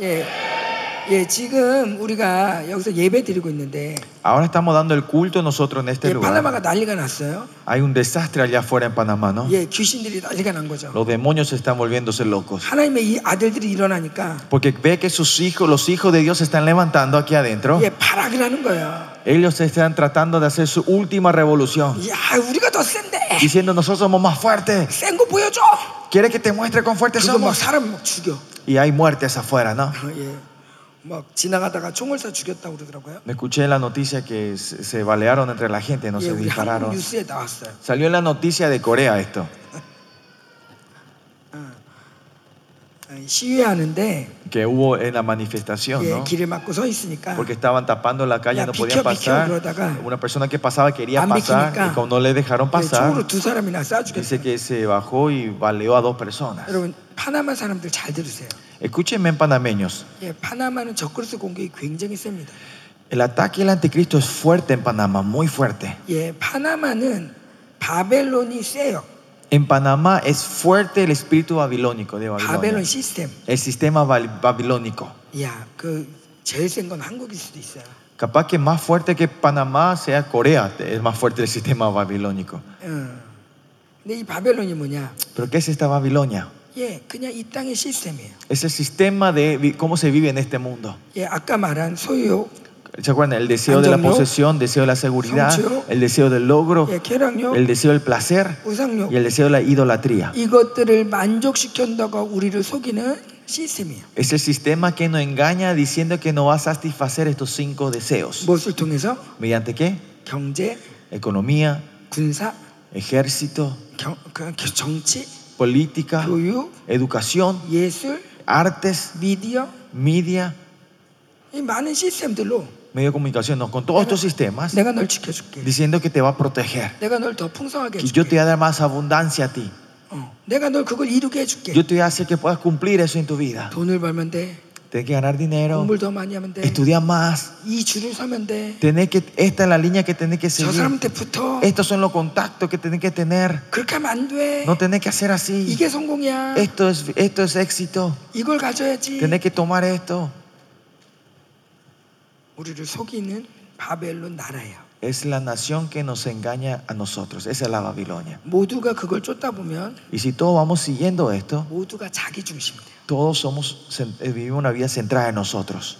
예. 예, 지금 우리가 여기서 예배 드리고 있는데 Ahora estamos dando el culto nosotros en este 예, lugar. 팔라마가 난리가 났어요. Hay un desastre allá afuera en Panamá, ¿no? 예, 귀신들이 난리가 난 거죠. Los demonios se están volviéndose locos. 하나님의 이 아들들이 일어나니까 Porque ve que sus hijos, los hijos de Dios se están levantando aquí adentro. 예, 파락이라는 거예요. Ellos están tratando de hacer su última revolución. 야, 우리가 더 센데. Diciendo, nosotros somos más fuertes. 센 거 보여줘. Quiere que te muestre cuán fuertes 그거 막 somos. 사람 막 죽여. Y hay muertes afuera, ¿no? 예. 막 지나가다가 총을 쏴 죽였다고 그러더라고요. Me escuché en la noticia que se se balearon entre la gente, no 예, se 우리 한국 dispararon. 뉴스에 나왔어요. Salió en la noticia de Corea esto. 예, 시위하는데 Que hubo en la manifestación, 예, ¿no? 길을 막고 서 있으니까 Porque estaban tapando la calle, Ya, no piqueó, piqueó, podían pasar. 그러다가. Una persona que pasaba quería 안 pasar 비키니까. y como no le dejaron 예, 총으로 pasar, 두 사람이나 쏴 죽였어요. dice que se bajó y baleó a dos personas. 여러분 파나마 사람들 잘 들으세요. Escúchenme, panameños. 예, 파나마는 적그리스 공격이 굉장히 셉니다. El ataque del anticristo es fuerte en Panamá, muy fuerte. 예, 파나마는 바벨론이 세요. En Panamá es fuerte el espíritu babilónico de 바벨론 Babilonia. 시스템. El sistema bal- babilónico. 야, 그 제일 센 건 한국일 수도 있어요. Capaz que más fuerte que Panamá sea Corea, es más fuerte el sistema babilónico. 응. 어. 근데 이 바벨론이 뭐냐? Pero ¿qué es esta Babilonia? 예, 그냥 이 땅의 시스템이에요. Es el sistema de vi- cómo se vive en este mundo. 예, 아까 말한 소유, ¿Se acuerdan? El deseo de la Antonio. posesión, deseo de la seguridad, Sancho. el deseo del logro, 예, 쾌락욕, el deseo del placer 우상욕 y el deseo de la idolatría. 이것들을 만족시킨다고 우리를 속이는 시스템이에요. Es el sistema que nos engaña diciendo que no va a satisfacer estos cinco deseos. 무엇을 통해서 ¿Mediante qué? 경제, Economía, 군사, ejército, 경, 그 정치, política, 교육, educación, 예술, artes, 미디어 media, 이 많은 시스템들로 medio de comunicación, no, con todos estos sistemas, 내가 널 지켜줄게. diciendo que te va a proteger, 내가 널 더 풍성하게 que yo 해줄게. te voy a dar más abundancia a ti, 어, 내가 널 그걸 이루게 해줄게. yo te voy a hacer que puedas cumplir eso en tu vida. 돈을 벌면 돼. Tienes que ganar dinero, 공부를 더 많이 하면 돼. estudia más, 이 줄을 서면 돼. tenés que, esta es la línea que tenés que 저 seguir, 사람한테 붙어. estos son los contactos que tenés que tener, 그렇게 하면 안 돼. no tenés que hacer así, 이게 성공이야. esto es, esto es éxito, 이걸 가져야지. tenés que tomar esto. 우리를 속이는 바벨론 나라예요. Es la nación que nos engaña a nosotros, esa es la Babilonia. 모두가 그걸 쫓다 보면 Y si todos vamos siguiendo esto, 모두가 자기 중심돼요. todos somos, cen- eh, vivimos una vida centrada en nosotros.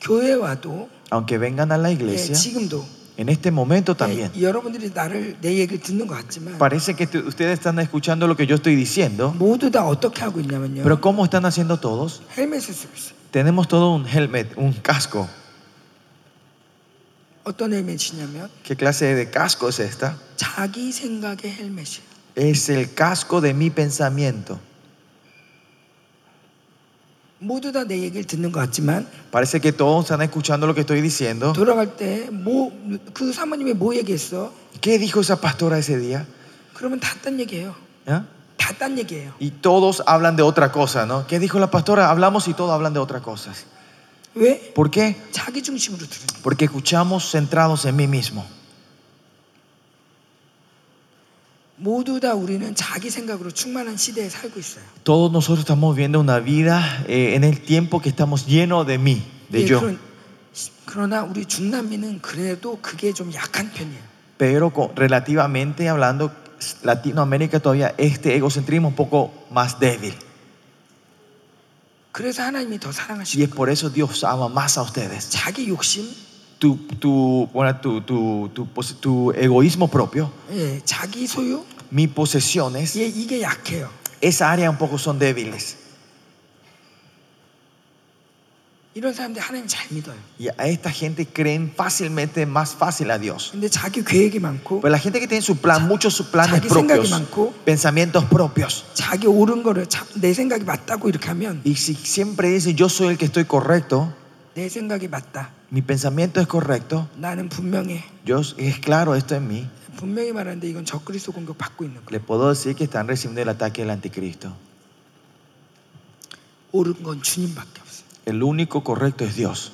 교회 와도 Aunque vengan a la 예, iglesia, 지금도 en este momento 예, también, 여러분들이 나를 내 얘기를 듣는 것 같지만 parece que tu- ustedes están escuchando lo que yo estoy diciendo, 모두 다 어떻게 하고 있냐면요. pero ¿cómo están haciendo todos? 헬멧을 쓰고 있어요. Tenemos todo un helmet, un casco. 어떤 헬멧이냐면 ¿Qué clase de casco es esta? 자기 생각의 헬멧이에요. Es el casco de mi pensamiento. 모두 다 내 얘기를 듣는 것 같지만 Parece que todos están escuchando lo que estoy diciendo. 돌아갈 때 뭐 그 사모님이 뭐 얘기했어? ¿Qué dijo esa pastora ese día? 그러면 다 딴 얘기예요. ¿Ah? 다 딴 얘기예요. Y todos hablan de otra cosa, ¿no? ¿Qué dijo la pastora? Hablamos y todos hablan de otra cosa. 왜? ¿Por qué? 자기 중심으로 들으니까. Porque escuchamos centrados en mí mismo. 모두 다 우리는 자기 생각으로 충만한 시대에 살고 있어요. Todos nosotros estamos viviendo una vida eh, en el tiempo que estamos lleno de mí, de 예, yo. 그런- 그러나 우리 중남미는 그래도 그게 좀 약한 편이에요. Pero con- relativamente hablando, Latinoamérica todavía este egocentrismo un poco más débil. 그래서 하나님이 더 Y 사랑하시고 es por eso Dios ama más a ustedes. 자기 욕심, Tu, tu, bueno, tu, tu, tu, pos- tu egoísmo propio, 예, 자기 소유, mis posesiones, 예, 이게 약해요. esa área un poco son débiles. 이런 사람들 하나님 잘 믿어요. Y a esta gente creen fácilmente, más fácil a Dios. 근데 자기 계획이 많고 Pero la gente que tiene su plan, muchos sus planes 자기 생각이 propios, 많고 pensamientos propios. 자기 옳은 거를 자- 내 생각이 맞다고 이렇게 하면 Y si siempre dicen yo soy el que estoy correcto, 내 생각이 맞다. mi pensamiento es correcto, 나는 분명해. yo es claro esto en mí, 분명히 말하는데 이건 적그리스도 공격 받고 있는 거예요. le puedo decir que están recibiendo el ataque del anticristo. 옳은 건 주님밖에 없어요. El único correcto es Dios.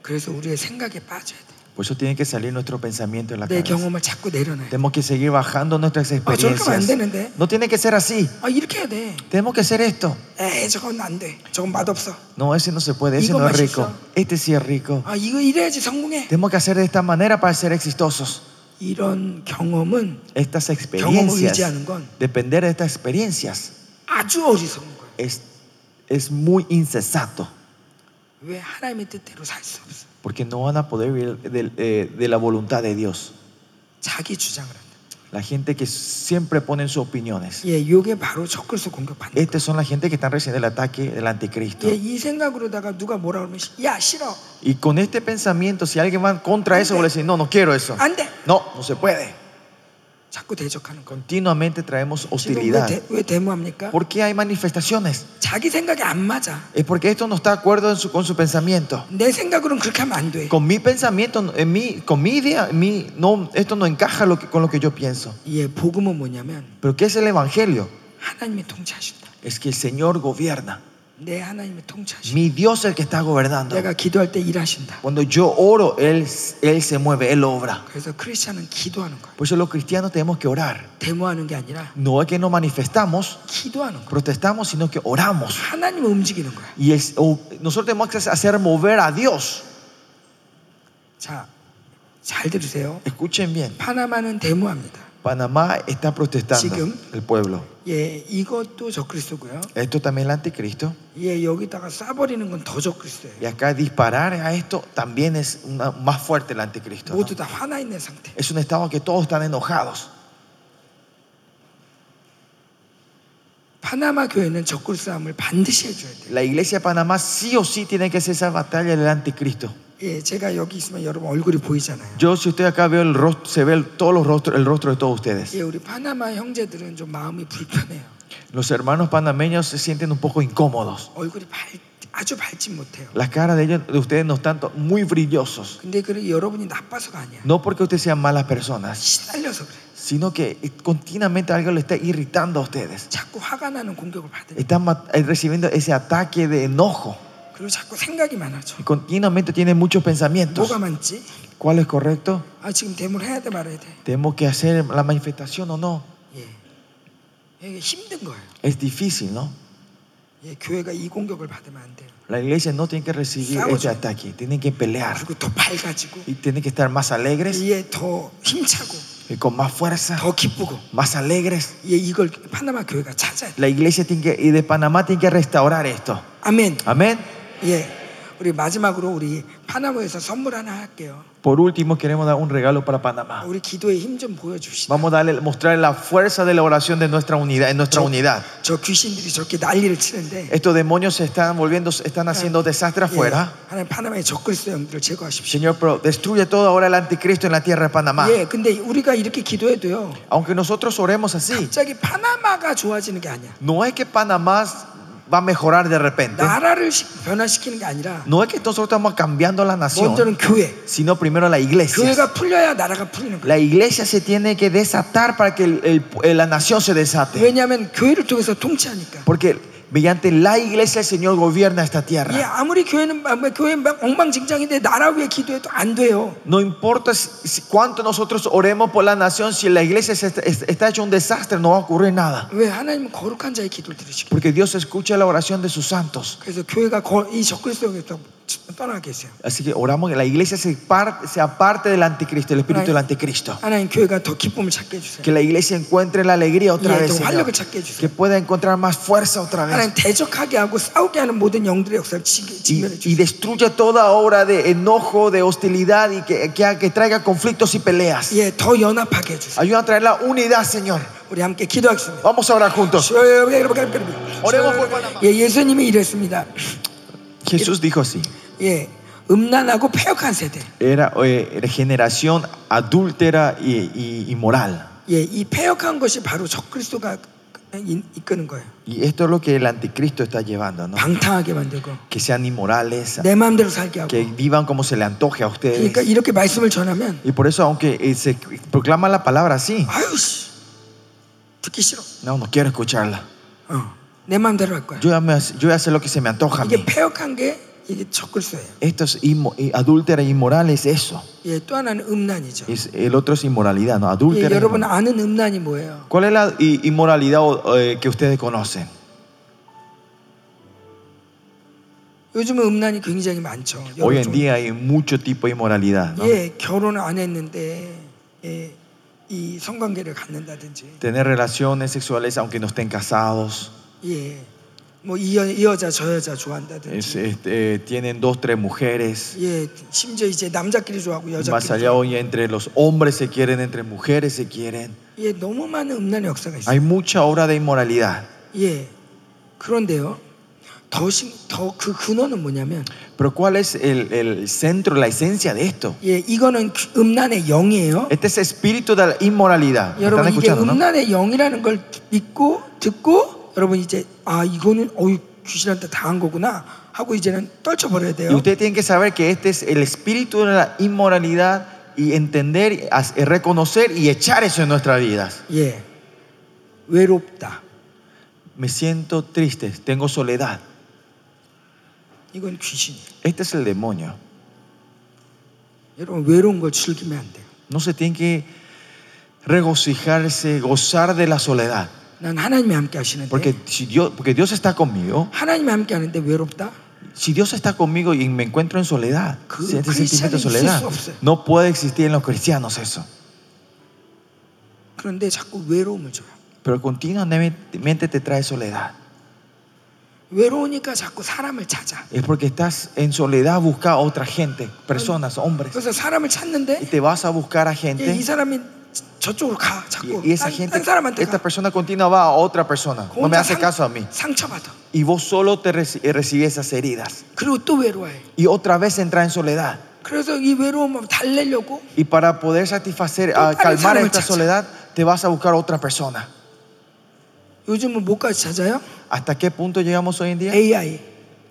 그래서 우리의 생각에 빠져야 돼. Por eso tiene que salir nuestro pensamiento de la 내 cabeza. 경험을 자꾸 내려놔요. Tenemos que seguir bajando nuestras 아, 저렇게 하면 안 experiencias. 되는데. No tiene que ser así. 아, 이렇게 해야 돼. Tenemos que hacer esto. 에이, 저건 안 돼. 저건 맛없어. No, ese no se puede, ese Digo, no es macizo. rico. Este sí es rico. 아, 이거 이래야지 성공해. Tenemos que hacer de esta manera para ser exitosos. 이런 경험은 Estas 경험을 experiencias, 의지하는 건 depender de estas experiencias, 아주 어리석은 거예요. es, es muy insensato. 왜 하나님의 뜻대로 살 수 없어. Porque no van a poder vivir del- eh, de, la voluntad de Dios. 자기 주장을 한다. La gente que siempre ponen sus opiniones. 예, 요게 바로 적글수 공격받는 Estas son las gente que están recibiendo el ataque del anticristo. 거예요. 예, 이 생각으로다가 누가 뭐라 그러면 시- 야 싫어 Y con este pensamiento, si alguien va contra eso, va a decir, no, no quiero eso. 안 돼. No, no se puede. 자꾸 대적하는 거. Continuamente traemos 지금 왜, hostilidad. 대, 왜 대모합니까? ¿Por qué hay manifestaciones? 자기 생각이 안 맞아. Es porque esto no está de acuerdo en su- con su pensamiento. 내 생각으로는 그렇게 하면 안 돼. Con mi pensamiento, en mi, con mi idea, en mi, no, esto no encaja lo que- con lo que yo pienso. 예, 복음은 뭐냐면 Pero ¿qué es el Evangelio? 하나님이 통치하신다. Es que el Señor gobierna. 내 하나님이 통치하신다. Mi Dios es el que está gobernando. 내가 기도할 때 일하신다. Cuando yo oro, Él, él se mueve, Él obra. 그래서 크리스천은 기도하는 거예요. Por eso los cristianos tenemos que orar. 데모하는 게 아니라 No es que nos manifestamos, 기도하는 거예요. protestamos, sino que oramos. 하나님을 움직이는 거야. Y es- o- nosotros tenemos que hacer mover a Dios. 자, 잘 들으세요. Escuchen bien. 파나마는 데모합니다. Panamá está protestando, Sigum. el pueblo. 예, 이것도 적그리스도고요. Esto también es el anticristo. 예, 여기다가 쏴버리는 건 더 적그리스도예요. Y acá disparar a esto también es una- más fuerte el anticristo. ¿no? 모두 다 화나 있는 상태. Es un estado que todos están enojados. 파나마 교회는 적그리스도함을 반드시 해줘야 돼요. La iglesia de Panamá sí o sí tiene que hacer esa batalla del anticristo. 예, 제가 여기 있으면 여러분 얼굴이 보이잖아요. Yo, si usted acá veo el rostro, se ve el- todos los rostros, el rostro de todos ustedes. 예, 우리 파나마 형제들은 좀 마음이 불편해요. Los hermanos panameños se sienten un poco incómodos. 얼굴이 밝, 아주 밝진 못해요. Las caras de ellos, de ustedes, no están to- muy brillosos. 근데 그 여러분이 나빠서가 아니야. No porque ustedes sean malas personas, 시달려서 그래. 요 sino que continuamente algo le está irritando a ustedes. 자꾸 화가 na는 공격을 받으니까 Están ma- eh, recibiendo ese ataque de enojo. 그리고 자꾸 생각이 많아져. Y continuamente tienen muchos pensamientos. 뭐가 많지? ¿Cuál es correcto? 아 지금 대모를 해야 돼 말아야 돼. ¿Tenemos que hacer la manifestación o no? 예. 이게 힘든 거예요. Es difícil, ¿no? 예, 교회가 이 공격을 받으면 안 돼요. La iglesia no tiene que recibir Estamos este bien. ataque, tienen que pelear 그리고 더 밝아지고 y tienen que estar más alegres 예, 더 힘차고 y con más fuerza, 더 기쁘고 más alegres. 예, 이걸 파나마 교회가 찾아야 돼. La iglesia tiene que, y de Panamá tiene que restaurar esto. 아멘. Amén. 예. 우리 마지막으로 우리 파나마에서 선물 하나 할게요. Por último, queremos dar un regalo para Panamá. 우리 기도의 힘 좀 보여줍시다. Vamos a darle, mostrar la fuerza de la oración de nuestra unidad, en nuestra unidad. 저 귀신들이 저렇게 난리를 치는데 Estos demonios se están volviendo, se están haciendo desastre afuera. 예, 하나님 파나마의 적그리스도 영들을 제거하십시오. Señor, pero destruye todo ahora el anticristo en la tierra de Panamá. 예, 근데 우리가 이렇게 기도해도요. Aunque nosotros oremos así, 갑자기 파나마가 좋아지는 게 아니야. no es que Panamá va a mejorar de repente. 나라를 시- 변화시키는 게 아니라 No es que nosotros estamos cambiando la nación, 먼저는 교회. sino primero la iglesia. 교회가 풀려야 나라가 풀리는 거야. La iglesia se tiene que desatar para que el- el- la nación se desate. 왜냐하면 교회를 통해서 통치하니까. Porque mediante la iglesia el Señor gobierna esta 예, tierra. 아무리 교회는 막- 막 교회 막 엉망진창인데 나라 위에 기도해도 안 돼요. No importa si- si- cuánto nosotros oremos por la nación, si la iglesia se está, es- está hecho un desastre, no va a ocurrir nada. 왜 하나님은 거룩한 자의 기도를 들으시고. Porque Dios escucha la oración de sus santos. 그래서 교회가 거- 이 적그리스도에서 떠나게 했어요. Así que oramos que la iglesia se, par- se aparte del anticristo, el espíritu del anticristo. 하나님 교회가 더 기쁨을 찾게 해주세요. Que la iglesia encuentre la alegría otra 예, vez, 더 Señor. 활력을 찾게 해주세요. Que pueda encontrar más fuerza otra vez. 하나님 대적하게 하고 싸우게 하는 모든 영들의 역사를 지- Y, 직면해 주세요. y destruya toda obra de enojo, de hostilidad y que, que, que traiga conflictos y peleas. 예, 더 연합하게 해주세요. Ayuda a traer la unidad, Señor. 우리 함께 기도하겠습니다. Vamos a orar 어. juntos. 어려워 볼 바나마. 예, 예수님이 이랬습니다. Jesús dijo así. 예, 음란하고 폐역한 세대. Era eh, era generación adúltera y, y, y moral. 예, 이 폐역한 것이 바로 적그리스도가 이- 이끄는 거예요. Y esto es lo que el anticristo está llevando, ¿no? 방탕하게 만들고 Que sean inmorales, 내 마음대로 살게 하고. que vivan como se le antoje a 그러니까 ustedes. 이렇게 말씀을 전하면 Y por eso, aunque eh, se proclama la palabra así, 아유 씨 듣기 싫어. no, no quiero escucharla. 어, 내 마음대로 할 거야. Yo ya me- yo voy a hacer lo que se me antoja a 이게 mí. 폐역한 게 이게 적글수예요. Esto es inmo- y adúltera e inmoral, es eso. 예, 또 하나는 음란이죠. Es, el otro es inmoralidad, ¿no? 예, Adúltera. e 여러분 inmoral. 아는 음란이 뭐예요? ¿Cuál es la i- inmoralidad o- eh, que ustedes conocen? 요즘은 음란이 굉장히 많죠. 여러 Hoy en 종류. día hay mucho tipo de inmoralidad, ¿no? 예, 결혼 안 했는데 예, 이 성관계를 갖는다든지, Tener relaciones sexuales aunque no estén casados. 예, 뭐이 이 여자 저 여자 Es- 좋아한다든지, este, eh, tienen dos, tres mujeres. 예, 심지어 이제 남자끼리 좋아하고 Más 여자끼리, allá 좋아하고. hoy entre los hombres se quieren, entre mujeres se quieren. 예, 너무 많은 음란의 역사가 있어요. Hay mucha obra de inmoralidad. 예, 그런데요, 더더그 근원은 뭐냐면, Pero ¿cuál es el, el centro, la esencia de esto? 예, 이거는 귀- 음란의 영이에요. Este es espíritu de la inmoralidad. ¿Me están 여러분 이게 escuchando, no? 음란의 영이라는 걸 믿고 듣고 여러분 이제 아 이거는 어유 귀신한테 당한 거구나 하고 이제는 떨쳐버려야 Y 돼요. ustedes tienen que saber que este es el espíritu de la inmoralidad y entender, as- eh, reconocer y echar eso en nuestras vidas. 예, 외롭다. Me siento triste, tengo soledad. 이건 귀신이에요. Este es el demonio. 여러분 외로운 걸 즐기면 안 돼요. No se tiene que regocijarse, gozar de la soledad. 난 하나님이 함께 하시는데 Porque, si Dios, porque Dios está conmigo. 하나님이 함께 하는데 외롭다. Si Dios está conmigo y me encuentro en soledad, Cri- si este sentimiento de cristiano soledad, existe. no puede existir en los cristianos eso. 그런데 자꾸 외로움을 줘요. Pero continuamente te trae soledad. 외로우니까 자꾸 사람을 찾아. Es porque estás en soledad, busca a otra gente, personas, hombres. 그래서 사람을 Y 찾는데 te vas a buscar a 예, 이 gente. 사람이 저쪽으로 가 Y, 자꾸 y esa 딴- gente, 딴 사람한테 esta 가. persona continua va a otra persona. No me 혼자 hace 상- caso a mí. 상처받아. Y vos solo te reci- eh, recibís esas heridas. 그리고 또 외로워해. Y otra vez entras en soledad. 그래서 이 외로움을 달래려고 Y para poder satisfacer, Tú ah, calmar pareces esta muchacha. soledad, te vas a buscar a otra persona. 요즘은 뭐까지 찾아요? ¿Hasta qué punto llegamos hoy en día? AI.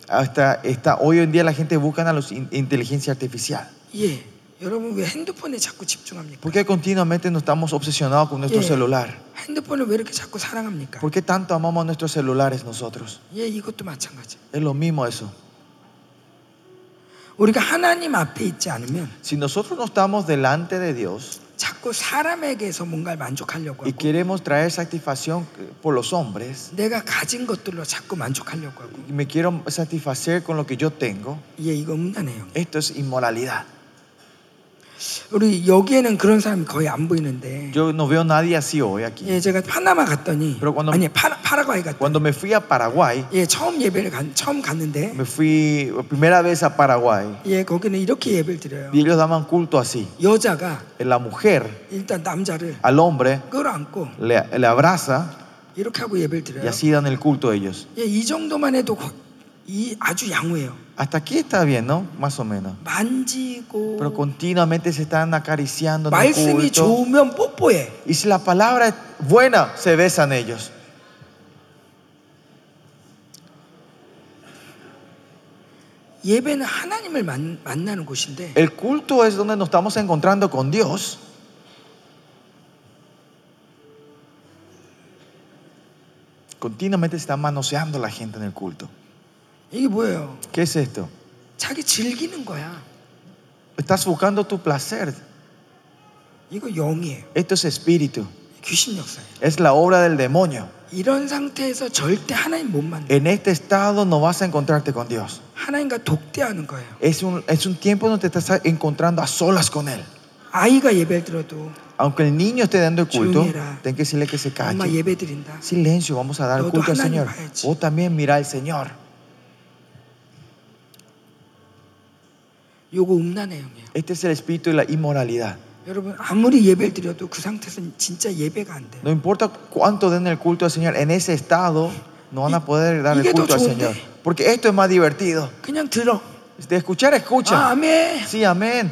Hasta está, hoy en día la gente busca a los in- inteligencia artificial. 예. 여러분 왜 핸드폰에 자꾸 집중합니까? ¿Por qué continuamente nos estamos obsesionados con nuestro Yeah. celular? 핸드폰을 왜 이렇게 자꾸 사랑합니까? ¿Por qué tanto amamos nuestros celulares nosotros? 예, 이것도 마찬가지. Es lo mismo eso. 우리가 하나님 앞에 있지 않으면 Si nosotros no estamos delante de Dios 자꾸 사람에게서 뭔가를 만족하려고 y 하고 queremos traer satisfacción eh, por los hombres, 내가 가진 것들로 자꾸 만족하려고 하고 y me quiero satisfacer con lo que yo tengo, 예, 이거 음란해요. esto es inmoralidad. 우리 여기에는 그런 사람이 거의 안 보이는데 Yo no veo nadie así hoy aquí. 예, 제가 파나마 갔더니 그리고 완전- 아니, 파, 파라과이 갔더니 Cuando me fui a Paraguay, 예, 처음 예배를 간, 처음 갔는데 me fui primera vez a Paraguay 예, 거기는 이렇게 예배를 드려요. y ellos daban culto así. 여자가 La mujer 일단 남자를 al hombre 끌어안고 le, le abraza 이렇게 하고 예배를 y 드려요. así dan el culto a ellos. 예, 이 정도만 해도 거- 이 아주 양호해요. Hasta aquí está bien, ¿no? Más o menos. Pero 만지고 continuamente se están acariciando en el 말씀이 culto. 좋으면 뽀뽀해. Y si la palabra es buena, se besan ellos. 예배는 하나님을 만, 만나는 곳인데 El culto es donde nos estamos encontrando con Dios. Continuamente se está manoseando la gente en el culto. 이게 뭐예요? ¿Qué es esto? 자기 즐기는 거야. Estás buscando tu placer. 이거 영이에요. Esto es espíritu. 귀신 역사예요. Es la obra del demonio. 이런 상태에서 절대 하나님 못 만나. En este estado no vas a encontrarte con Dios. 하나님과 독대하는 거예요. Es un, es un tiempo donde te estás encontrando a solas con Él. 아이가 예배를 들어도 Aunque el niño esté dando el culto, Junior, ten que decirle que se 엄마 calle. 예배 드린다. Silencio, vamos a dar Todo culto al Hanan Señor. Baez. Vos también mira al Señor. 요거 음란의 영이에요. Este es el espíritu de la inmoralidad. 여러분 아무리 예배를 드려도 그 상태에서는 진짜 예배가 안 돼요. No importa cuánto den el culto al Señor, en ese estado no van Y- a poder dar y el que culto al todo Señor. junte. Porque esto es más divertido. 그냥 들어. De escuchar, 아, escucha. 아멘. Sí, amén.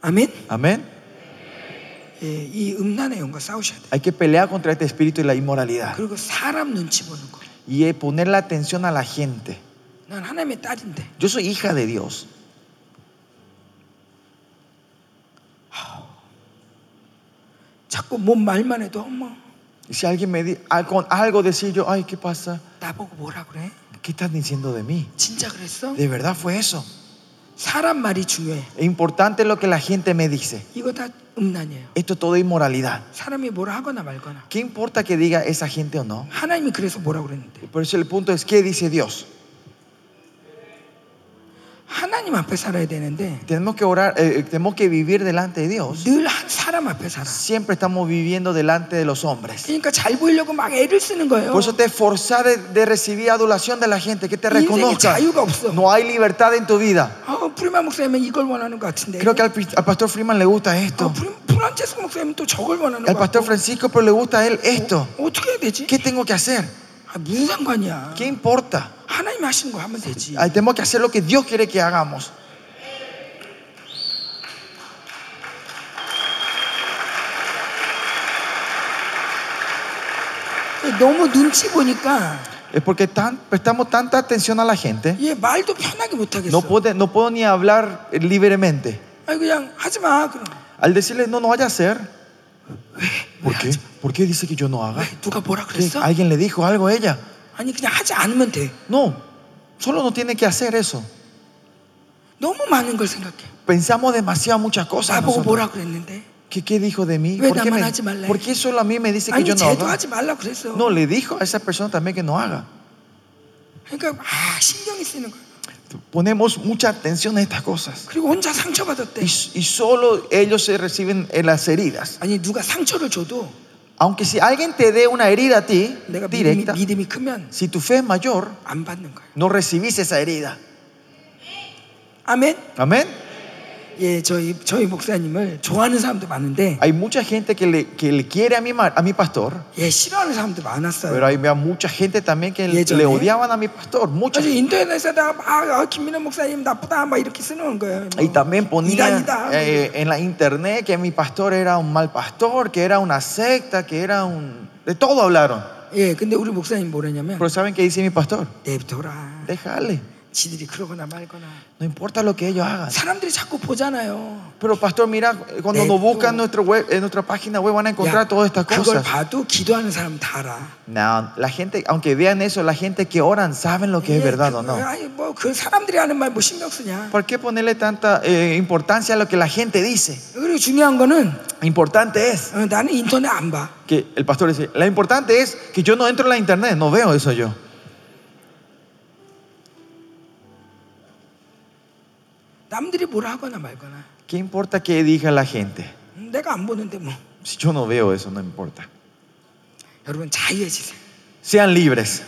아멘. Amén. 예, 이 음란의 영과 싸우셔야 돼. 요 Hay que pelear contra este espíritu de la inmoralidad. 그리고 사람 눈치 보는 거. Y eh, poner la atención a la gente. 난 하나님의 딸인데 Yo soy hija de Dios. 자꾸 뭔 말만 해도 어머 Si alguien me dice con algo decir yo, ay, ¿qué pasa? 나보고 뭐라 그래? ¿Qué estás diciendo de mí? 진짜 그랬어? De verdad fue eso. 사람 말이 중요해. Es importante lo que la gente me dice. 이거 다 음란이에요. Esto es todo inmoralidad. 사람이 뭐라 하거나 말거나. ¿Qué importa que diga esa gente o no? 하나님이 그래서 뭐라 그랬는데? Por eso el punto es, ¿qué dice Dios? 하나님 앞에 살아야 되는데 Tenemos que orar, eh, tenemos que vivir delante de Dios. 늘 한 사람 앞에 살아. Siempre estamos viviendo delante de los hombres. 그러니까 잘 보이려고 막 애를 쓰는 거예요. Por eso te esforzás de, de recibir adulación de la gente, que te 인생에 reconozca. 자유가 없어. No hay libertad en tu vida. 어, 프리만 목사님은 이걸 원하는 것 같은데. Creo que al, pri- al pastor Freeman le gusta 어, esto. 프리- 프란체스코 목사님은 또 저걸 원하는 Al 것 같고. pastor Francisco, pero le gusta a él esto. 어떻게 해야 되지? ¿Qué tengo que hacer? 아, 무슨 상관이야. ¿Qué importa? 하나님 하시는 거 하면 되지. Ahí tenemos que hacer lo que Dios quiere que hagamos. 너무 눈치 보니까 Es porque tan- prestamos tanta atención a la gente. 얘 말도 편하게 못 하겠어. No puedo, no puedo ni hablar eh, libremente. 아니 그냥 하지 마. 그럼 Al decirle no, no vaya a hacer. ¿Por 왜 qué? 하지? ¿Por qué dice que yo no haga? 왜? 누가 뭐라 ¿Qué? 그랬어? ¿Alguien le dijo algo a ella? 아니 그냥 하지 않으면 돼. No, solo no tiene que hacer eso. 너무 많은 걸 생각해. Pensamos demasiado muchas cosas. 나보고 nosotros. 뭐라 그랬는데? ¿Qué, qué dijo de mí? Ve, ¿Por qué, dame me- la chimalaya. por qué solo a mí me dice que yo 아니 no 쟤도 haga? 하지 말라 그랬어. No, le dijo a esa persona también que no haga. 그러니까 아 신경이 쓰이는 거야. Ponemos mucha atención a estas cosas. 그리고 혼자 상처받았대. Y, y solo ellos se reciben en las heridas. 아니 누가 상처를 줘도 Aunque si alguien te dé una herida a ti, 내가 믿음이, directa, 믿음이 크면 si tu fe es mayor, 안 받는 거야. no recibís esa herida. 아멘. Amén. 예, 저희 저희 목사님을 좋아하는 사람도 많은데 Hay mucha gente que le, que le quiere a mi, ma- a mi pastor, 예, 싫어하는 사람도 많았어요. pero hay mucha gente también que Y ellos, le ¿eh? odiaban a mi pastor. Mucha 사실 gente. 인터넷에다가 막 아, 김민호 목사님 나쁘다 막 이렇게 쓰는 거예요. 뭐. Y también ponía 이단이다. eh, en la internet que mi pastor era un mal pastor, que era una secta, que era un... De todo hablaron. 예, 근데 우리 목사님 뭐랬냐면 Pero ¿saben qué dice mi pastor? 내비둬라. Déjale. 지들이 그러거나 말거나. No importa lo que ellos hagan. 사람들이 자꾸 보잖아요. Pero pastor, mira, cuando De nos buscan todo. nuestro web, en nuestra página web van a 야, encontrar todas estas 그걸 cosas. 봐도 기도하는 사람 다 알아. No, la gente, aunque vean eso, la gente que oran saben lo que es 예, verdad 그- o no. 아니 뭐그 사람들이 하는 말 뭐 신경 쓰냐. ¿Por qué ponerle tanta eh, importancia a lo que la gente dice? 그리고 중요한 거는 Importante es 어, 나는 인터넷 안 봐. que el pastor dice, la importante es que yo no entro en la internet, no veo eso yo. 남들이 뭐라 하거나 말거나. ¿Qué importa qué diga la gente? 내가 안 보는데 뭐. Si yo no veo eso, no importa. 여러분 자유해지세요. Sean libres.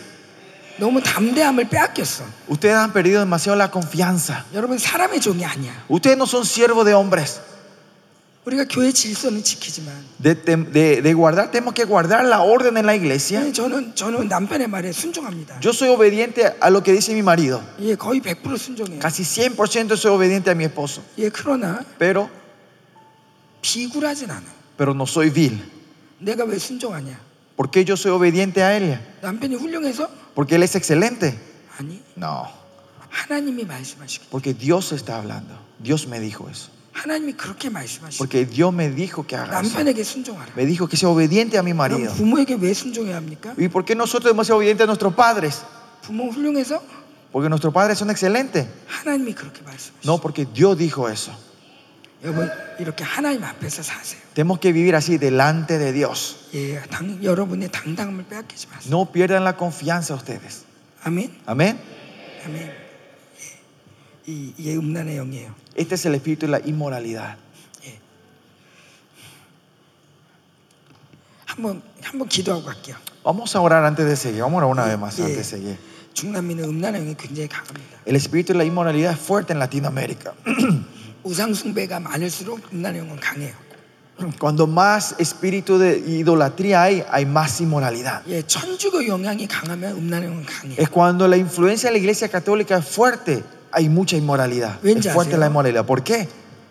너무 담대함을 빼앗겼어. Ustedes han perdido demasiado la confianza. 여러분 사람의 종이 아니야. Ustedes no son siervos de hombres. 우리가 교회 질서는 지키지만 De, tem- de- de guardar, tenemos que guardar la orden en la iglesia. 예, 저는 저는 남편의 말에 순종합니다. Yo soy obediente a lo que dice mi marido. 예, 거의 100% 순종해요. Casi 100% soy obediente a mi esposo. 예, 그러나 Pero, 비굴하진 않아. pero no soy vil. 내가 왜 순종하냐? ¿Por qué yo soy obediente a él? 남편이 훌륭해서? Porque él es excelente. 아니, No, 하나님이 말씀하시기. porque Dios está hablando. Dios me dijo eso. 하나님이 그렇게 말씀하시기. Porque Dios me dijo que haga eso. 남편에게 순종하라. Me dijo que sea obediente a mi marido. 그럼 부모에게 왜 순종해야 합니까? ¿Y por qué nosotros debemos ser obedientes a nuestros padres? 부모 훌륭해서? Porque nuestros padres son excelentes. 하나님이 그렇게 말씀하시기. No, porque Dios dijo eso. 여러분 이렇게 하나님 앞에서 사세요. Tenemos que vivir así delante de Dios. 예, 당, 여러분의 당당함을 빼앗기지 마세요. No pierdan la confianza ustedes. 아멘, Amén. 아멘. 예. 이, 이게 음란의 영이에요. Este es el espíritu de la inmoralidad. 한번 한번 기도하고 갈게요. Vamos a orar antes de seguir. Vamos a orar una Sí, vez más sí. antes de seguir. 중남미는 음란의 영이 굉장히 강합니다. El espíritu de la inmoralidad es fuerte en Latinoamérica. 우상 숭배가 많을수록 음란의 영은 강해요. Cuando más espíritu de idolatría hay, hay más inmoralidad. 예, 천주교 영향이 강하면 음란의 영은 강해요. Es cuando la influencia de la iglesia católica es fuerte, hay mucha inmoralidad. Bien, Es ya, fuerte sí, la ¿no? inmoralidad. ¿Por qué?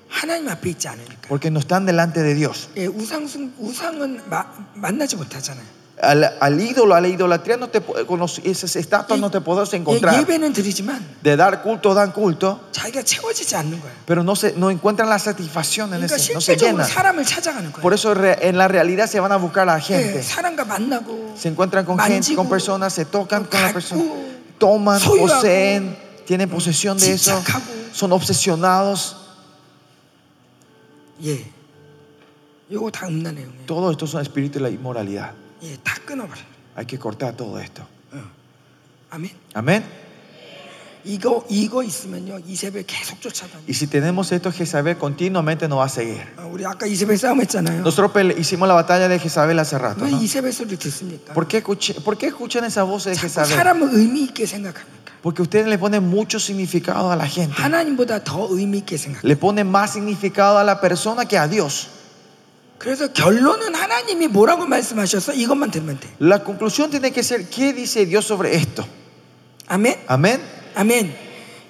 하나님 앞에 있지 않으니까. Porque no están delante de Dios. 예, 우상 숭 우상은 마- 만나지 못하잖아요. al, al ídolo, a la idolatría, no te, pu- con los- esas estatuas no te podrás 예, encontrar. 예배는 드리지만 De dar culto, dan culto, 자기가 채워지지 않는 거야. pero no, se, no encuentran la satisfacción en 그러니까 eso, no se 실질적으로 llenan. 사람을 찾아가는 거야. Por eso re- en la realidad se van a buscar a la gente. 예, 사람과 만나고 Se encuentran con gente, 만지고, con personas, se tocan con la persona, 갖고, toman, 소유하고, poseen, tienen posesión de eso, 집착하고. son obsesionados. 예. 요거 다 음란 내용이에요. Todo esto son espíritu de la inmoralidad. 예, 다 끊어버려. Hay que cortar todo esto. 아멘. Amén. 이거 이거 있으면요 이세벨 계속 쫓아다니. Y si tenemos esto, Jezabel continuamente nos va a seguir. 어, 우리 아까 이세벨 싸움했잖아요. Nosotros pele- hicimos la batalla de Jezabel hace rato. 왜 ¿no? 이세벨 소리 듣습니까? ¿Por, qué escuché- por qué escuchan esa voz de 자꾸 Jezabel? 사람을 의미 있게 생각합니까? Porque ustedes le ponen mucho significado a la gente. 하나님보다 더 의미 있게 생각. Le ponen más significado a la persona que a Dios. 그래서 결론은 하나님이 뭐라고 말씀하셨어? 이것만 들면 돼. La conclusión tiene que ser, ¿qué dice Dios sobre esto? 아멘. Amén. 아멘.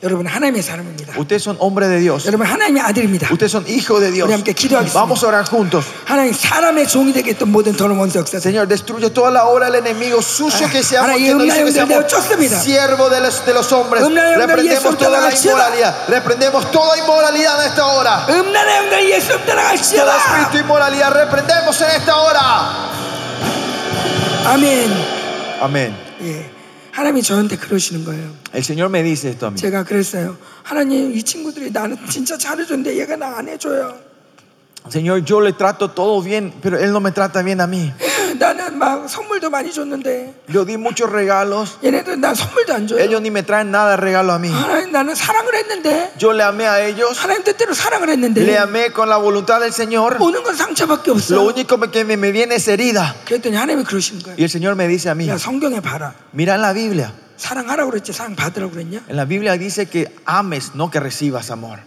여러분 하나님의 사람입니다. Ustedes son hombres de Dios. 여러분 하나님의 아들입니다. Ustedes son hijos de Dios. Oremos, que 기도하겠습니다. Vamos a orar juntos. 하나님 사람의 종이 되겠던 모든 더러운 원수 역사. Señor, destruye toda la obra del enemigo sucio que seamos, Ahora, y que nos una hizo que y un seamos derecho, mira. siervos de los, de los hombres. Una y un derecho, Reprendemos toda toda la la inmoralidad. Reprendemos toda inmoralidad en esta hora. 음란의 영들 예수 Todo 따라가시다. espíritu de inmoralidad, reprendemos en esta hora. 아멘. Amén. 예. 하나님이 저한테 그러시는 거예요. El Señor me dice esto a mí. 제가 그랬어요. 하나님 이 친구들이 나는 진짜 잘해줬는데 얘가 나 안 해줘요. Señor, yo le trato todo bien, pero Él no me trata bien a mí. 나는 막 선물도 많이 줬는데 Yo di muchos regalos. 얘네들 나 선물도 안 줘요. Ellos ni me traen nada de regalo a mí. 하나님 나는 사랑을 했는데 Yo le amé a ellos. 하나님 뜻대로 사랑을 Le 했는데 amé con la voluntad del Señor. 오는 건 상처밖에 Lo 없어. único que me, me viene es herida. 그랬더니 하나님이 그러시는 거예요. Y el Señor me dice a mí, 야 성경에 봐라. mira en la Biblia. 사랑하라고 그랬지 사랑 받으라고 그랬냐? En la Biblia dice que ames, no que recibas amor.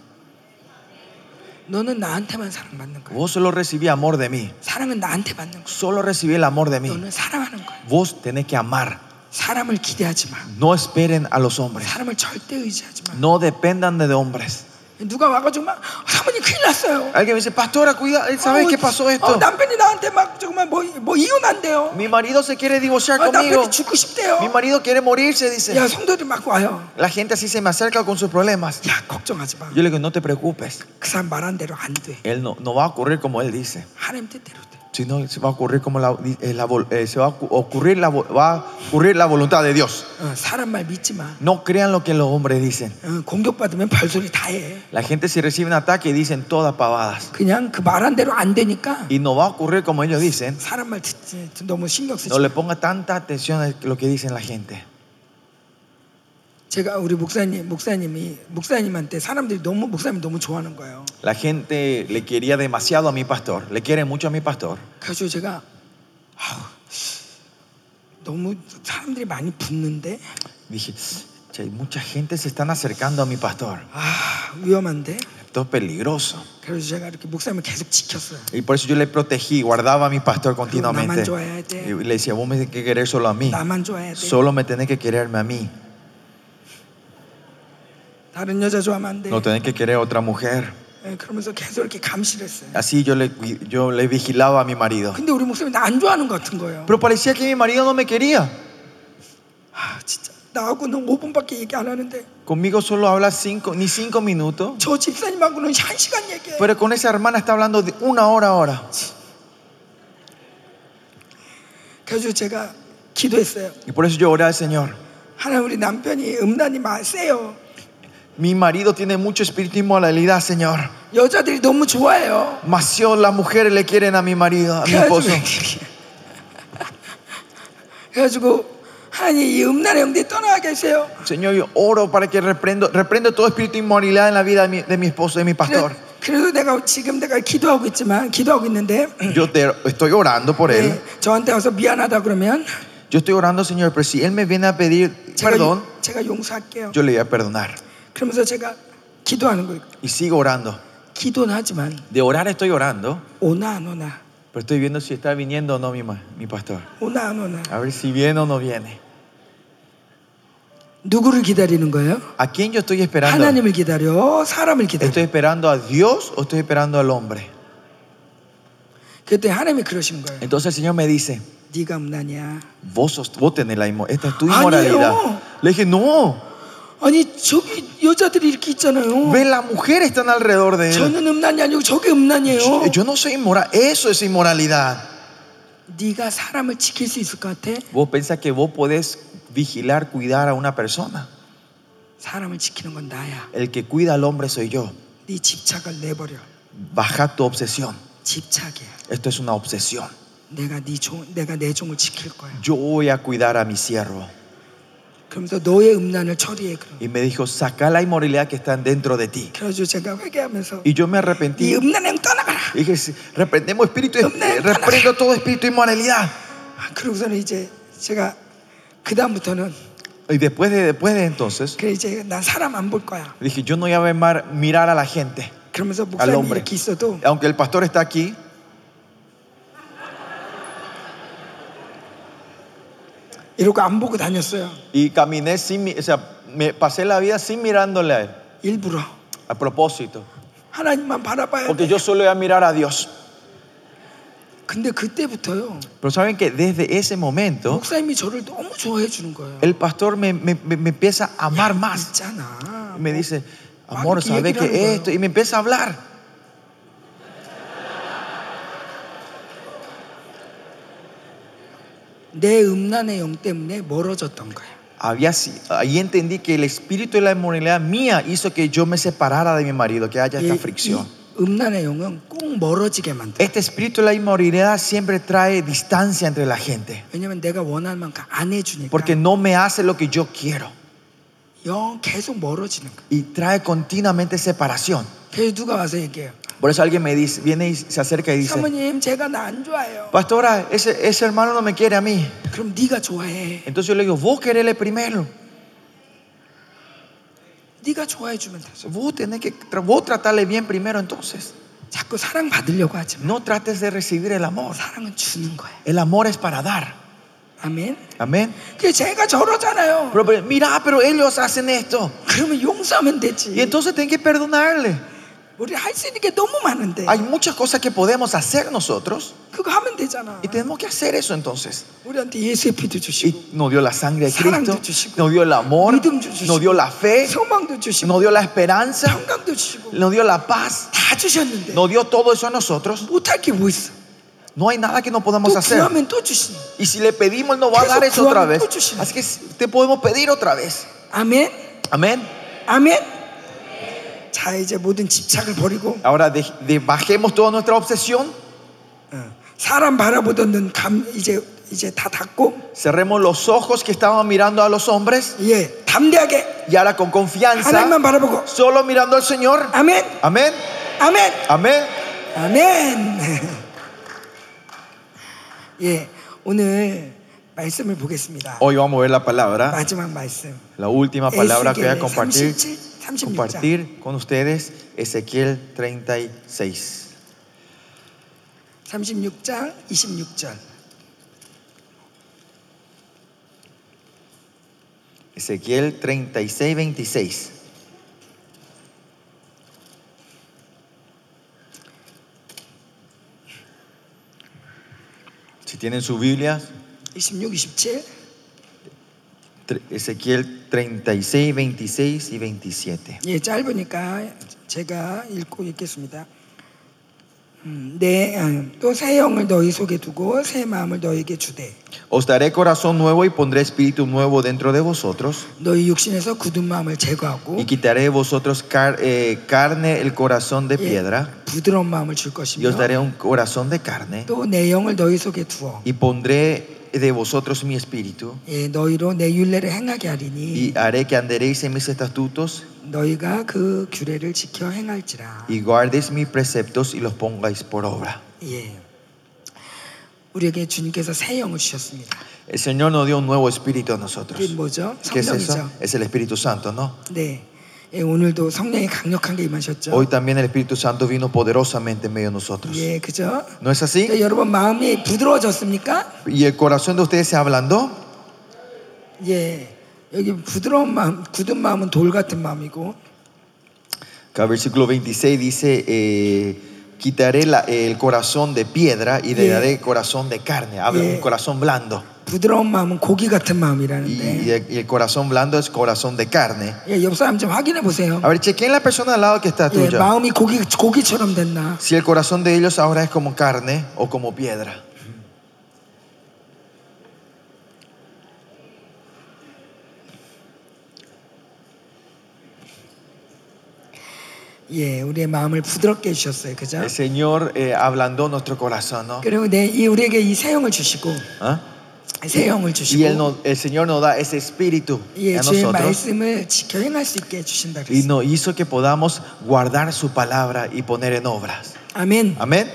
너는 나한테만 사랑받는 거야. Vos solo recibí amor de mí. 사랑은 나한테 받는 거야. Solo recibí el amor de mí. 너는 사랑하는 거야. Vos tenés que amar. 사람을 기대하지 마. No esperen a los hombres. 사람을 절대 의지하지 마. No dependan de hombres. 누가 와가지고 막 아, 사모님 큰일 났어요. Alguien me dice, pastora, cuida, Eh, ¿sabes 어, qué pasó 어, esto? 남편이 나한테 막 정말 뭐, 뭐 이혼한대요. Mi marido se quiere divorciar 아, conmigo. 남편이 죽고 싶대요. Mi marido quiere morirse, dice. 야 성도들이 막 와요. La gente así se me acerca con sus problemas. 야 걱정하지 마. Yo le digo, no te preocupes. 그 사람 말한 대로 안 돼. Él no, no va a ocurrir como él dice. 하나님 뜻대로 돼. sino se va a ocurrir como la, eh, la vol- eh, se va a ocu- ocurrir la, vo- va a ocurrir la voluntad de Dios. 어, 사람 말 믿지 마. No crean lo que los hombres dicen. 어, 공격받으면 별소리 다 해. La gente si recibe un ataque dicen todas pavadas 그냥 그 말한 대로 안 되니까 y no va a ocurrir como ellos dicen. 사람 말 듣지 너무 신경 쓰지. No 마. le ponga tanta atención a lo que dicen la gente. 제가 우리 목사님 목사님이 목사님한테 사람들이 너무 목사님 너무 좋아하는 거예요. La gente le quería demasiado a mi pastor, le quiere mucho a mi pastor. 그래서 제가 아우, 너무 사람들이 많이 붙는데 Dije, "Che, mucha gente se están acercando a mi pastor. 아 위험한데. Esto es peligroso. 그래서 제가 이렇게 목사님을 계속 지켰어요. Y por eso yo le protegí, guardaba a mi pastor Naman continuamente. joyete. Y le decía, vos me tenés que querer solo a mí. 나만 좋아해야 돼. Solo me tenés que quererme a mí. 다른 여자 좋아하면 안 돼. No tenés que querer a otra mujer. 예, 그러면서 계속 이렇게 감시를 했어요. Así yo le, yo le vigilaba a mi marido. 근데 우리 목사님 나 안 좋아하는 것 같은 거예요. Pero parecía que mi marido no me quería. 아 진짜 나하고는 5분밖에 얘기 안 하는데 Conmigo solo habla cinco, ni cinco minutos. 저 집사님하고는 한 시간 얘기해. Pero con esa hermana está hablando de una hora ahora. 그래서 제가 기도했어요. Y por eso yo oré al Señor. 하나님 우리 남편이 음란이 마- 세요. Mi marido tiene mucho espíritu y moralidad, Señor. 여자들이 너무 좋아해요. Demasiado las mujeres le quieren a mi marido, a mi 그래가지고, esposo. 그래가지고 하나님 이 음란의 영대 떠나게 하세요. Señor, yo oro para que reprendo, reprendo todo espíritu de inmoralidad en la vida de mi, de mi esposo, de mi pastor. 그래, 그래도 내가 지금 내가 기도하고 있지만 기도하고 있는데 Yo te, estoy orando por él. 예, 저한테 와서 미안하다 그러면 Yo estoy orando, Señor, pero si Él me viene a pedir 제가, 용- perdón, 제가 용서할게요. yo le voy a perdonar. 그러면서 제가 기도하는 거예요. Y sigo orando. 기도는 하지만 De orar estoy orando, 오나 안 오나 pero estoy viendo si está viniendo o no mi, ma- mi pastor. 오나 안 오나 A ver si viene o no viene. 누구를 기다리는 거예요? ¿A quién yo estoy esperando? 하나님을 기다려 사람을 기다려 ¿Estoy esperando a Dios o estoy esperando al hombre? 그때 하나님이 그러신 거예요 Entonces el Señor me dice, 네가 음란이야. Vos, sos- vos tenés la inmoralidad. Esta es tu Ay, inmoralidad. no. Le dije, no. 아니 저기 여자들이 이렇게 있잖아요. Ve, las mujeres están alrededor de él. 저는 음란이 아니고 저게 음란이에요. Yo, yo no soy inmoral. Eso es inmoralidad. 네가 사람을 지킬 수 있을 것 같아? Vos pensás que vos podés vigilar, cuidar a una persona. 사람을 지키는 건 나야. El que cuida al hombre soy yo. 네 집착을 내버려. Baja tu obsesión. 집착이야. Esto es una obsesión. 내가 네 종, 내가 내 종을 지킬 거야. Yo voy a cuidar a mi siervo. 그러면서 너의 음란을 처리해 그럼. Y me dijo, saca la inmoralidad que está dentro de ti. 그래가지고 제가 회개하면서 Y yo 네 me arrepentí. 음란 행 떠나가라. Y dije, "Sí, reprendemos espíritu, eh, reprendo todo espíritu de inmoralidad. 아, 그러고서는 이제 제가 그 다음부터는 Y después de, después de entonces, 그래 이제 난 사람 안 볼 거야. dije, yo no voy a ver mar- mirar a la gente. 그러면서 목사님 Al hombre. 이렇게 있어도 Aunque el pastor está aquí, 이러고 안 보고 다녔어요. Y caminé sin, mi- o sea, me pasé la vida sin mirándole a él, 일부러 a propósito, 하나님만 바라봐야 돼. porque yo solo iba a mirar a Dios. 근데 그때부터요. Pero saben que desde ese momento, 목사님이 저를 너무 좋아해 주는 거예요. el pastor me, me- me- me empieza a amar más. 있잖아. Me 뭐, dice, Ah, amor, qué ¿sabes qué grande. esto? Y me empieza a hablar. 내 음란의 영 때문에 멀어졌던 거야. Había, si- ahí entendí que el espíritu de la inmoralidad mía hizo que yo me separara de mi marido, que haya esta 이- fricción. 이 음란의 영은 꼭 멀어지게 만들어. Este espíritu de la inmoralidad siempre trae distancia entre la gente, 왜냐면 내가 원하는 만큼 안 해주니까 porque no me hace lo que yo quiero 영 계속 멀어지는 거야. y trae continuamente separación. 그래서 누가 와서 얘기해요. Por eso alguien me dice, viene y se acerca y dice, 사모님 제가 나 안 좋아해요. pastora, ese, ese hermano no me quiere a mí. 그럼 네가 좋아해. Entonces yo le digo, vos querele primero. 네가 좋아해 주면 되죠. Vos tenés que, tra- vos tratarle bien primero entonces. 자꾸 사랑 받으려고 하지 마. No trates de recibir el amor. 사랑은 주는 거야. El amor es para dar. 아멘. Amén. 그 제가 저러잖아요. Pero, pero, mira, pero ellos hacen esto. 그러면 용서하면 Y 되지. entonces tenés que perdonarle. 우리 할 수 있는 게 너무 많은데 Hay muchas cosas que podemos hacer nosotros. 그거 하면 되잖아. Y tenemos que hacer eso entonces. 우리한테 예수의 피도 주시고 Y nos dio la sangre de Cristo. Nos dio el amor. Nos dio la fe. 소망도 주시고 Nos dio la esperanza. 평강도 주시고 Nos dio la paz. 다 주셨는데 nos dio todo eso a nosotros. 못할 게 뭐 있어? No hay nada que no podamos 또 hacer. 구하면 또 주시니 Y si le pedimos, Él nos va a Eso dar eso otra clamando, vez. Señor. Así que te podemos pedir otra vez. 아멘 Amén. 아멘 자 이제 모든 집착을 버리고 Ahora de- de- bajemos toda nuestra obsesión, 어, 사람 바라보던 눈감 이제 이제 다 닫고 cerremos los ojos que estaban mirando a los hombres 예 담대하게 y ahora con 하나님만 confianza, 바라보고 solo mirando al Señor. 아멘 Amén. 아멘 Amén. 아멘. 예, 오늘 말씀을 보겠습니다. Hoy vamos a ver la palabra, 마지막 말씀. la última palabra que voy a 에스겔의 compartir, 37, 36장. compartir con ustedes, Ezequiel 36. 36장 26절. Ezequiel 36, 26. Si tienen su Biblia, 26, 27. tre- Ezequiel 36, 26 y 27. 예, 짧으니까 제가 읽고 읽겠습니다. 음, 네, 아, 또새 영을 너희 속에 두고 새 마음을 너희에게 주되 Os daré corazón nuevo y pondré espíritu nuevo dentro de vosotros 너희 육신에서 굳은 마음을 제거하고 y quitaré de vosotros car- eh, carne el corazón de 예, piedra 부드러운 ma음을 줄 y os 것이며 daré un corazón de carne 또 내 영을 너희 속에 두어 y pondré de vosotros mi espíritu 예, 너희로 내 율례를 행하게 하리니 y haré que andaréis en mis estatutos 너희가 그 규례를 지켜 행할지라. y guardéis mis preceptos y los pongáis por obra. 예. 우리에게 주님께서 새 영을 주셨습니다. El Señor nos dio un nuevo espíritu a 그게 nosotros. 뭐죠? ¿Qué es eso? 성령이죠. Es el Espíritu Santo, ¿no? 네. 예, 오늘도 성령이 강력한 게 임하셨죠. Hoy también el Espíritu Santo vino poderosamente en medio de nosotros. 예, 그죠? ¿No es así? 그러니까 여러분 마음이 부드러워졌습니까? ¿Y el corazón de ustedes se ablandó? 예. 여기 부드러운 마음, 굳은 마음은 돌 같은 마음이고 Acá versículo 26 dice, eh, quitaré la- el corazón de piedra y le Yeah. daré corazón de carne. Habla de Yeah. un corazón blando. 부드러운 마음은 고기 같은 Y, 마음이라는데 y el, y el corazón blando es corazón de carne. 예, 옆 사람 좀 확인해 보세요. A ver, chequen la persona al lado que 예, está tuya. 마음이 고기 고기처럼 됐나? Si el corazón de ellos ahora es como carne o como piedra. 예, 우리의 마음을 부드럽게 해주셨어요, 그죠? El Señor eh, ablandó nuestro corazón, ¿no? 그리고 내, 이 우리에게 이 세형을 주시고 ¿Ah? 세형을 Y él 주시고 nos- el Señor nos da ese espíritu 예, a 주의 nosotros 말씀을 지켜 행할 수 있게 해주신다 y 그랬어요. nos hizo que podamos guardar su palabra y poner en obras. 아멘. Amén.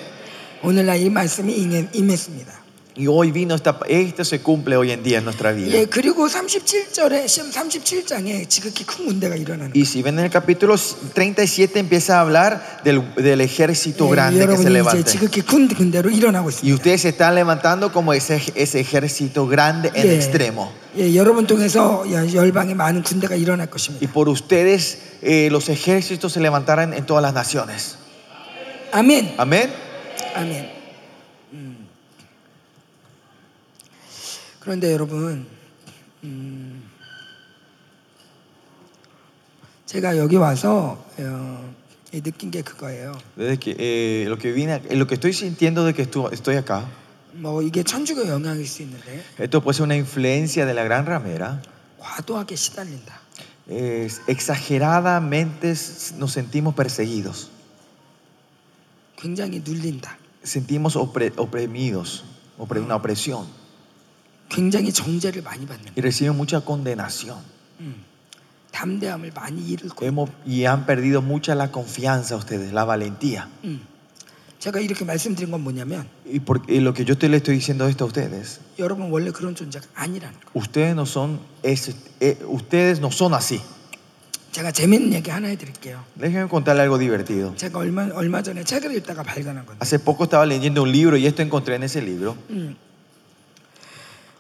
오늘날 이 말씀이 임해- 임했습니다. Y hoy vino, esta, esto se cumple hoy en día en nuestra 예, vida. 그리고 37절에 시험 37장에 지극히 큰 문제가 일어나는 거예요. Y si ven en el capítulo 37 empieza a hablar del, del ejército 예, grande que 여러분이 se 이제 levanta. 지극히 군 군대로 일어나고 Y 있습니다. ustedes se están levantando como ese, ese ejército grande en 예. extremo. 예, 여러분 통해서 여- 열방에 많은 군대가 일어날 Y 것입니다. por ustedes eh, los ejércitos se levantarán en todas las naciones. 아멘. Amén. 아멘. 음. 그런데 여러분, 음, 제가 여기 와서 어, 예, 느낀 게 그거예요. Desde que, eh, lo, que vine, ac- lo que estoy sintiendo de que estu- estoy acá, 뭐 이게 천주교 영향일 수 있는데 esto puede ser una influencia de la gran ramera. 과도하게 시달린다. Eh, exageradamente s- nos sentimos perseguidos, 굉장히 눌린다. sentimos opre- oprimidos, opre- una opresión 굉장히 정죄를 많이 받는다. y reciben mucha condenación. 음. 담대함을 많이 잃고. Hemos- y han perdido mucha la confianza ustedes, la valentía. 음. 제가 이렇게 말씀드린 건 뭐냐면 Y, por- y lo que yo te le estoy diciendo esto a ustedes, 여러분 원래 그런 존재가 아니라는 거. ustedes no son, ese- eh, ustedes no son así. 제가 재밌는 얘기 하나 해드릴게요. Déjenme contarle algo divertido. 제가 얼마 얼마 전에 책을 읽다가 발견한 건데. Hace poco estaba leyendo un libro y esto encontré en ese libro. 음.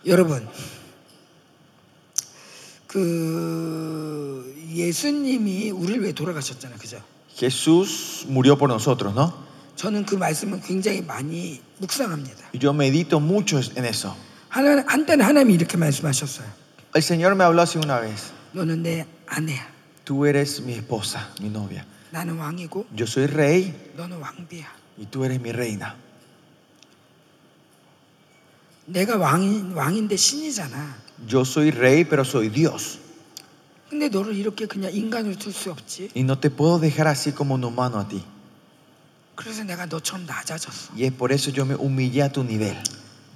여러분 그 예수님이 우리를 왜 돌아가셨잖아요, 그죠? Jesús murió por nosotros, ¿no? 저는 그 말씀을 굉장히 많이 묵상합니다. Y yo medito mucho en eso. 하나, 한때는 하나님이 이렇게 말씀하셨어요. El Señor me habló así una vez. 너는 내 아내야. Tú eres mi esposa, mi novia. 나는 왕이고 Yo soy rey 너는 왕비야. y tú eres mi reina. 내가 왕인, 왕인데 신이잖아. Yo soy rey, pero soy Dios. 근데 너를 이렇게 그냥 인간으로 둘 수 없지. Y no te puedo dejar así como un humano a ti. 그래서 내가 너처럼 낮아졌어. Y es por eso yo me humillé a tu nivel.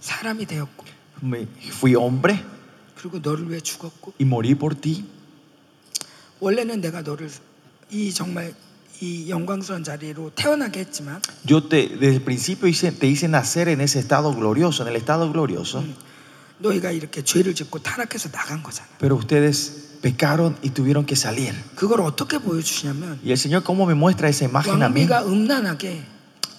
사람이 되었고 Me- fui hombre 그리고 너를 위해 죽었고 y morí por ti. 원래는 내가 너를 이 정말 이 영광스러운 자리로 태어나게 했지만 Yo te, desde el principio hice- te hice nacer en ese estado glorioso, en el estado glorioso. 너희가 이렇게 죄를 짓고 타락해서 나간 거잖아. Pero ustedes pecaron y tuvieron que salir. 그걸 어떻게 보여주시냐면 Y el Señor, ¿cómo me muestra esa imagen a mí? 왕비가 음란하게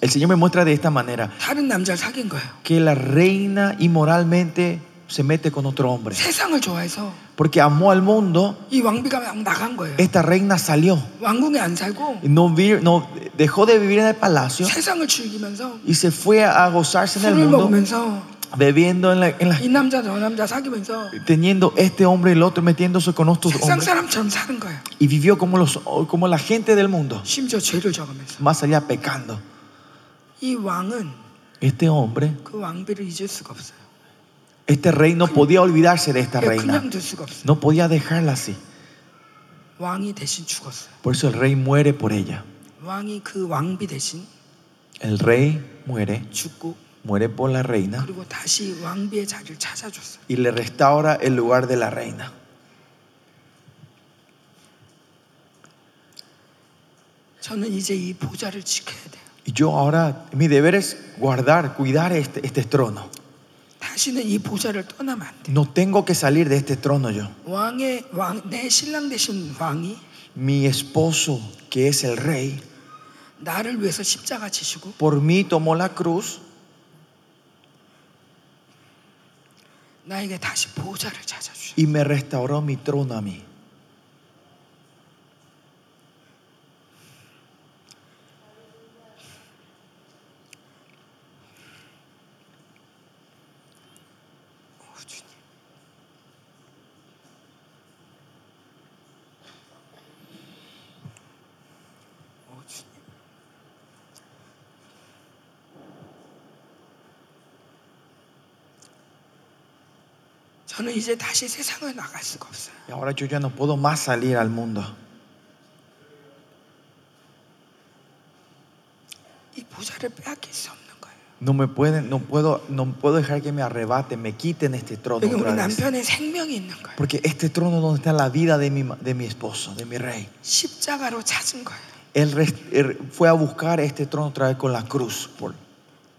El Señor me muestra de esta manera 다른 남자를 사귄 거예요. que la reina inmoralmente se mete con otro hombre. 세상을 좋아해서 Porque amó al mundo, 이 왕비가 막 나간 거예요. esta reina salió. 왕궁에 안 살고 No, vi- no dejó de vivir en el palacio 세상을 즐기면서 y se fue a gozarse en el 술을 mundo, 먹으면서 bebiendo en la, en la- 이 남자 저 남자 사귀면서 teniendo este hombre y el otro, metiéndose con otros 세상 hombres. 사람처럼 사는 거예요. Y vivió como, los, como la gente del mundo, 심지어 죄를 저으면서 más allá pecando. 이 왕은 Este hombre, 그 왕비를 잊을 수가 없어요. este rey no podía olvidarse de esta 그냥- reina. 그냥 둘 수가 없어요. No podía dejarla así. 왕이 대신 죽었어요. Por eso el rey muere por ella. 왕이 그 왕비 대신 El rey muere, 죽고 muere por la reina 그리고 다시 왕비의 자리를 찾아줬어요. y le restaura el lugar de la reina. 저는 이제 이 보좌를 지켜야 돼요. Y yo ahora, mi deber es guardar, cuidar este, este trono. 다시는 이 보좌를 떠나면 안 돼. No tengo que salir de este trono yo. 왕의 왕, 내 신랑 대신 왕이 Mi esposo, que es el rey, 나를 위해서 십자가 지시고 por mí tomó la cruz 나에게 다시 보좌를 찾아주셔. y me restauró mi trono a mí. 어, 어, 저는 이제 다시 세상을 나갈 수가 없어요. Y ahora yo ya no puedo más salir al mundo. 이 보좌를 빼앗길 수 없는 거예요. No me pueden, no puedo, no puedo dejar que me arrebaten, me quiten este trono 여기 우리 otra vez. 남편의 생명이 있는 거예요. Porque este trono es donde está la vida de mi, ma- de mi esposo, de mi rey. 십자가로 찾은 거예요. Él, res- él fue a buscar este trono otra vez con la cruz. Por-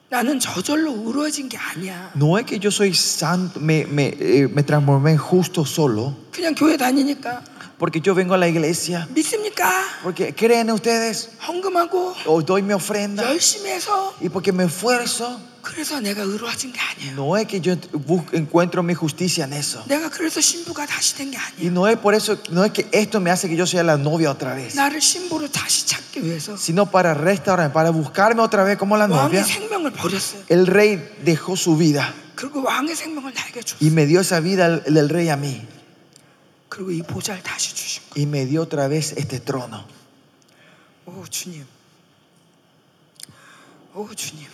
나는 저절로 우러진 게 아니야. No es que yo soy santo, me, me, eh, me transformé en justo solo, 그냥 교회 다니니까 porque yo vengo a la iglesia, 믿습니까? porque creen ustedes, 헌금하고 o doy mi ofrenda, 열심히 해서 y porque me esfuerzo. 그래서 내가 의로워진 게 아니에요. No es que yo bus- encuentro mi justicia en eso. 내가 그래서 신부가 다시 된 게 아니에요. Y no es por eso, no es que esto me hace que yo sea la novia otra vez, 나를 신부로 다시 찾기 위해서 sino para restaurarme, para buscarme otra vez como la 왕의 novia. 생명을 버렸어요. El rey dejó su vida 그리고 왕의 생명을 나에게 줬어요. y me dio esa vida el- del rey a mí 그리고 이 보좌를 다시 주신 y me dio otra vez este trono. 거예요. 오 주님. 오 주님.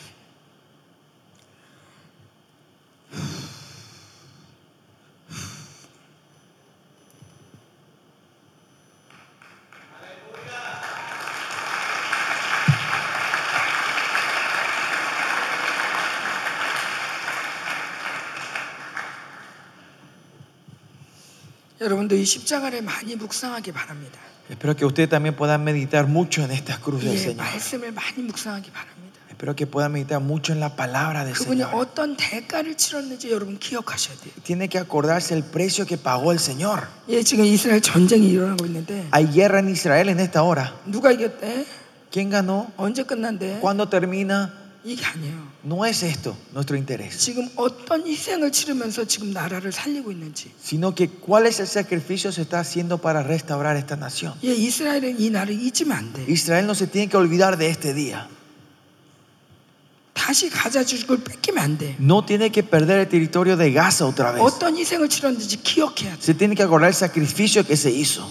여러분도 이 십자가를 많이 묵상하기 바랍니다. Espero que ustedes también puedan meditar mucho en estas cruces del 예, Señor. 말씀을 많이 묵상하기 바랍니다. Espero que puedan meditar mucho en la palabra del 그분이 Señor. 어떤 대가를 치렀는지 여러분 기억하셔야 돼요. Tiene que acordarse el precio que pagó el Señor. 예, 지금 이스라엘 전쟁이 일어나고 있는데 Hay guerra en Israel en esta hora. 아, 누가 이겼대? ¿Quién ganó? 언제 끝난대? ¿Cuándo termina? 이게 아니에요. No es esto nuestro interés, 지금 어떤 희생을 치르면서 지금 나라를 살리고 있는지. sino que cuál es el sacrificio que se está haciendo para restaurar esta nación. 예, 이스라엘은 이 날을 잊으면 안 돼. Israel no se tiene que olvidar de este día. 다시 가자 주식을 뺏기면 안 돼. No tiene que perder el territorio de Gaza otra vez. 어떤 희생을 치렀는지 기억해야 돼. Se tiene que acordar el sacrificio que se hizo.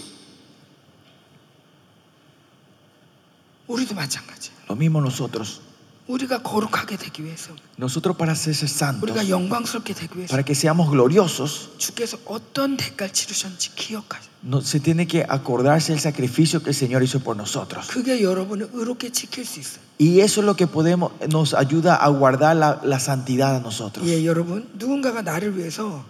우리도 마찬가지. Lo mismo nosotros. 우리가 거룩하게 되기 위해서, Nosotros para ser santos, 우리가 영광스럽게 되기 위해서 para que seamos gloriosos, 주께서 어떤 대가를 치르셨는지 기억하세요. no- se tiene que acordarse el sacrificio que el Señor hizo por nosotros. 그게 여러분을 의롭게 지킬 수 있어요. Y eso es lo que podemos, nos ayuda a guardar la, la santidad a nosotros. 예, 여러분 누군가가 나를 위해서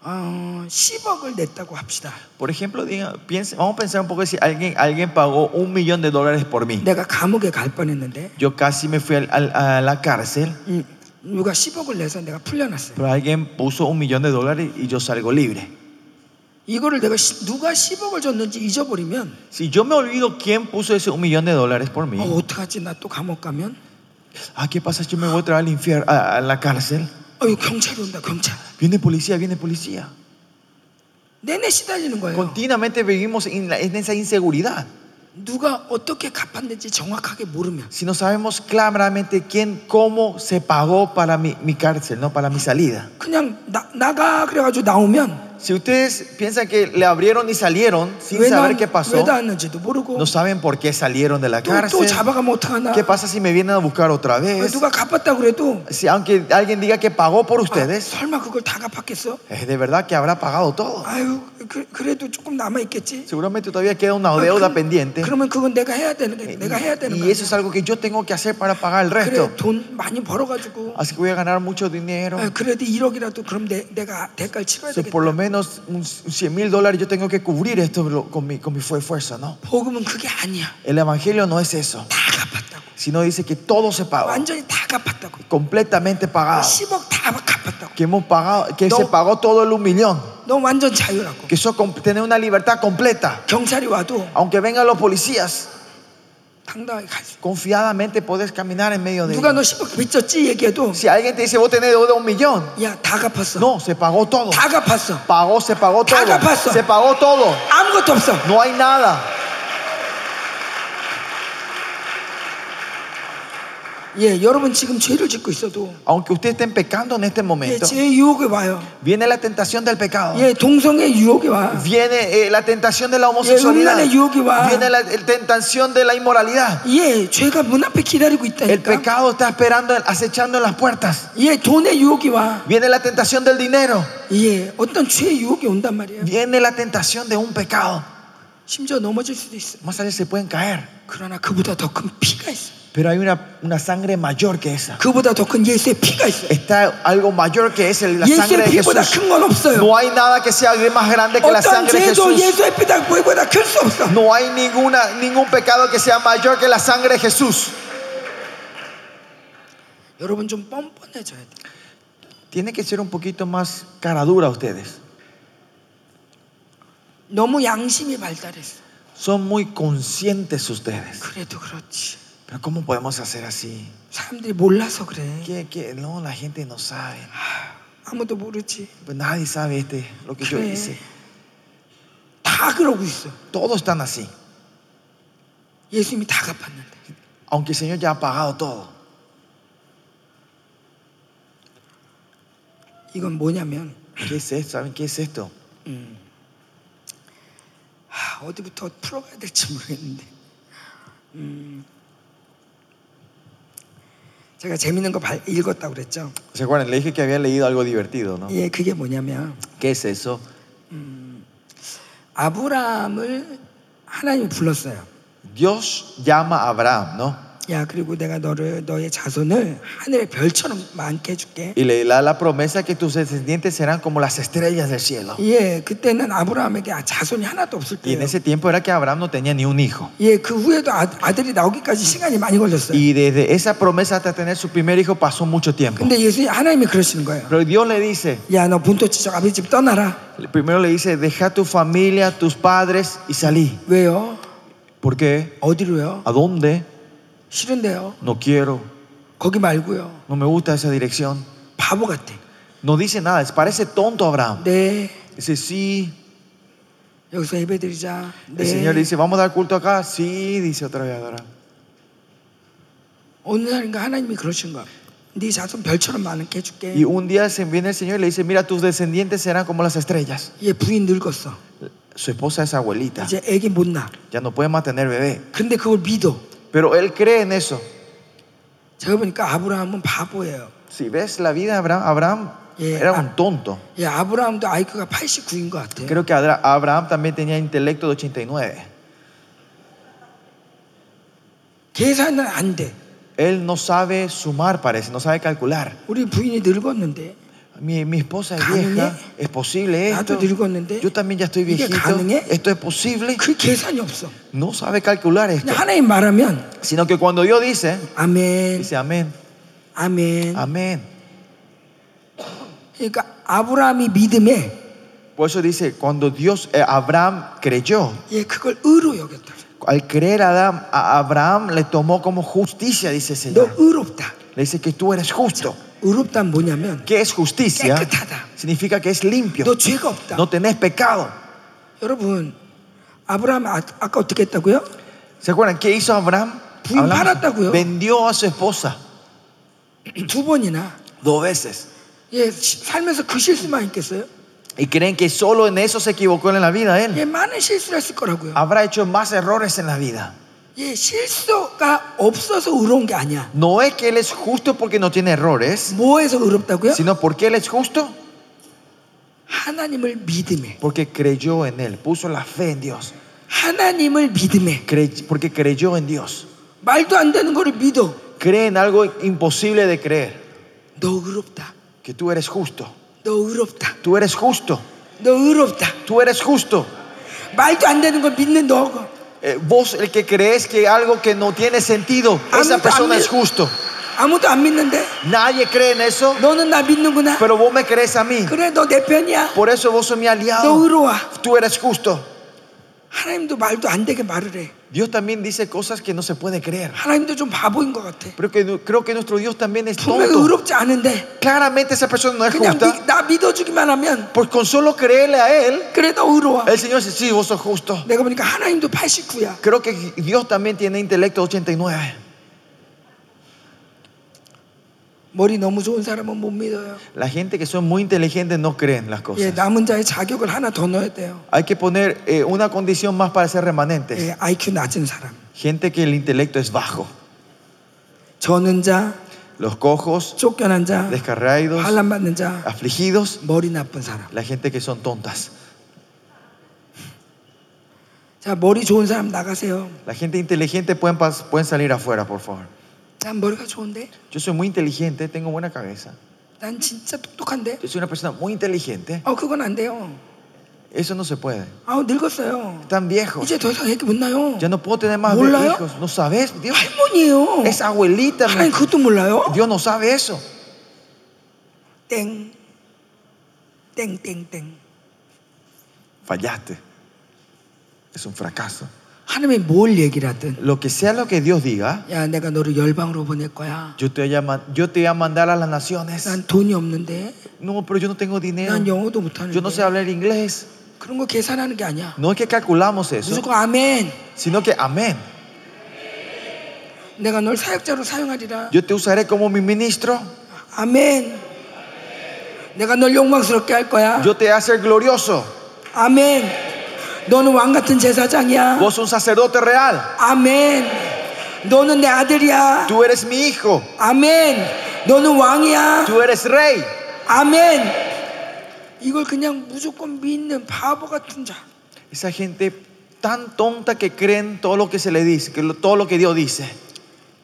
어, 10억을 냈다고 합시다. Por ejemplo, diga, piense- vamos a pensar un poco si alguien, alguien pagó un millón de dólares por mí. 내가 감옥에 갈 뻔했는데 Yo casi me fui al- al- a la cárcel, 음, 누가 10억을 내서 내가 풀려났어요. pero alguien puso un millón de dólares y yo salgo libre. 이거를 내가 시- 누가 10억을 줬는지 잊어버리면 Si yo me olvido quién puso ese un millón de dólares por mí, 어, 어떡하지? 나 또 감옥 ga면 ah, ¿qué pasa si yo me voy a traer al infierno, a, a la cárcel? 어유 경찰이 온다 경찰. Viene policía, viene policía. 내내 시달리는 거예요. Continuamente vivimos en, la- en esa inseguridad. 누가 어떻게 갚았는지 정확하게 모르면 Si no sabemos claramente quién, cómo se pagó para mi, mi cárcel, no para mi salida. 그냥 나, 나가 그래가지고 나오면 Si ustedes piensan que le abrieron y salieron sin 왜, 나, saber qué pasó, 왜 나왔는지도 모르고 no saben por qué salieron de la 또, 또 cárcel. 잡아가면 어떡하나 ¿Qué pasa si me vienen a buscar otra 왜 vez? 누가 갚았다 그래도 Si, aunque alguien diga que pagó por 아, ustedes, 설마 그걸 다 갚았겠어? es de verdad que habrá pagado todo. 아유 그, 래도 조금 남아 있겠지. Seguramente todavía queda una Ah, deuda pendiente. 그러면 그건 내가 해야 되는 게 내가 해야 되는 Y 거야. eso es algo que yo tengo que hacer para pagar el resto. 그래 돈 많이 벌어가지고 Así que voy a ganar mucho dinero. 아, 그래도 1억이라도 그럼 내, 내가 대가를 치러야 So, 되겠다. por lo menos un 100 mil dólares yo tengo que cubrir esto lo- con mi, con mi fu- fuerza, ¿no? 복음은 그게 아니야. El evangelio no es eso, 다 갚았다고. sino dice que todo se pagó, 완전히 다 갚았다고. completamente pagado. 10억 다 갚았다고. Que hemos pagado, que No. se pagó todo el un millón. 너 완전 자유라고. Que eso com- tener una libertad completa. 경찰이 와도 Aunque vengan los policías, 당당하게 갈 수. confiadamente podés caminar en medio de 누가 너 ellos. 10억 빚졌지 얘기해도 Si alguien te dice, vos tenés deuda de un millón, 야 다 갚았어. no, se pagó todo. 다 갚았어. Pagó, se pagó Paga, todo. pastor. Se pagó todo. 아무것도 없어. No hay nada. 예, 여러분 지금 죄를 짓고 있어도 Aunque usted estén pecando en este 예, momento, 죄의 유혹이 와요. viene la tentación del pecado. 예, 동성의 유혹이 와. Viene eh, la tentación de la homosexualidad. Yeah, 유혹이 와. Viene la el tentación de la inmoralidad. 예, 죄가 문 앞에 기다리고 El 있다니까. pecado está esperando, acechando en las puertas. 예, 돈의 유혹이 와. Viene la tentación del dinero. 예, 어떤 죄의 유혹이 온단 말이에요. Viene la tentación de un pecado. 심지어 넘어질 수도 있어. Más allá se pueden caer. 그러나 그보다 더 큰 피가 있어. Pero hay una, una sangre mayor que esa. 그보다 더 큰 예수의 피가 있어. Está algo mayor que esa, la sangre 예수의 de Oh, 피보다 Jesús. 큰 건 없어요. No hay nada que sea más grande que la 어떤 sangre de 죄도 Jesús. 예수의 피보다 보다 클 수 없어. No hay ninguna, ningún pecado que sea mayor que la sangre de Jesús. 여러분 좀 뻔뻔해져야 돼. Tiene que ser un poquito más cara dura ustedes. 너무 양심이 발달했어. Son muy conscientes ustedes. 그래도 그렇지. Pero ¿cómo podemos hacer así? 사람들이 몰라서 그래. ¿Qué, qué? No, la gente no sabe. 아무도 모르지. Pues nadie sabe este, lo que yo Sí. hice. 다 그러고 있어. Todos están así. 예수님이 다 갚았는데. Aunque el Señor ya ha pagado todo. 이건 뭐냐면 ¿Qué es esto? ¿Saben qué es esto? 하, 아, 어디부터 풀어가야 될지 모르겠는데. 음, 제가 재밌는 거 발- 읽었다고 그랬죠. ¿Se acuerdan? Le dije que había leído algo divertido, ¿no? 예, 그게 뭐냐면 ¿Qué es eso? 아브라함을 하나님이 불렀어요. Dios llama a Abraham, ¿no? 야, 그리고 내가 너를 너의 자손을 하늘의 별처럼 많게 해줄게. Y le da la promesa que tus descendientes serán como las estrellas del cielo. 예, 그때는 아브라함에게 아, 자손이 하나도 없을 Y en 때예요. 네. ese tiempo era que Abraham no tenía ni un hijo. 예, 그 후에도 아, 아들이 나오기까지 시간이 많이 걸렸어요. Y desde esa promesa hasta tener su primer hijo pasó mucho tiempo. 근데 예수 하나님이 그러시는 거예요. Pero Dios le dice, 야, 너 본토지적 아버지 집 떠나라. primero le dice, deja tu familia, tus padres y salí. 왜요? ¿Por qué? 어디로요? ¿A dónde? 싫은데요. No quiero. 거기 말고요. No me gusta esa dirección. 바보 같아. No dice nada. Parece tonto Abraham. 네, Dice, sí. 여기서 예배드리자. El Señor le 네. dice, vamos a dar culto acá. Sí, dice otra vez Abraham. 어느 날인가 하나님이 그러신 거야. 네 자손 별처럼 많게 Y 해줄게. un día se viene el Señor y le dice, mira, tus descendientes serán como las estrellas. 얘 부인 늙었어. Su esposa es abuelita. 이제 애기 못 낳아. Ya no puede más tener bebé. 근데 그걸 믿어. Pero él cree en eso. 제가 보니까 아브라함은 바보예요. Si ves la vida de Abraham, Abraham Eh, era ah. un tonto. 예, 아브라함도 아이크가 89인 것 같아. Creo que Adra- Abraham también tenía intelecto de 89. 계산은 안 돼. Él no sabe sumar, parece, no sabe calcular. 우리 부인이 늙었는데 Mi, mi esposa es ¿Ganuñe? vieja, es posible 나도 esto. 늙었는데 eh. Yo también ya estoy ¿Diga, viejito. ganuñe? Esto es posible. 그 계산이 없어. No sabe calcular esto. 그냥 하나님 말하면 Sino que cuando Dios dice, 아멘, dice amén, 아멘. amén. 그러니까 아브라함이 믿음에 Por eso dice, cuando Dios, eh, Abraham creyó, 예, 그걸 의로 여겼다. al creer a Adam- a Abraham le tomó como justicia, dice el 너 Señor. 의롭다. Le dice que tú eres justo. 의롭다는 뭐냐면 ¿Qué es justicia? 깨끗하다. Significa que es limpio. 너 죄가 없다. No tenés pecado. 여러분 아브라함 아, 아까 어떻게 했다고요? ¿Se acuerdan qué hizo Abraham? Fue Hablamos- impáratago요. vendió a su esposa 두 번이나 dos veces. 예 시- 살면서 그 실수만 있겠어요? Y creen que solo en eso se equivocó en la vida él. 예 많은 실수를 했을 거라고요. Habrá hecho más errores en la vida. 예 실수가 없어서 의로운 게 아니야. No es que él es justo porque no tiene errores, 뭐에서 의롭다고요? sino porque él es justo 하나님을 믿음에 porque creyó en él, puso la fe en Dios, 하나님을 믿음에 Crey- porque creyó en Dios. 말도 안 되는 거를 믿어. Cree en algo imposible de creer, 너 의롭다. que tú eres justo, 너 의롭다. tú eres justo, 너 의롭다. tú eres justo. 말도 안 되는 걸 믿는 너. Eh, vos el que crees que algo que no tiene sentido, A esa mí- a persona mí- es justo. 아무도 안 믿는데 Nadie cree en eso, 너는 나 믿는구나. pero vos me crees a mí. 그래 너 내 편이야. Por eso vos sos mi 너 aliado. 의로워. Tú eres justo. 하나님도 말도 안 되게 말을 해. Dios también dice cosas que no se puede creer. 하나님도 좀 바보인 것 같아. Pero que, no- creo que nuestro Dios también es 분명히 tonto. 의롭지 않은데 Claramente esa persona no es 그냥 justa. 믿- 나 믿어주기만 하면 Pues con solo creerle a Él, 그래 너 의로워. el Señor dice, sí, vos sos justo. 내가 보니까 하나님도 89야. Creo que Dios también tiene intelecto 89. 머리 너무 좋은 사람은 못 믿어요. La gente que son muy inteligentes no creen las cosas. 예, 남은 자의 자격을 하나 더 넣어야 돼요. Hay que poner eh, una condición más para ser remanentes. 예, IQ 낮은 사람. Gente que el intelecto es bajo. 저는 자, Los cojos, 쫓겨난 네, 자, descarriados, 환란받는 아. 자, afligidos. 머리 나쁜 사람. La gente que son tontas. 자, 머리 좋은 사람 나가세요. La gente inteligente pueden, pas- pueden salir afuera, por favor. 난 머리가 좋은데? Yo soy muy inteligente, tengo buena cabeza. 난 진짜 똑똑한데? Yo soy una persona muy inteligente. 어, 그건 안 돼요. Eso no se puede. 아우, 늙었어요. Están viejos. 이제 더 이상 애기 못 나요. Ya no puedo tener más ¿Molayo? hijos. No sabes, Dios. 할머니예요. Es abuelita. mi- 하나님 그것도 몰라요? Dios no sabe eso. 땡. 땡땡땡. Fallaste. Es un fracaso. 하나님이 뭘 얘기를 하든 Lo que sea lo que Dios diga, 야, 내가 너를 열방으로 보낼 거야. yo te voy a, man- yo te voy a mandar a las naciones. 난 돈이 없는데. No, pero yo no tengo 난 dinero. 영어도 못 Yo no 하는데. 네, sé hablar inglés. 그런 거 계산하는 게 아니야. No es que calculamos eso, 무조건 아멘. sino que amén. 내가 널 사역자로 사용하리라. Yo te usaré como mi ministro. 아멘. 내가 널 욕망스럽게 할 거야. Yo te voy a hacer glorioso. 아멘. 너는 왕 같은 제사장이야. Vos sos un sacerdote real. 아멘. 너는 내 아들이야. Tú eres mi hijo. 아멘. 너는 왕이야. Tú eres rey. 아멘. 이걸 그냥 무조건 믿는 바보 같은 자. Esa gente tan tonta que creen todo lo que se le dice, que lo- todo lo que Dios dice.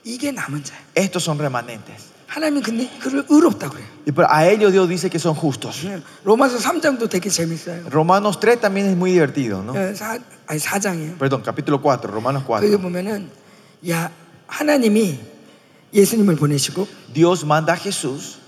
이게 남은 자야. Estos son remanentes. 하나님은 근데 그를 의롭다 그래요. Y pero a ellos Dios dice que son justos. 로마서 3장도 되게 재밌어요. Romanos 3 también es muy divertido, ¿no? 예, 사, 아니 4장이에요. Perdón, capítulo 4, Romanos 거기 4. 보면은 야 하나님이 예수님을 보내시고 Dios manda a Jesús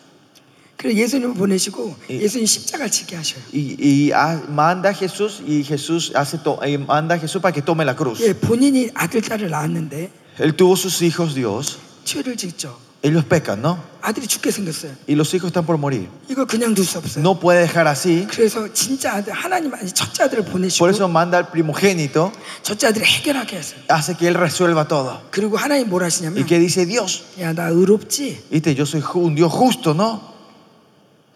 그래 예수님을 보내시고 예. 예수님 십자가 지게 하셔요. y, y ha- manda a Jesús y Jesús hace to- y manda a Jesús para que tome la cruz. 예, 본인이 아들 딸을 낳았는데 Él tuvo sus hijos, Dios. 죄를 짓죠. Ellos pecan, ¿no? 아들이 죽게 생겼어요. Y los hijos están por morir. 이걸 그냥 둘 수 없어요. No puede dejar así. 그래서 진짜 아들 하나님 아니 첫째 아들을 보내시고 Por eso manda al primogénito, 첫째 아들을 해결하게 했어요. hace que él resuelva todo. 그리고 하나님 뭘 ¿Y 하시냐면 qué dice Dios? 야 나 의롭지. Viste, yo soy ju- un Dios justo, ¿no?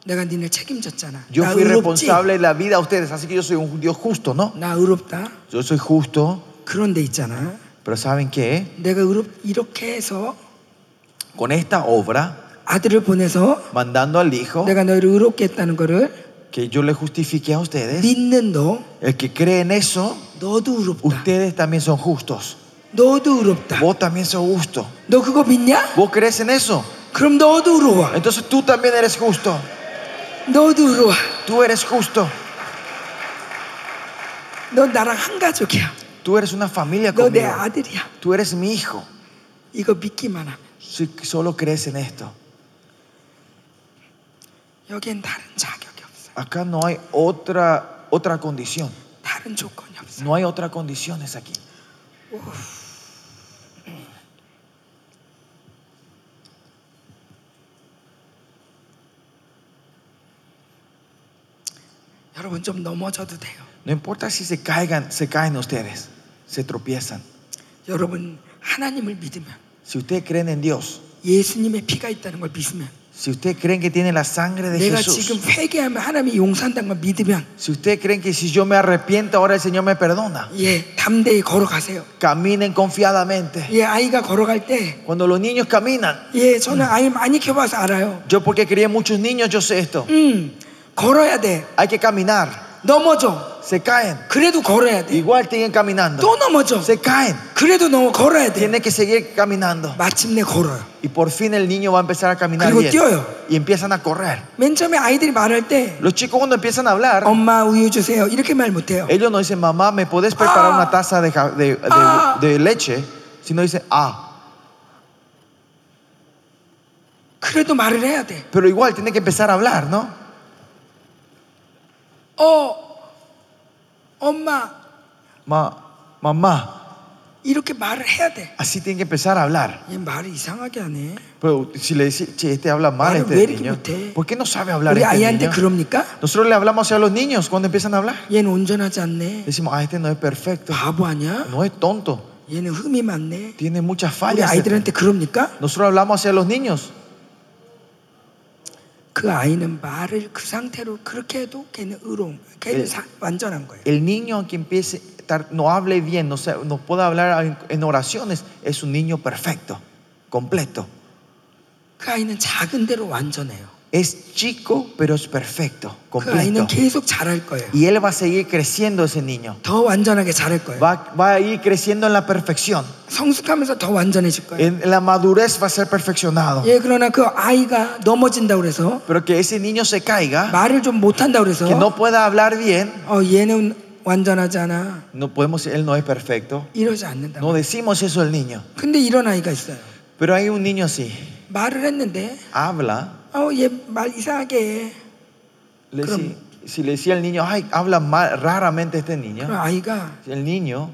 내가 니네 책임졌잖아. Yo 나 fui 의롭지. responsable de la vida de ustedes, así que yo soy un Dios justo, ¿no? 나 의롭다. Yo soy justo, 그런데 있잖아. pero ¿saben qué? 내가 의롭 이렇게 해서 Con esta obra, 아들을 보내서 mandando al Hijo, 내가 너를 의롭게 했다는 거를 que yo le justifique a ustedes, 믿는 너 el que cree en eso, 너도 의롭다. ustedes también son justos. 너도 의롭다. Vos también sos justo. 너 그거 믿냐? Vos crees en eso. 그럼 너도 의로워. Entonces tú también eres justo. 너도 의로워. Tú eres justo. 너 나랑 한 가족이야. Tú eres una familia 너 내 conmigo. 아들이야. Tú eres mi hijo. 이거 믿기만 하면 Si solo crees en esto. 여기엔 다른 자격이 없어. Acá no hay otra, otra condición. 다른 조건이 없어. No hay otras condiciones aquí. 여러분 좀 넘어져도 돼요. No importa si se caigan, se caen ustedes, se tropiezan. 여러분 하나님을 믿으면 Si ustedes creen en Dios, 예수님의 피가 있다는 걸 믿으면 si ustedes creen que tienen la sangre de 내가 Jesús, 지금 회개하면 하나님이 용서한다는 걸 믿으면 si ustedes creen que si yo me arrepiento ahora el Señor me perdona, 예 담대히 걸어가세요. caminen confiadamente. 예 아이가 걸어갈 때 Cuando los niños caminan, 예, 저는 아이 많이 키워봐서 알아요. yo porque crié muchos niños, yo sé esto. 음, 걸어야 돼. Hay que caminar, 넘어져. se caen, 그래도 걸어야 돼. igual siguen 또 caminando, 넘어져. se caen, 그래도 넘어 걸어야 돼. tienen que seguir caminando. 마침내 걸어요. Y por fin el niño va a empezar a caminar Luego bien. tío. Y empiezan a correr. 맨 처음에 아이들이 말할 때 Los chicos cuando empiezan a hablar, 엄마 우유 주세요. 이렇게 말 못해요. ellos no dicen, mamá, ¿me podés preparar Ah. una taza de, ja- de- de- Ah. de leche? Sino dicen, ah. 그래도 말을 해야 돼. Pero igual tiene que empezar a hablar, ¿no? 어, 엄마 Ma- mamá, 이렇게 말을 해야 돼. así tiene que empezar a hablar. 얘 말을 이상하게 하네. Pero si le decís, che, este habla mal, Claro, este ver que niño. usted- ¿Por qué no sabe hablar 우리 este 아이한테 niño? 그럽니까? Nosotros le hablamos así a los niños cuando empiezan a hablar. 얘는 온전하지 않네. Decimos, ah, este no es perfecto, 바보 아니야? no es tonto, 얘는 흠이 많네. tiene muchas 우리 fallas. este 아이들한테 그럽니까? Nosotros hablamos hacia los niños. 그 아이는 말을 그 상태로 그렇게 해도 걔는 의로운, 걔는 예. 사- 완전한 거예요. El niño que empiece a estar- no hable bien, no, sea- no pueda hablar en- en oraciones, es un niño perfecto, completo. 그 아이는 작은 대로 완전해요. Es chico, pero es perfecto, 그 아이는 completo. 계속 자랄 거예요. Y él va a seguir creciendo ese niño. 더 완전하게 자랄 거예요. Va, va a ir creciendo en la perfección. 성숙하면서 더 완전해질 거예요. En la madurez va a ser perfeccionado. 예, 그러나 그 아이가 넘어진다 그래서 Pero que ese niño se caiga, 말을 좀 못한다 그래서 que no pueda hablar bien, 어, 얘는 완전하지 않아 no podemos, él no es perfecto. 이러지 않는다. No decimos eso al niño. 근데 이런 아이가 있어요. Pero hay un niño así, 말을 했는데 habla. 어, 얘 말 이상하게 해. le Claro. decí- si le decía al niño, ay, habla mal, raramente este 그럼 niño, 아이가 el niño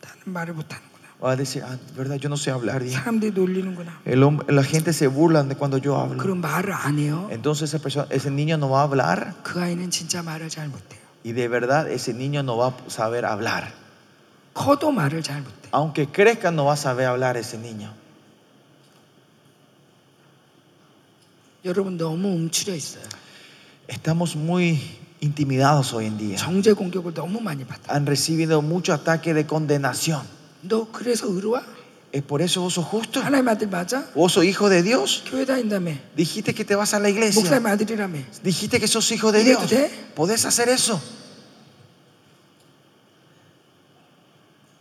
나는 말을 못하는구나. va a decir, ah, verdad, yo no sé hablar bien. 사람들이 놀리는구나. El hom- la gente se burla de cuando yo hablo. 그럼 말을 안 해요. Entonces esa persona- ese niño no va a hablar 그 아이는 진짜 말을 잘 못해요. y de verdad ese niño no va a saber hablar. 커도 말을 잘 못해. Aunque crezca no va a saber hablar ese niño. 여러분 너무 움츠려 있어요. Estamos muy intimidados hoy en día. 정제 공격을 너무 많이 받아. Han recibido mucho ataque de condenación. 너 그래서 의로와? ¿Es por eso vos sos justo? 하나님 아들 맞아? ¿Vos sos hijo de Dios? 교회 다닌다며? Dijiste que te vas a la iglesia. 목사님 아들이라며? Dijiste que sos hijo de ¿Directo Dios. usted? ¿Podés hacer eso?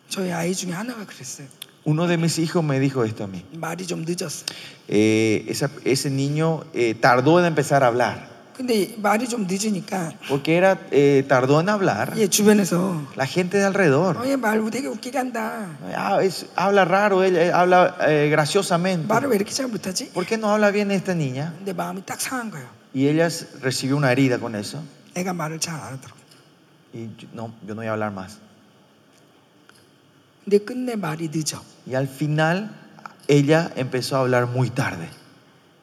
저희 아이 중에 하나가 그랬어요. Uno de mis hijos me dijo esto a mí. 말이 좀 늦었어. Eh, esa- ese niño eh, tardó en empezar a hablar. 근데 말이 좀 늦으니까 Porque era, eh, tardó en hablar. 얘 예, 주변에서 La gente de alrededor. 어얘말 되게 웃기게 한다. Ah, es- habla raro, él eh, habla eh, graciosamente. 말을 왜 이렇게 잘 못하지? ¿Por qué no habla bien esta niña? 근데 마음이 딱 상한 거예요. Y ella s- recibió una herida con eso. 애가 말을 잘 안 하더라고. Y yo- no, yo no voy a hablar más. 근데 끝내 말이 늦어. Y al final, ella empezó a hablar muy tarde.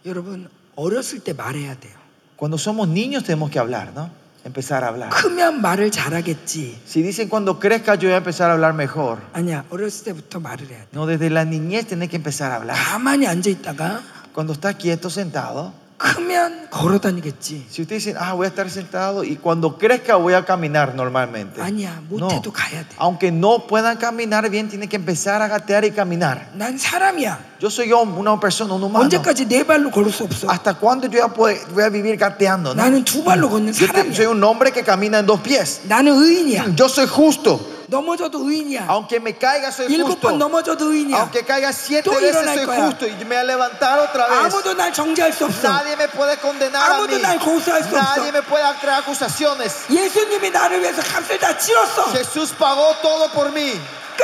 여러분 어렸을 때 말해야 돼요. Cuando somos niños tenemos que hablar, ¿no? Empezar a hablar. 크면 말을 잘하겠지. Si dicen cuando crezca yo voy a empezar a hablar mejor. 아니야 어렸을 때부터 말을 해야 돼. No, desde la niñez tenés que empezar a hablar. 가만히 앉아 있다가 Cuando estás quieto, sentado. 크면 걸어 다니겠지. Si ustedes dicen, ah, voy a estar sentado y cuando crezca voy a caminar normalmente. 아니야 못해도 No. 가야 돼. Aunque no puedan caminar bien, tienen que empezar a gatear y caminar. 난 사람이야. Yo soy hom- una persona, un humano. 언제까지 네 발로 걸을 수 없어. ¿Hasta cuándo yo voy a, poder- voy a vivir gateando? no? 나는 두 발로 음. 걷는 Yo te- soy 사람이야. un hombre que camina en dos pies. 나는 의인이야. Yo soy justo. 넘어져도 의인이야. Aunque me caiga, soy 일곱 번 justo. 넘어져도 의인이야. Aunque caiga siete Tú veces, irás soy al justo. Y me voy a levantar otra vez. 아무도 날 정죄할 수 없어. Nadie me puede condenar a 아무도 mí. 날 고소할 수 없어. Nadie me puede crear acusaciones. 예수님이 나를 위해서 값을 다 치렀어. Jesús pagó todo por mí.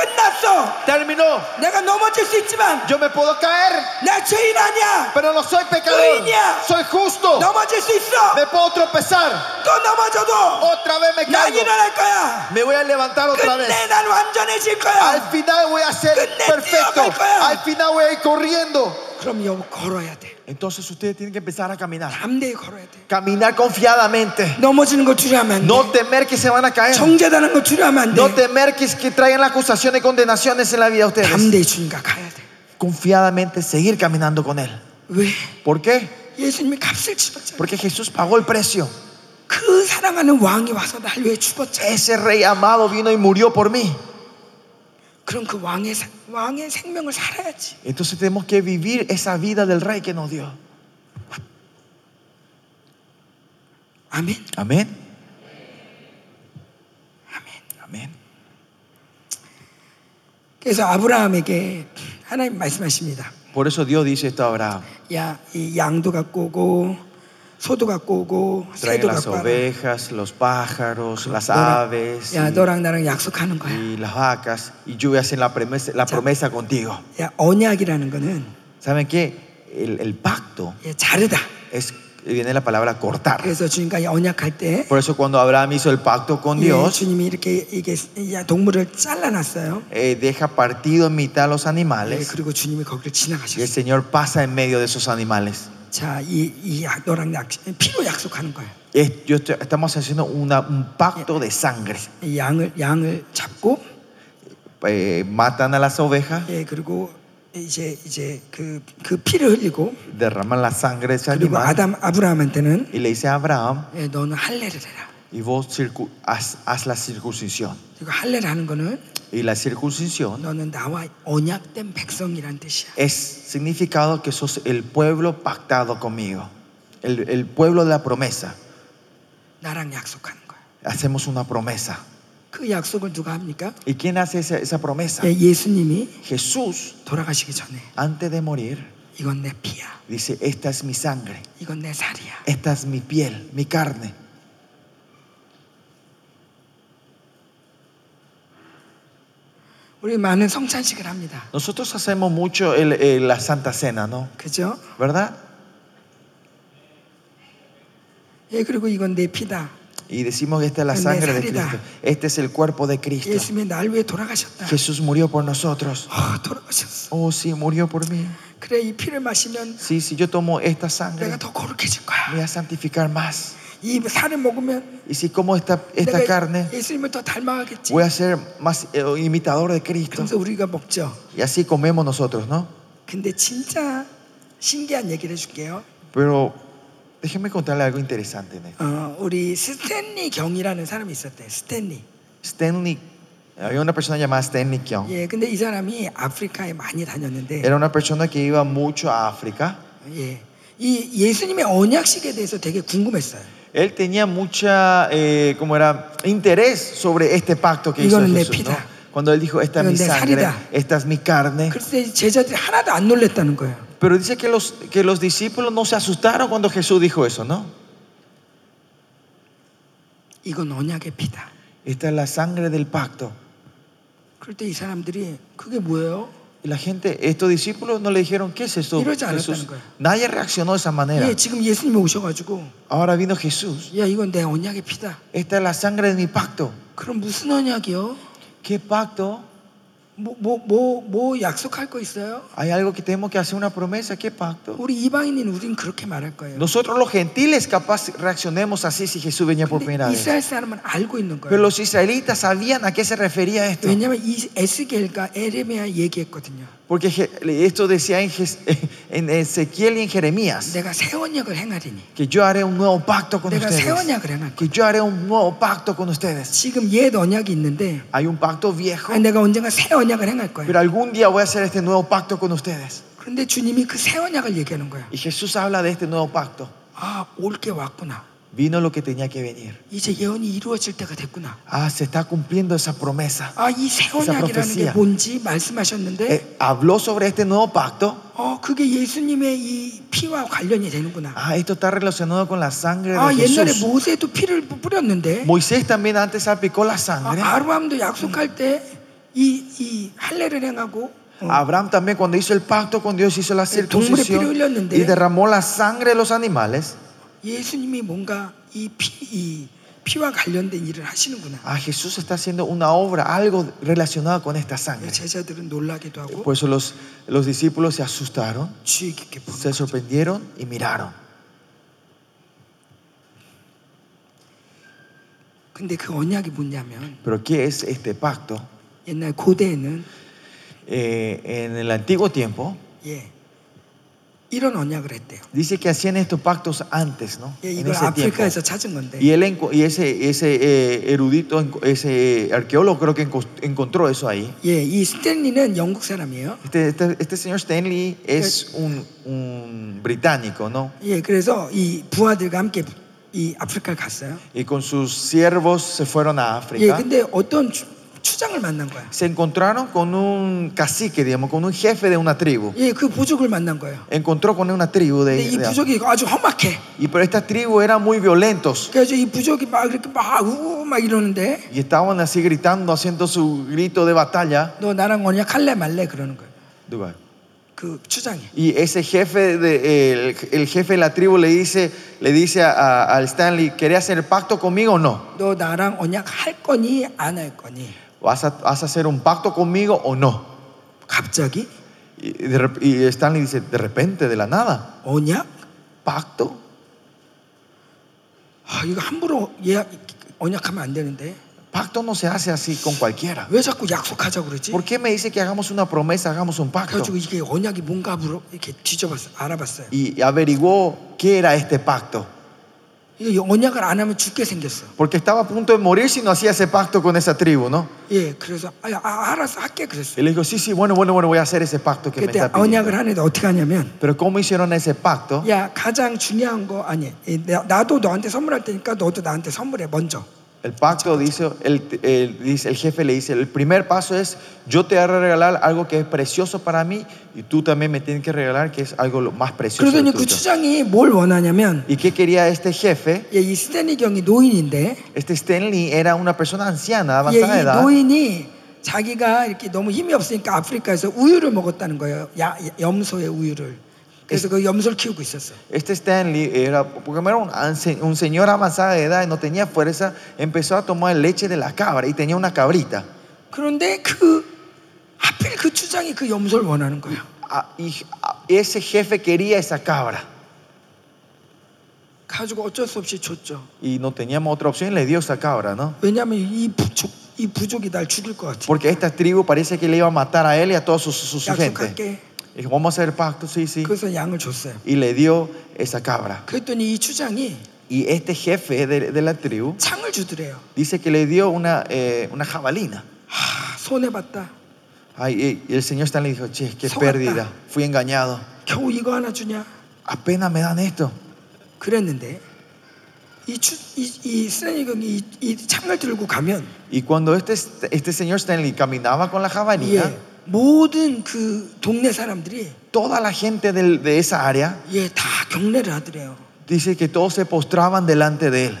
끝났어. Terminó. 내가 넘어질 수 있지만 Yo me puedo caer, 나 죄인 아니야. pero no soy pecador. Dueña. Soy justo. 넘어질 수 있어. Me puedo tropezar. 또 넘어져도 Otra vez me 난 caigo. 일어날 거야. Me voy a levantar otra vez. 끝내 난 완전해질 거야. Al final voy a ser Goodness, perfecto. Dios, Dios. Al final voy a ir corriendo. 그럼 여보 걸어야 돼. Entonces ustedes tienen que empezar a caminar. 담대히 걸어야 돼. Caminar confiadamente. 넘어지는 거 주려면 안 돼. No temer que se van a caer. 정죄다는 거 주려면 안 No 돼. temer que, que traigan las acusaciones y condenaciones en la vida de ustedes. 담대히 주님과 가야 돼. Confiadamente seguir caminando con Él. 왜? ¿Por qué? 예수님이 값을 치렀잖아. Porque Jesús pagó el precio. 그 사랑하는 왕이 와서 날 위해 죽었잖아. Ese rey amado vino y murió por mí. 그럼 그 왕의 사- 왕의 생명을 살아야지. Entonces tenemos que vivir esa vida del rey que nos dio. 아멘. Amén. Amén. 그래서 아브라함에게 하나님 말씀하십니다. Por eso Dios dice esto a Abraham. 야, 이 양도 갖고 오고 소도 갖고 오고 Traen 새도 las 갖고 와라. ovejas, los pájaros, las 너랑- aves 야, y, 너랑 나랑 약속하는 거야. y las vacas. Y yo voy a hacer la promesa, la promesa contigo. 야, 언약이라는 거는 ¿Saben qué? El, el pacto 예, 자르다. es, viene la palabra cortar. 그래서 주님과 언약할 때 Por eso cuando Abraham hizo el pacto con 예, Dios, 주님이 이렇게 이게 야, 동물을 잘라놨어요. eh, deja partido en mitad los 예, animales 그리고 주님이 거기를 y el 지나가셨어요. Señor pasa en medio de esos animales. 자, 이, 이 약, 너랑 약, 피로 약속하는 거야. Es- yo estoy- estamos haciendo una- un pacto de sangre. 이 양을 양을 잡고 Eh, matan a las ovejas, 예, 그리고 이제 이제 그, 그 피를 흘리고 derrama la sangre de ese 그리고 animal 아담 아브라함한테는 y le dice a Abraham, 예, 너는 할례를 해라. y vos circu- haz, haz la circuncisión. 그리고 할례를 하는 거는 Y la circuncisión 너는 나와 언약된 백성이란 뜻이야. es significado que sos el pueblo pactado conmigo, el, el pueblo de la promesa. 나랑 약속하는 거야. Hacemos una promesa. 그 약속을 누가 합니까? ¿Y quién hace esa, esa promesa? 예, 예수님이 Jesús, 돌아가시기 전에 antes de morir, 이건 내 피야. dice, esta es mi sangre, 이건 내 살이야. esta es mi piel, mi carne. 우리 많은 성찬식을 합니다. Nosotros hacemos mucho el- el- la Santa Cena, ¿no? 그죠? ¿Verdad? 예, 그리고 이건 내 피다. Y decimos que esta es la En sangre de realidad. Cristo. Este es el cuerpo de Cristo. 예수님이 날 위해 돌아가셨다. Jesús murió por nosotros. 아, 돌아가셨어. Oh, sí, murió por mí. 그래 이 피를 마시면 Sí, si yo tomo esta sangre, 내가 더 거룩해질 거야. me voy a santificar más. 이 살을 먹으면 Y si como esta, esta carne, 내가 예수님을 더 닮아가겠지. voy a ser más eh, imitador de Cristo. 그래서 우리가 먹죠. Y así comemos nosotros, ¿no? 근데 진짜 신기한 얘기를 해줄게요. Pero déjenme contarle algo interesante. ¿no? 어, 우리 스탠리 경이라는 사람이 있었대. 스탠리. Stanley, había una persona llamada Stanley Kyung. 예, 근데 이 사람이 아프리카에 많이 다녔는데, Era una persona que iba mucho a África. 예, 이 예수님의 언약식에 대해서 되게 궁금했어요. Él tenía mucha, eh, como era, interés sobre este pacto que hizo Igon le Jesús, ¿no? pida. Cuando él dijo, esta es mi Igon le sangre, harida. esta es mi carne. 그래서 제자들이 하나도 안 놀랬다는 거예요. Pero dice que los, que los discípulos no se asustaron cuando Jesús dijo eso, ¿no? 이건 언약의 피다. Esta es la sangre del pacto. 그럴 때 이 사람들이 그게 뭐예요? Y la gente, estos discípulos no le dijeron, ¿qué es esto? Iron ya Jesús? anotaron, güey. Nadie reaccionó de esa manera. 예, 지금 예수님이 오셔가지고, Ahora vino Jesús. 야, 이건 내 언약의 피다. Esta es la sangre de mi pacto. 그럼 무슨 언약이요? ¿Qué pacto? 뭐, 뭐, 뭐, 뭐 약속할 거 있어요? Hay algo que tenemos que hacer una promesa. ¿Qué pacto? 우리 이방인인 우린 그렇게 말할 거예요. Nosotros los gentiles capaz reaccionemos así si Jesús venía por primera 근데 vez. 이스라엘 사람은 알고 있는 Pero 거예요. los israelitas sabían a qué se refería esto. 왜냐하면 이 에스겔과 에레미야 얘기했거든요. Porque Je- esto decía en, Jes- en Ezequiel y en Jeremías. 내가 새 언약을 행하리니. Que yo haré un nuevo pacto con 내가 새 ustedes. 언약을 행할 거야. Que yo haré un nuevo pacto con ustedes. 지금 옛 언약이 있는데 Hay un pacto viejo. 아, 내가 언젠가 새 언약을 행할 거야. Pero algún día voy a hacer este nuevo pacto con ustedes. 그런데 주님이 그 새 언약을 얘기하는 거야. Y Jesús habla de este nuevo pacto. 아, 올 게 왔구나. Vino lo que tenía que venir. 이제 예언이 이루어질 때가 됐구나. Ah, se está cumpliendo esa promesa. 아, 이 새 언약이라는 게 profecía. 뭔지 말씀하셨는데 Eh, habló sobre este nuevo pacto. 어, 그게 예수님의 이 피와 관련이 되는구나. Ah, esto está relacionado con la sangre 아, de 옛날에 Jesús. 모세도 피를 뿌렸는데 Moisés también antes aplicó la 아, sangre. 아브라함도 약속할 때 이 이 할례를 행하고 아, Abraham también cuando hizo ah, el pacto con Dios hizo la 동물의 circuncisión 피를 흘렸는데. y derramó la sangre de los animales. 예수님이 뭔가 이 피, 이 피와 관련된 일을 하시는구나. Ah, Jesús está haciendo una obra, algo relacionado con esta sangre. 제자들은 놀라기도 하고 Por eso los, los discípulos se asustaron, 주의 깊게 보는 se sorprendieron y miraron. 근데 그 언약이 뭐냐면 Pero ¿qué es este pacto? 옛날 고대에는 Eh, en el antiguo tiempo 예 이런 언약을 했대요. dice que hacían estos pactos antes, ¿no? 예, En 이걸 ese tiempo. 아프리카에서 예. 찾은 건데 Y, él, enco- y ese, ese eh, erudito, enco- ese arqueólogo creo que encos- encontró eso ahí. 예, 이 스탠리는 영국 사람이에요. Este, este- este señor Stanley es un, un británico, ¿no? 예, 그래서 이 부하들과 함께 이 아프리카를 갔어요. Y con sus siervos se fueron a 예, África. 근데 어떤 추- 추장을 만난 거야. Se encontraron con un cacique, digamos, con un jefe de una tribu. 예, 그 부족을 만난 거예요. Encontró con una tribu de, 근데 이 de- 부족이 아주 험악해. y pero esta tribu eran muy violentos 그래서 이 부족이 막 이렇게 막 아, 우우 막 이러는데 y estaban así gritando, haciendo su grito de batalla. 너 나랑 언약할래 말래 그러는 거예요. Dubai. 그 추장이. Y ese jefe, de, el, el jefe de la tribu le dice, le dice a, a- al Stanley, ¿querés hacer pacto conmigo o no? 너 나랑 언약할 거니 안 할 거니. ¿Vas a, vas a hacer un pacto conmigo o no? 갑자기 Y, de rep- y Stanley dice, de repente, de la nada, 언약? pacto. 아, 이거 함부로 예약 언약하면 안 되는데. pacto no se hace así con cualquiera. 왜 자꾸 약속하자 그러지? ¿Por qué me dice que hagamos una promesa, hagamos un pacto? 그래가지고 이게 언약이 뭔가 물어 이렇게 뒤져봤어 알아봤어요. Y averiguó qué era este pacto. 이 언약을 안 하면 죽게 생겼어. Porque estaba a punto de morir si no hacía ese pacto con esa tribu, ¿no? 예, 그래서 아, 아, 알았어 할게 그랬어. Él dijo, sí, sí, bueno, bueno, bueno, voy a hacer ese pacto que me 그때 está pidiendo. 언약을 하는데 어떻게 하냐면 Pero ¿cómo hicieron ese pacto? 야 가장 중요한 거 아니 예, 나- 나도 너한테 선물할 테니까 너도 나한테 선물해 먼저. El pacto dice el, el- dice, el jefe le dice, el primer paso es, yo te voy a regalar algo que es precioso para mí y tú también me tienes que regalar que es algo lo más precioso. 그러더니 del 그 tuyo". 추장이 뭘 원하냐면 ¿Y qué quería este jefe? 예, 이 스탠리 경이 노인인데 Este Stanley era una persona anciana, 예, avanzada de 이 edad. 노인이 자기가 이렇게 너무 힘이 없으니까 아프리카에서 우유를 먹었다는 거예요. 야, 염소의 우유를. 그래서 그 염소를 키우고 있었어. Este Stanley era, porque era un, anse- un señor avanzada de edad y no tenía fuerza, empezó a tomar leche de la cabra y tenía una cabrita. 그런데 그 하필 그 추장이 그 염소를 원하는 거예요. Ah, y ah, ese jefe quería esa cabra 가지고 어쩔 수 없이 줬죠. y no teníamos otra opción y le dio esa cabra, ¿no? 왜냐하면 이 부족 이 부족이 날 죽일 것 같아. Porque esta tribu parece que le iba a matar a él y a toda su, su, su gente. 약속할게. Y dijo, vamos a hacer el pacto, sí, sí. 그래서 양을 줬어요. Y le dio esa cabra. 그랬더니 이 추장이 Y este jefe de, de la tribu 창을 주더래요. dice que le dio una, eh, una jabalina. 하, 손해 봤다. Ay, eh, y el señor Stanley dijo, che, qué Sobata. pérdida, fui engañado. 겨우 이거 하나 주냐? Apenas me dan esto. 그랬는데 이추이 스탠리경이 이, 이 창을 들고 가면 Y cuando este, este señor Stanley caminaba con la jabalina, 예, 모든 그 동네 사람들이 toda la gente del- de esa área 예, 다 경례를 하더래요. dice que todos se postraban delante de él.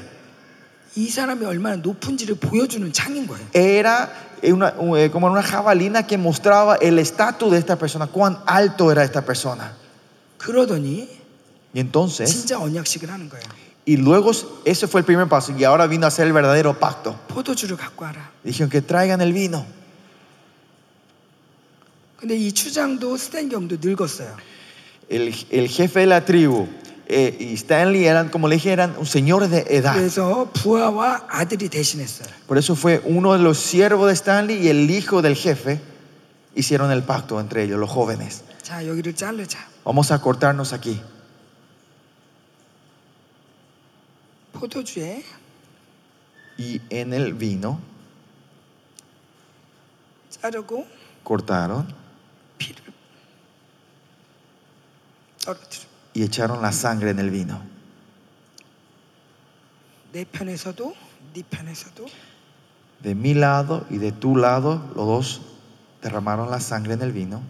이 사람이 얼마나 높은지를 보여주는 창인 거예요. Era una, un- eh, como una jabalina que mostraba el estatus de esta persona, cuán alto era esta persona. 그러더니 Y entonces, 진짜 언약식을 하는 거예요. y luego ese fue el primer paso, y ahora vino a hacer el verdadero pacto. 포도주를 갖고 와라. Dijeron que traigan el vino. 근데 이 추장도 스탠경도 늙었어요. El, el jefe de la tribu eh, y Stanley eran, como le dije, eran un señor de edad. 그래서 부하와 아들이 대신했어요. Por eso fue uno de los siervos de Stanley y el hijo del jefe hicieron el pacto entre ellos, los jóvenes. 자, 여기를 자르자. Vamos a cortarnos aquí. 포도주에 Y en el vino 자르고 cortaron 피를 떨어뜨려. y echaron la sangre en el vino. 내 편에서도 네 편에서도 De mi lado y de tu lado, los dos derramaron la sangre en el vino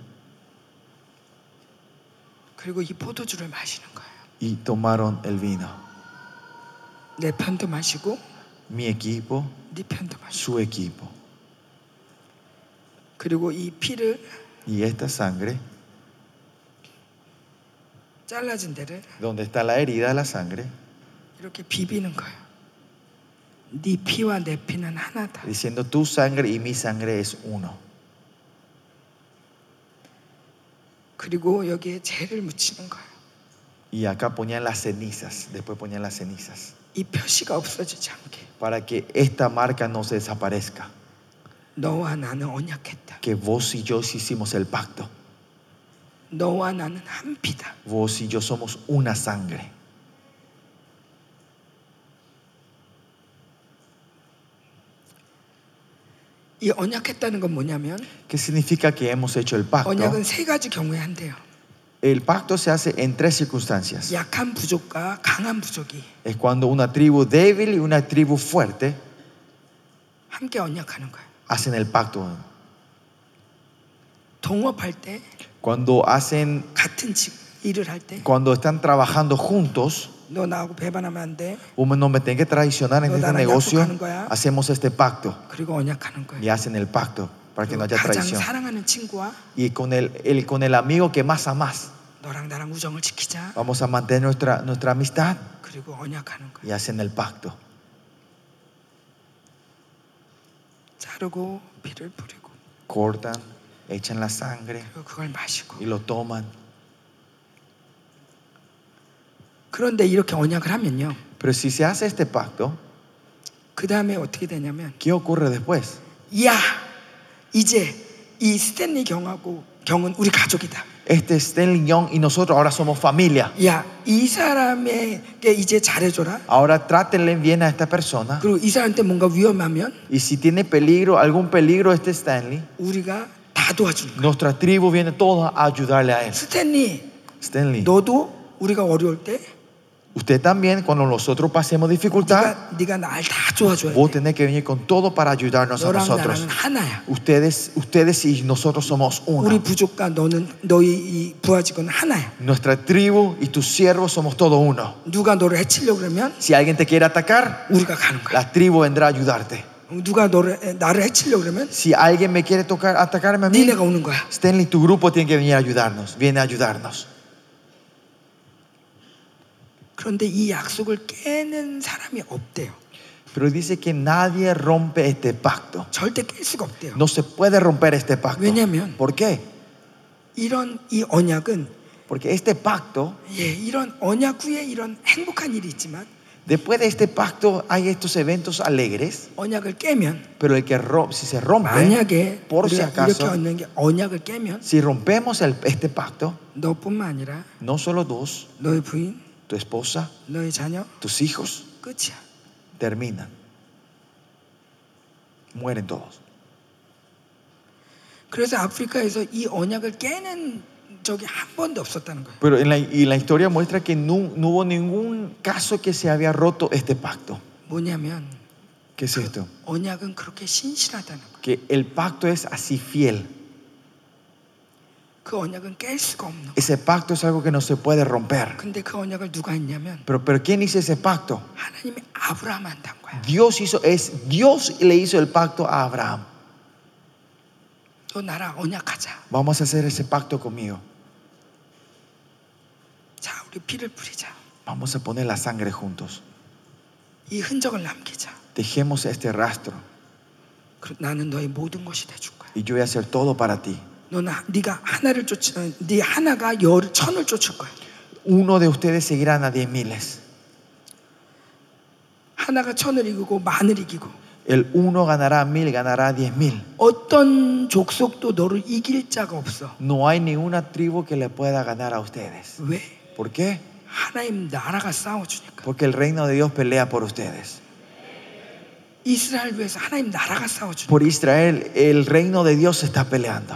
그리고 이 포도주를 마시는 거예요. y tomaron el vino. 내 편도 마시고 Mi equipo, 네 편도 마시고 su equipo. 그리고 이 피를 Y esta sangre, 잘라진 데를 donde está la herida de la sangre, 이렇게 비비는 거예요. 네 피와 내 피는 하나다. diciendo tu sangre y mi sangre es uno. 그리고 여기에 재를 묻히는 거예요. Y acá ponían las cenizas, después ponían las cenizas, 이 표시가 없어지지 않게 para que esta marca no se desaparezca, 너와 나는 언약했다. que vos y yo hicimos el pacto, 너와 나는 한 피다. vos y yo somos una sangre. 이 언약했다는 건 뭐냐면 ¿Qué significa que hemos hecho el pacto? 언약은 세 가지 경우에 한대요. El pacto se hace en tres circunstancias. 약한 부족과 강한 부족이 Es cuando una tribu débil y una tribu fuerte 함께 언약하는 거예요. hacen el pacto. 동업할 때 Cuando hacen, 같은 직 일을 할 때 너 cuando están trabajando juntos, 나하고 배반하면 안 돼. uno no me tiene que traicionar en este negocio, hacemos este pacto 그리고 언약하는 y 거예요. hacen el pacto para que no 그리고 haya 가장 traición. 사랑하는 친구와 y con el, el- con el amigo que más amas. 너랑 나랑 우정을 지키자. Vamos a mantener nuestra, nuestra amistad 그리고 언약하는 거예요. y hacen el pacto. 자르고 피를 뿌리고 Cortan, echan la sangre 그리고 그걸 마시고 y lo toman. 그런데 이렇게 언약을 하면요. Pero si se hace este pacto, 그 다음에 어떻게 되냐면 ¿Qué ocurre después? 야 이제 이 스탠리 경하고 경은 우리 가족이다. Este Stanley Young y nosotros ahora somos familia. 야 이 사람에게 이제 잘해줘라. Ahora trátenle bien a esta persona. 그리고 이 사람한테 뭔가 위험하면 Y si tiene peligro, algún peligro este Stanley, 우리가 다 도와주는 거야. nuestra tribu viene toda a ayudarle a él. 스탠리 Stanley, 너도 우리가 어려울 때 usted también, cuando nosotros pasemos dificultad, 네가, 네가 날 다 도와줘야 vos 돼. tenés que venir con todo para ayudarnos a 너랑 nosotros. 뭐 나랑은 하나야. Ustedes, ustedes y nosotros somos 우리 uno. 부족과 너는 너희 이 부하직은 하나야. Nuestra tribu y tus siervos somos todo uno. 누가 너를 해치려고 그러면 Si alguien te quiere atacar, 우리가 가는 거야. la tribu vendrá a ayudarte. 누가 너를 나를 해치려고 그러면 Si alguien me quiere tocar, atacarme a mí, 니네가 오는 거야. Stanley, tu grupo tiene que venir a ayudarnos. Viene a ayudarnos. 그런데 이 약속을 깨는 사람이 없대요. Pero dice que nadie rompe este pacto. 절대 깰 수가 없대요. No se puede romper este pacto. 왜냐면- ¿Por qué? 이런 이 언약은 Porque este pacto, 예, 이런 언약 후에 이런 행복한 일이 있지만 después de este pacto hay estos eventos alegres, 언약을 깨면 pero el que ro- si se rompe, 네. 만약에 por si 우리가 이렇게 acaso, 얻는 게 언약을 깨면 si rompemos el- este pacto, 너뿐만 아니라 no solo dos, 너의 부인, tu esposa, 너의 자녀 tus hijos 끝이야. terminan. Mueren todos. 그래서 아프리카에서 이 언약을 깨는 적이 한 번도 없었다는 거예요. Pero en la, y la historia muestra que no, no hubo ningún caso que se había roto este pacto. 뭐냐면 ¿Qué es esto? 언약은 그렇게 신실하다는 거예요. Que el pacto es así fiel. 그 언약은 깰 수가 없는 거예요. Ese pacto es algo que no se puede romper. 근데 그 언약을 누가 했냐면 Pero, pero ¿quién hizo ese pacto? 하나님이 아브라함 한단 거야. Dios hizo es Dios le hizo el pacto a Abraham. 너 나랑 언약하자. Vamos a hacer ese pacto conmigo. 자, 우리 피를 뿌리자. Vamos a poner la sangre juntos. 이 흔적을 남기자. Dejemos este rastro 그리고 나는 너의 모든 것이 돼줄 거야. y yo voy a hacer todo para ti. 너는 하- 네가 하나를 쫓아, 네 하나가 열 천을 쫓을 거야. Uno de ustedes seguirán a diez miles. 하나가 천을 이기고 만을 이기고 El uno ganará mil, ganará diez mil. 어떤 족속도 너를 이길 자가 없어. No hay ninguna tribu que le pueda ganar a ustedes. 왜? ¿Por qué? 하나님 나라가 싸워주니까. Porque el reino de Dios pelea por ustedes. 이스라엘 위해서 하나님 나라가 싸워주니까. Por Israel, el reino de Dios está peleando.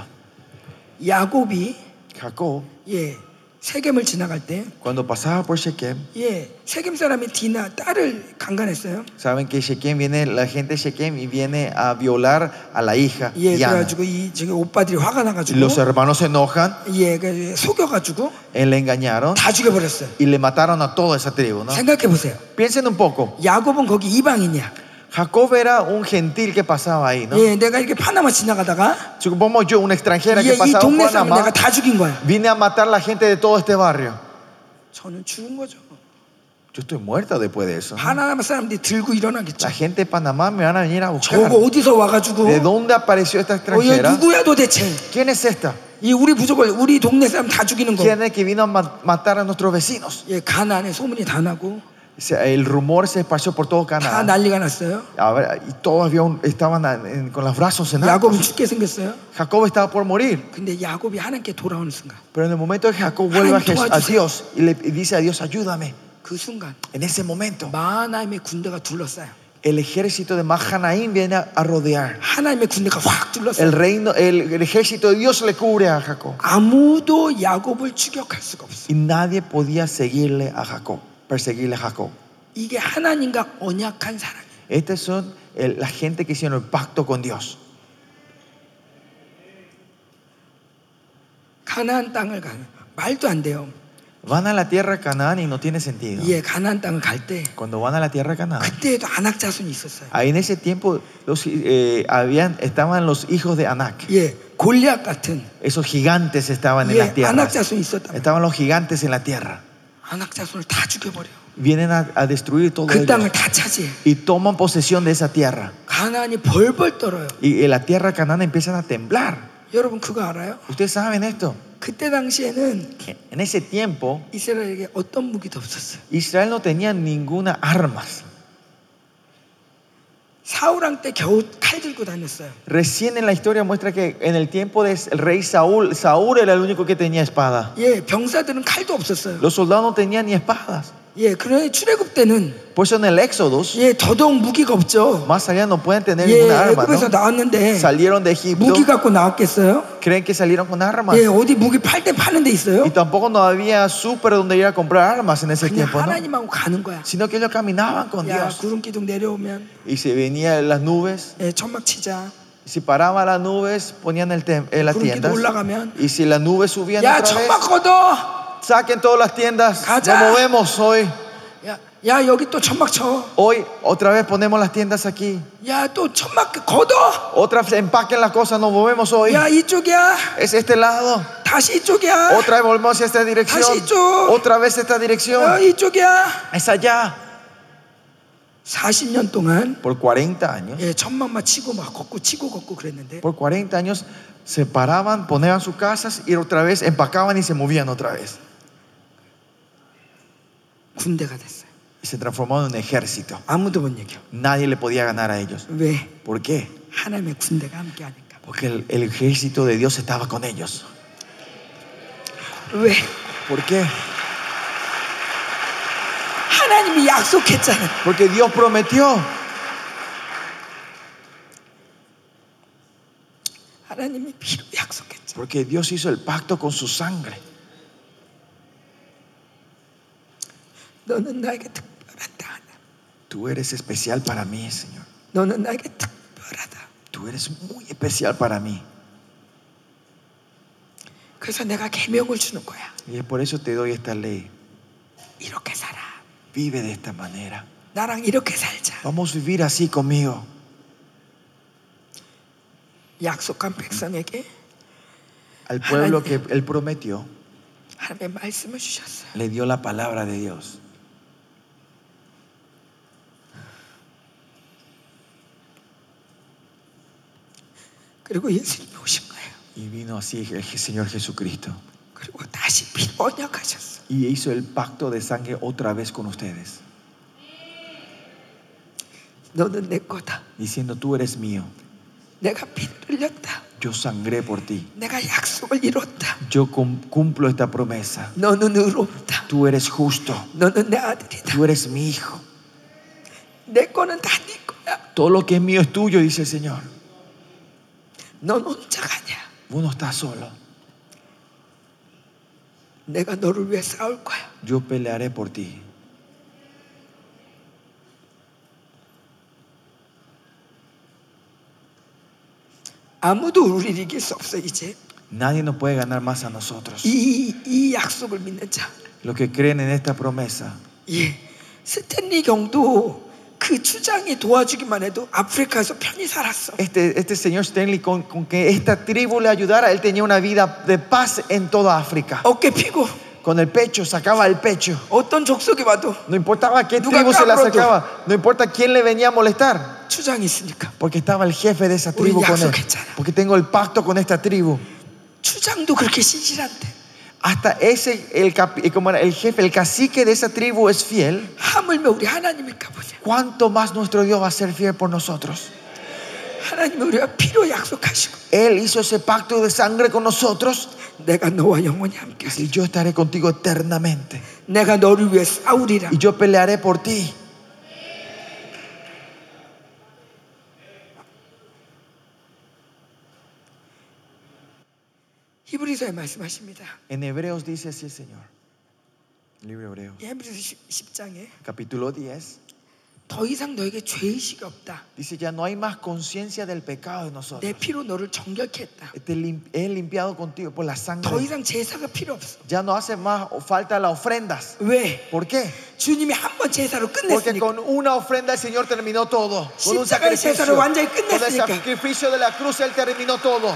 야곱이 Jacob, 예 세겜을 지나갈 때. cuando pasaba por Shechem, 예, 세겜 사람이 디나 딸을 강간했어요. Saben que Shechem viene, la gente de Shechem y viene a violar a la hija 예, Diana. 그래가지고 이 지금 오빠들이 화가 Y Los 나가지고 hermanos se enojan, 예, 그 속여가지고 él le engañaron 다 죽여버렸어요. y le mataron a toda esa tribu. ¿no? 생각해 보세요. Piensen un poco, 야곱은 거기 이방인이야. Jacob era un gentil que pasaba ahí, ¿no? 예, 내가 이렇게 파나마 지나가다가 Supongamos yo, una extranjera 예, que 이 pasaba 동네 por 사람 Panamá, 내가 다 죽인 거야. vine a matar a la gente de todo este barrio. 저는 죽은 거죠. Yo estoy muerta después de eso. ¿no? 파나마 사람들이 들고 일어나겠죠. La gente de Panamá me van a venir a buscar. 저거 어디서 와가지고 ¿De dónde apareció esta 어, 얘 extranjera? 누구야 도대체? ¿Quién es esta? 이 우리 부족을 우리 동네 사람 다 죽이는 거. ¿Quién es que vino a ma- matar a nuestros vecinos? 예, 가나안에 소문이 다 나고 Se- El rumor se esparció por todo 다 Canadá. 난리가 났어요. A ver, y todos había un- estaban a- en- con los brazos en alto. 야곱은 죽게 생겼어요. Jacob estaba por morir. 근데 야곱이 하나님께 돌아오는 순간 Pero en el momento que Jacob vuelve a, Ay, tú Jes- a ayúdame. Dios y le y dice a Dios, ayúdame. 그 순간 En ese momento, 마하나임의 군대가 둘러싸요. el ejército de Mahanaim viene a, a rodear. 하나님의 군대가 확 둘러싸요. El, reino, el, el ejército de Dios le cubre a Jacob. 아무도 야곱을 추격할 수가 없어. Y nadie podía seguirle a Jacob, perseguirle a Jacob. 이게 하나님과 언약한 사람이에요. Estas son el- la gente que hicieron el pacto con Dios. 가나안 땅을 가요. 말도 안 돼요. Van a la tierra de Canaán y no tiene sentido. 예, 가나안 땅을 갈 때 Cuando van a la tierra de Canaán. 그때에도 안악자손이 있었어요. Ahí en ese tiempo los, eh, habían, estaban los hijos de Anak. 예, 골리앗 같은 Esos gigantes estaban en la 예, tierra. 안악자손이 있었다. Estaban los gigantes en la tierra. 안악자손을 다 죽여버려. Vienen a, a destruir todo 그 ellos. 땅을 다 차지해. Y toman posesión de esa tierra. 가나안이 벌벌 떨어요. Y en la tierra de Canaán empiezan a temblar. 여러분 그거 알아요? Ustedes saben esto. 그때 당시에는 En ese tiempo, 이스라엘에게 어떤 무기도 없었어요. Israel no tenía ninguna armas. 사울왕 때 겨우 칼 들고 다녔어요. Recién en la historia muestra que en el tiempo del rey Saúl, Saúl era el único que tenía espada. 예, 병사들은 칼도 없었어요. Los soldados no tenían ni espadas. 예, 그러니 출애굽 때는 Por eso en el Éxodo, 예, 더더욱 무기가 없죠. más allá no pueden tener 예, ninguna arma. 애굽에서 ¿no? 나왔는데 Salieron de Egipto, 무기 갖고 나왔겠어요? creen que salieron con armas. 예, 어디 무기 팔 때 파는 데 있어요? Y tampoco no había súper donde ir a comprar armas en ese 그냥 tiempo, ¿no? 하나님하고 가는 거야. sino que ellos caminaban con 야, Dios. 구름 기둥 내려오면 Y se venían las nubes, 예, 천막 치자. y si paraban las nubes, ponían el tem- eh, las 구름 기둥 tiendas. 올라가면 Y si las nubes subían 야, otra vez, 천막 걷어. saquen todas las tiendas. Gacha. Nos movemos hoy. 야, 야, 여기 또 천막 쳐. Hoy otra vez ponemos las tiendas aquí. 야, 또 천막 걷어. Otra vez empaquen las cosas, nos movemos hoy. 야, 이쪽이야. Es este lado. 다시 이쪽이야. Otra vez volvemos hacia esta dirección. Pasito. Otra vez esta 야, dirección. 어, 이쪽이야. Es allá. 40년 동안 Por 40 años. 예, 천막만 치고 막 걷고 치고 걷고 그랬는데 Por 40 años se paraban, ponían sus casas y otra vez empacaban y se movían otra vez. 군대가 됐어요. Y se transformaron en un ejército. 아무도 못 이겨. Nadie le podía ganar a ellos. 왜? ¿Por qué? 하나님의 군대가 함께 하니까. Porque el, el ejército de Dios estaba con ellos. 왜? ¿Por qué? 하나님이 약속했잖아. Porque Dios prometió. 하나님이 피로 약속했잖아. Porque Dios hizo el pacto con su sangre. 너는 나에게 특별하다. 하나. Tú eres especial para mí, Señor. 너는 나에게 특별하다. Tú eres muy especial para mí. 그래서 내가 계명을 주는 거야. Y es por eso te doy esta ley. 이렇게 살아. Vive de esta manera. 나랑 이렇게 살자. Vamos a vivir así conmigo. 약속한 백성에게 Al pueblo que Él prometió, 하나님의 말씀을 주셨어요. le dio la palabra de Dios. 그리고 예수님이 오신 거예요. Y vino así el Señor Jesucristo. 그리고 다시 피로 언약하셨어. Y hizo el pacto de sangre otra vez con ustedes. 너는 내 거다. Diciendo, tú eres mío. 내가 피를 흘렸다. Yo sangré por ti. 내가 약속을 이뤘다. Yo cum- cumplo esta promesa. 너는 의롭다. Tú eres justo. 너는 내 아들이다. Tú eres mi hijo. 내 거는 다 네 거야. Todo lo que es mío es tuyo, dice el Señor. 넌 혼자가 아니야. Vos no estás solo. 내가 너를 위해 싸울 거야. Yo pelearé por ti. 아무도 우리를 이길 수 없어 이제. Nadie nos puede ganar más a nosotros. 이, 이 약속을 믿는 자. Los que creen en esta promesa. 예. 스탠리 경도 그 추장이 도와주기만 해도 아프리카에서 편히 살았어. Este, este señor Stanley, con, con que esta tribu le ayudara, él tenía una vida de paz en toda África. 어깨 피고 Con el pecho, sacaba el pecho. 어떤 족속이 와도 No importaba qué Nunca tribu se la cabrón, tú. sacaba, no importa quién le venía a molestar, 추장이 있으니까. porque estaba el jefe de esa Uy, tribu ya con él. sujétala. Porque tengo el pacto con esta tribu. 추장도 그렇게 신실한데 Hasta ese, el, capi- eh, como era, el jefe, el cacique de esa tribu es fiel. 하물며 우리 하나님일까 보냐 ¿Cuánto más nuestro Dios va a ser fiel por nosotros? 하나님은 우리가 피로 약속하시고 Él hizo ese pacto de sangre con nosotros. 내가 너와 영원히 함께 하리 Y yo estaré contigo eternamente. 내가 너를 위해 싸우리라 Y yo pelearé por ti. 히브리서에 말씀하십니다 En Hebreos dice así el Señor. Libro de Hebreos. 히브리서 10장에 Capítulo 10. 더 이상 너에게 죄의식이 없다 Dice, ya no hay más conciencia del pecado de 내 nosotros. 피로 너를 정결케 했다 Te lim- he limpiado contigo por la 더 sangre. 이상 제사가 필요 없어 Ya no hace más falta las ofrendas. 왜? ¿Por qué? 주님이 한 번 제사로 Porque 끝냈으니까 con una ofrenda el Señor terminó todo. Con un 십자가의 sacrificio. 제사로 완전히 Con el 끝냈으니까. sacrificio de la cruz Él terminó todo.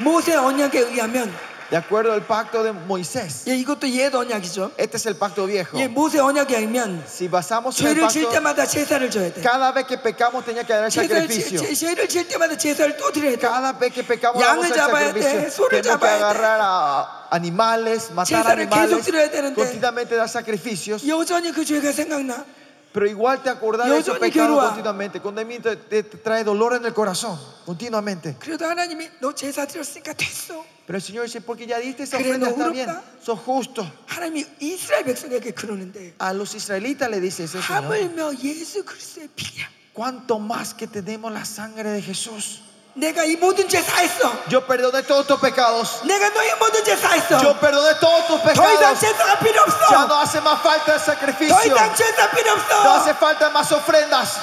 모세 언약에 의하면 De acuerdo al pacto de Moisés. 예, 이것도 옛 언약이죠 Este es el pacto viejo. 예, 모세 언약에 의하면 Si basamos en el 죄를 질 pacto, 때마다 제사를 줘야 돼 cada vez que pecamos tenía que dar el 제사를, 지- sacrificio. 제- 죄를 질 때마다 제사를 또 드려야 돼 Cada vez que pecamos 양을 damos el 잡아야 sacrificio. 돼, 소를 Tenemos que 잡아야 돼. agarrar a animales, matar 제사를 animales, 계속 드려야 되는데. continuamente dar sacrificios. 여전히 그 죄가 생각나. Pero igual te acordás de esos 여전히 pecados 괴로워. continuamente. Condemnito te, te trae dolor en el corazón, continuamente. 그래도 하나님이 너 제사 드렸으니까 됐어. Pero el Señor dice, porque ya diste esa ¿Crees ofrenda, no está bien, justa? sos justo. 하나님이 이스라엘 백성에게 그러는데 A los israelitas le dice ese Ah, Señor. 하물며 예수 그리스도의 피야. ¿Cuánto más que tenemos la sangre de Jesús? 내가 이 모든 제사 했어. Yo perdoné todos tus pecados. 내가 너의 모든 제사 했어. Yo perdoné todos tus 더 이상 pecados. 제사가 필요 Ya 없어. no hace más falta el 더 sacrificio. 이상 제사 필요 No hace 없어. falta más ofrendas.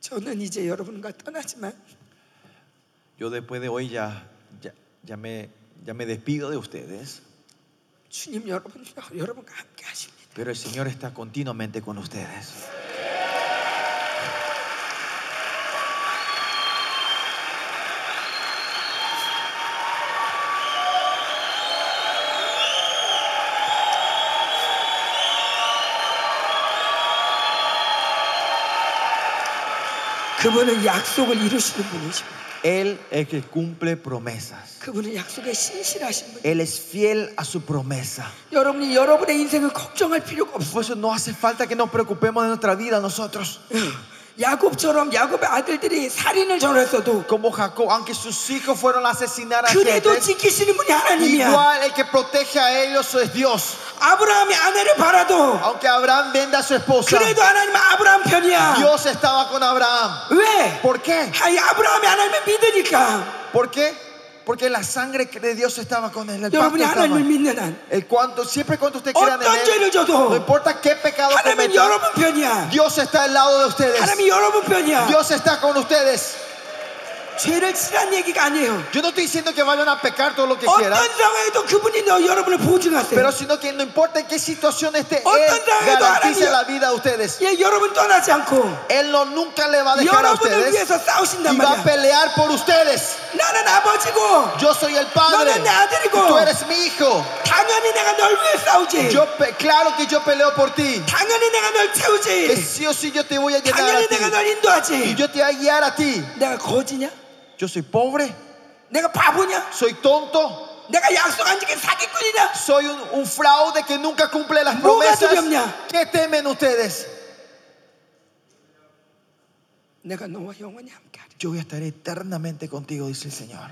저는 이제 여러분과 떠나지만 Yo después de hoy ya, ya, ya me, ya me despido de ustedes, 주님 여러분 여러분과 함께 하십니다. pero el Señor está continuamente con ustedes. 그분은 약속을 이루시는 분이십니다. Él es el que cumple promesas. 그분은 약속에 신실하신 분. Él es fiel a su promesa. 여러분이 여러분의 인생을 걱정할 필요가 없어. Por eso no hace falta que nos preocupemos de nuestra vida nosotros. 야곱처럼 야곱의 아들들이 살인을 저질렀어도 Como Jacob, aunque sus hijos fueron a asesinar a 그래도 gente, 지키시는 분이 하나님이야. igual el que protege a ellos es Dios. 아브라함이 아내를 바라도 Aunque Abraham venda a su esposa, 그래도 하나님은 아브라함 편이야. Dios estaba con Abraham. 왜? ¿Por qué? 아이 아브라함이 하나님을 믿으니까 ¿Por qué? Porque la sangre de Dios estaba con él. El pacto 여러분이 estaba. 하나님을 믿는 한 El cuanto, siempre cuando usted crean en 어떤 él, 죄를 no 져도 importa qué pecado 하나님은 cometan, 여러분 편이야. Dios está al lado de ustedes. 하나님이 여러분 편이야. Dios está con ustedes. 죄를 치란 얘기가 아니에요. Yo no estoy diciendo que vayan a pecar todo lo que quieran, 어떤 상황에도 그분이 너 여러분을 보증하세요. pero sino que no importa en qué situación esté, 어떤 Él 상황에도 garantiza 하나님이요. la vida a ustedes. 예, 여러분 떠나지 않고 Él no, nunca le va a dejar a 여러분을 ustedes 위해서 싸우신단 y va a 말이야. pelear por ustedes. 나는 아버지고 Yo soy el padre, 너는 내 아들이고. tú eres mi hijo. 당연히 내가 널 위해 싸우지. Yo pe- claro que yo peleo por ti. 당연히 내가 널 que 채우지. sí o sí yo te voy a llenar 당연히 a 내가 ti. 널 Y 인도하지. yo te voy a guiar a ti. 내가 거지냐? Yo soy pobre, 내가 바보냐? soy tonto, 내가 약속 안 지킨 사기꾼이냐? soy un, un fraude que nunca cumple las Nunca promesas. tuvimos. ¿Qué temen ustedes? 내가 너와 영원히 함께하리. Yo voy a estar eternamente contigo, dice el Señor.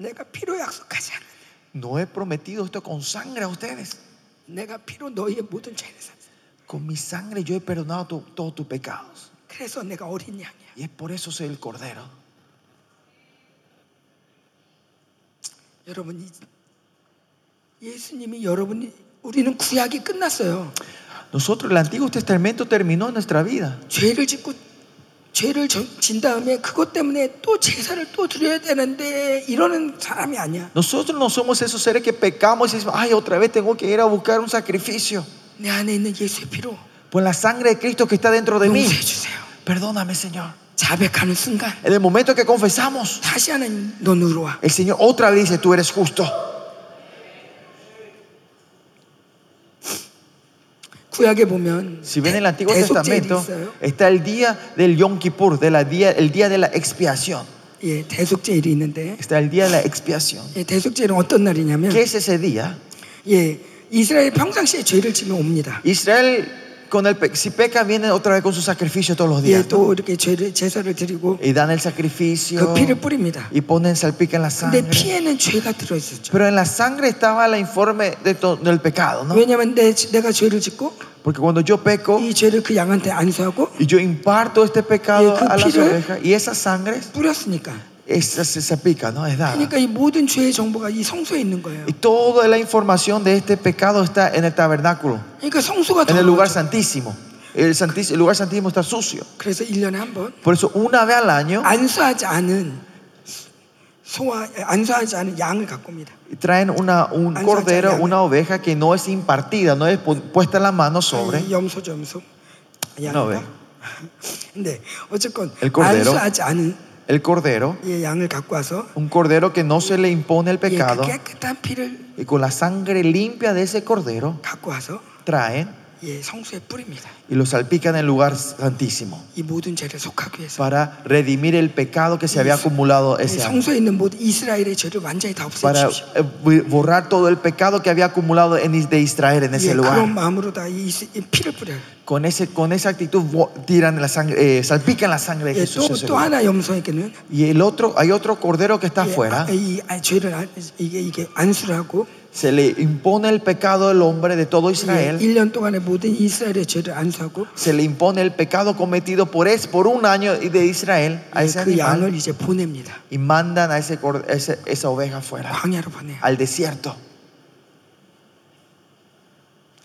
내가 피로 약속하지 않아. No he prometido esto con sangre a ustedes. 내가 피로 너희의 모든 죄를 샀어. Con mi sangre yo he perdonado tu- todos tus pecados. 그래서 내가 어린 양이야. Y es por eso soy el Cordero. 여러분 이 예수님이 여러분이 우리는 구약이 끝났어요. Nosotros, el Antiguo Testamento terminó en nuestra vida. 죄를 짓고 죄를 저- 진 다음에 그것 때문에 또 제사를 또 드려야 되는데 이러는 사람이 아니야. Nosotros no somos esos seres que pecamos y decimos, ay, otra vez tengo que ir a buscar un sacrificio. 내 안에 있는 예수의 피로 Por la sangre de Cristo que está dentro de mí. 용서해 주세요. Perdóname, Señor. 자백하는 순간 En el momento que confesamos, 다시 하나님 눈으로 와. el Señor otra vez dice, tú eres justo. 구약에 보면 Si ven en el Antiguo Testamento, 있어요. está el día del Yom Kippur, de la día, el día de la expiación. 예, 대속죄일이 있는데 Está el día de la expiación. 예, 대속죄는 어떤 날이냐면 ¿Qué es ese día? 예, 이스라엘 평상시에 죄를 지면 옵니다. Israel, con el pe- si peca, viene otra vez con su sacrificio todos los días. 예, 또 이렇게 죄를 제사를 드리고 Y dan el 그 sacrificio 피를 뿌립니다. y ponen salpican la 근데 sangre. 피에는 죄가 들어 있었죠. Pero en la sangre estaba la informe de to- del pecado, ¿no? 왜냐면 내, 내가 죄를 짓고 Porque cuando yo peco 이 죄를 그 양한테 안수하고 y yo imparto este pecado Y el a las piel- ovejas y esas sangres 뿌렸으니까. Esa se, se pica, ¿no? Es dada. 그러니까 이 모든 죄의 정보가 이 성소에 있는 거예요. Y toda la información de este pecado está en el tabernáculo, 그러니까 성소가 en el lugar 더러워져. santísimo. El, santis- el lugar santísimo está sucio. 그래서 1년에 한 번 Por eso una vez al año 안수하지 않은 소화 안수하지 않은 양을 갖고 옵니다. Y traen una, un Ansa- cordero, ya- una oveja que no es impartida, no es pu- puesta la mano sobre. 이 염소 점소 No ve. 양인가? 근데 어쨌건 El cordero. 안수하지 않은 El cordero, 이 양을 갖고 와서 un cordero que no se le impone el 예, pecado, 그 깨끗한 피를 y con la sangre limpia de ese cordero, 갖고 와서 traen 예, 성수에 뿌립니다. y lo salpican en el lugar santísimo 이 모든 죄를 속하기 위해서 para redimir el pecado que se había acumulado 예, ese año. 성소에 있는 모든 이스라엘의 죄를 완전히 다 Para 없애주십시오. eh, bu- borrar todo el pecado que había acumulado en, is- de Israel en 예, ese 그런 lugar. 마음으로 다이 피를 뿌려요. Con, ese, con esa actitud bo- tiran la sangre, eh, salpican la sangre de 예, Jesús. 또, en ese 또 lugar. 하나 염소에게는 Y el otro, hay otro cordero que está 예, afuera. 아, 이 아, 죄를 안- 이게 이게 안수를 하고 Se le impone el pecado del hombre de todo 예, Israel. 1년 동안의 모든 이스라엘의 죄를 안수하고 Se le impone el pecado cometido por, es, por un año de Israel a ese 예, 그 animal. 양을 이제 보냅니다. Y mandan a ese, cor- ese- esa oveja afuera, 광야로 보내요. al desierto.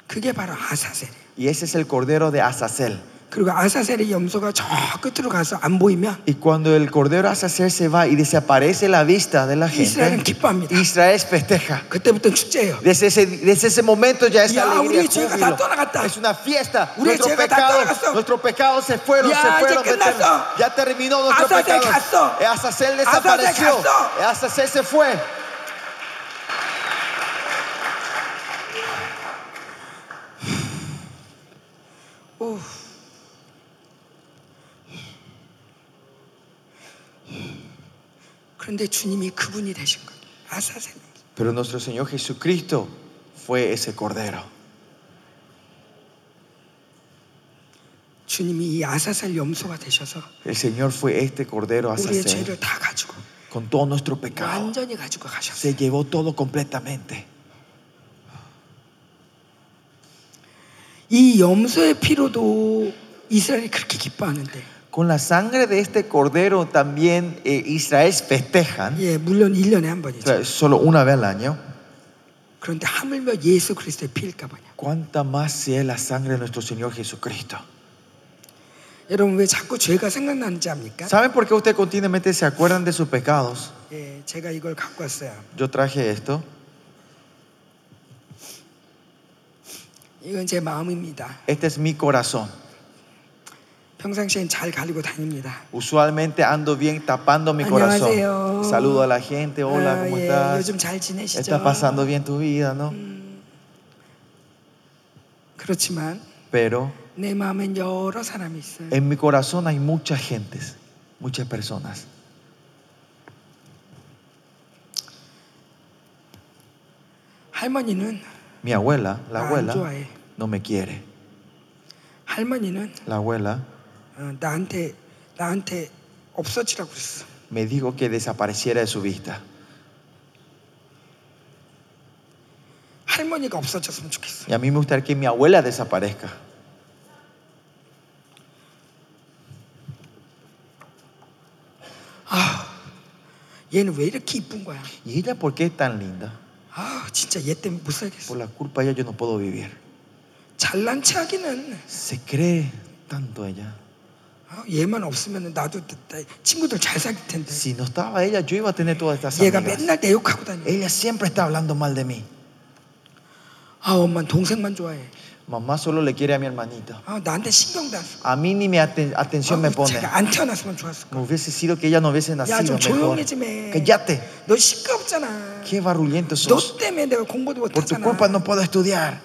그게 바로 아사셀이에요. Y ese es el cordero de Azazel. 그리고 아사셀의 염소가 저 끝으로 가서 안 보이면 Y cuando el cordero Azazel se va y desaparece la vista de la 이스라엘은 gente, 기뻐합니다. Israel festeja. 그때부터 축제예요. Desde ese, desde ese momento ya es Ya, alegría, 우리의 죄가 다 júbilo. 떠나갔다. Es una fiesta. 우리의 Nuestros 죄가 다 pecados, 떠나갔어. nuestros pecados se fueron, Ya, se 이제 fueron. se 끝났어. fueron. Ya terminó nuestro Azazel pecado. 갔어. Azazel desapareció. Azazel 갔어. Azazel se fue. 오. 그런데 주님이 그분이 되신 거예요. 아사셀. Pero nuestro Señor Jesucristo fue ese cordero. 주님이 이 아사셀 염소가 되셔서 El Señor fue este cordero 우리의 Azazel 죄를 다 가지고 con todo nuestro pecado. 완전히 가지고 가셨어요. Se llevó todo completamente. 이 염소의 피로도 이스라엘이 그렇게 기뻐하는데 Con la sangre de este cordero también eh, Israel festejan, 예, 물론 1년에 한 O 번이죠. sea, solo una vez al año. 그런데 하물며 예수 그리스도의 피일까 보냐. ¿Cuánta más si es la sangre de nuestro Señor Jesucristo? 여러분 왜 자꾸 죄가 생각나는지 압니까? ¿Saben por qué ustedes continuamente se acuerdan de sus pecados? 예, 제가 이걸 갖고 왔어요. Yo traje esto. 이건 제 마음입니다. Este es mi corazón. 평상시엔 잘 가리고 다닙니다. Usualmente ando bien tapando mi corazón. Annyeonghaseyo. Saludo a la gente. Hola, 아, ¿cómo 예, estás? 요즘 잘 지내시죠? Está pasando bien tu vida, ¿no? 그렇지만 Pero 내 마음엔 여러 사람이 있어요. en mi corazón hay muchas gentes, muchas personas. 할머니는 Mi abuela, 나 la 안 abuela, 좋아해. no me quiere. 할머니는 La abuela 어, 나한테 나한테 없어지라고 그랬어. me dijo que desapareciera de su vista. 할머니가 없어졌으면 좋겠어. Y a mí me gustaría que mi abuela desaparezca. 얘는 왜 이렇게 이쁜 거야? ¿Y ella por qué es tan linda? 아 진짜 얘 때문에 못 Por 살겠어. la culpa de ella yo no puedo vivir. 잘난 체하기는 Se cree tanto ella. 아, 얘만 없으면 나도 나- 나- 친구들 잘 사귈 텐데. Si no estaba ella, yo iba a tener todas estas 얘가 amigas. 맨날 내 욕하고 다녀. Ella siempre está hablando mal de mí. 아 엄마 동생만 좋아해. Mamá solo le quiere a mi hermanita. 아 나한테 신경도 안 써. A mí ni mi aten- atención me 아, pone. 제가 안 태어났으면 좋았을 No hubiese sido que ella no hubiese nacido 좀 mejor. 조용히 좀 해. Cállate. 그 거야. 너 시끄럽잖아. 뭐 Qué barulento sos. 너 때문에 내가 공부도 Por tu 못하잖아. culpa no puedo estudiar.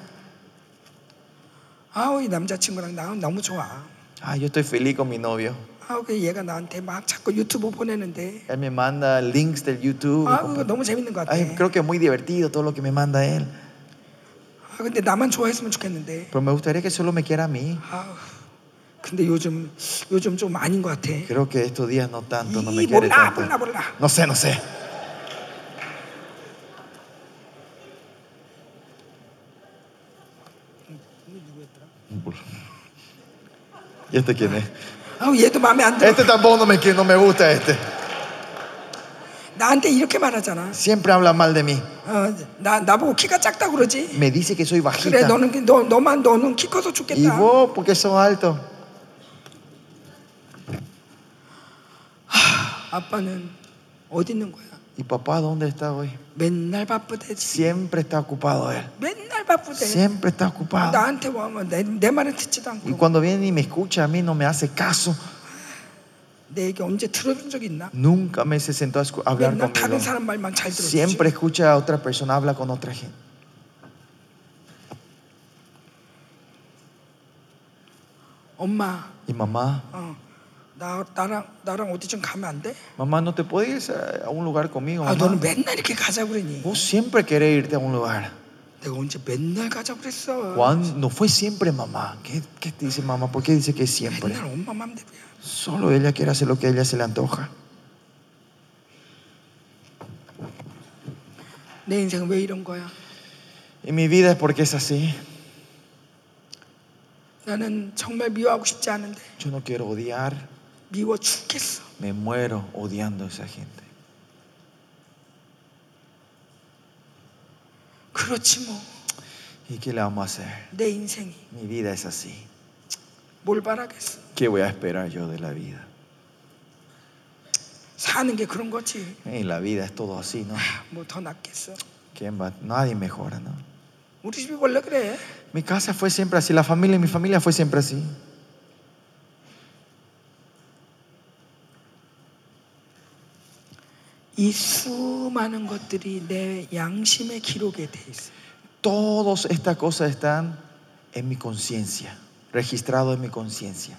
아우 이 남자친구랑 나 너무 좋아. Ah, yo estoy feliz con mi novio. 아우 그 얘가 나한테 막 자꾸 유튜브 보내는데 Él me manda links del YouTube. 아 그거 너무 재밌는 것 같아. Ay, creo que es muy divertido todo lo que me manda él. 아 근데 나만 좋아했으면 좋겠는데. Pero me gustaría que solo me quiera a mí. 아우 근데 요즘 요즘 좀 아닌 것 같아. Creo que estos días no tanto, no me 이 quiere 몰라 tanto. 몰라 몰라. No sé, no sé. ¿Y este quién es? 아우 얘도 마음에 안 들어. Este tampoco no me, qui- no me gusta este. 나한테 이렇게 말하잖아. Siempre habla mal de mí. 어나 나보고 키가 작다 그러지. Me dice que soy 그래 bajita. 너는 너 너만 너는 키 커서 Y 죽겠다. vos, porque sos alto. 아빠는 어디 있는 거야? ¿Y papá dónde está hoy? 맨날 바쁘대지. Siempre está ocupado él. 맨날 바쁘대. Siempre está ocupado. 나한테 와면 뭐, 내, 내 말은 듣지도 Y 않고 cuando viene y me escucha a mí, no me hace caso. 내 얘기 언제 들어준 적 있나? Nunca me se sentó a escu- a hablar 맨날 다른 conmigo. 사람 말만 잘 들어주지. Siempre escucha a otra persona, habla con otra gente. 엄마, Y mamá, 어, 나 나랑 나랑 어디 좀 가면 안 돼? mamá, ¿no te puedes ir a a un lugar conmigo? 아, mamá? 너는 맨날 이렇게 가자 그러니. Vos siempre querés irte a un lugar. 내가 언제 맨날 가자 그랬어? Juan no fue siempre mamá. ¿Qué, qué te dice mamá? ¿Por qué dice que es siempre? 맨날 엄마 맘대로야. Solo ella quiere hacer lo que a ella se le antoja. 내 인생 왜 이런 거야? Y mi vida es porque es así. 나는 정말 미워하고 싶지 않은데 Yo no quiero odiar. 미워 죽겠어. Me muero odiando a esa gente. 그렇지 뭐. ¿Y qué le vamos a hacer? 내 인생이 Mi vida es así. 뭘 바라겠어? ¿Qué voy a esperar yo de la vida? 사는 게 그런 거지. Y la vida es todo así, ¿no? 뭐 더 낫겠어? ¿Quién va? Nadie mejora, ¿no? 우리 집이 원래 그래. Mi casa fue siempre así, la familia, mi familia fue siempre así. 이 수많은 것들이 내 양심의 기록에 돼 있어. Todas estas cosas están en mi conciencia, registrado en mi conciencia.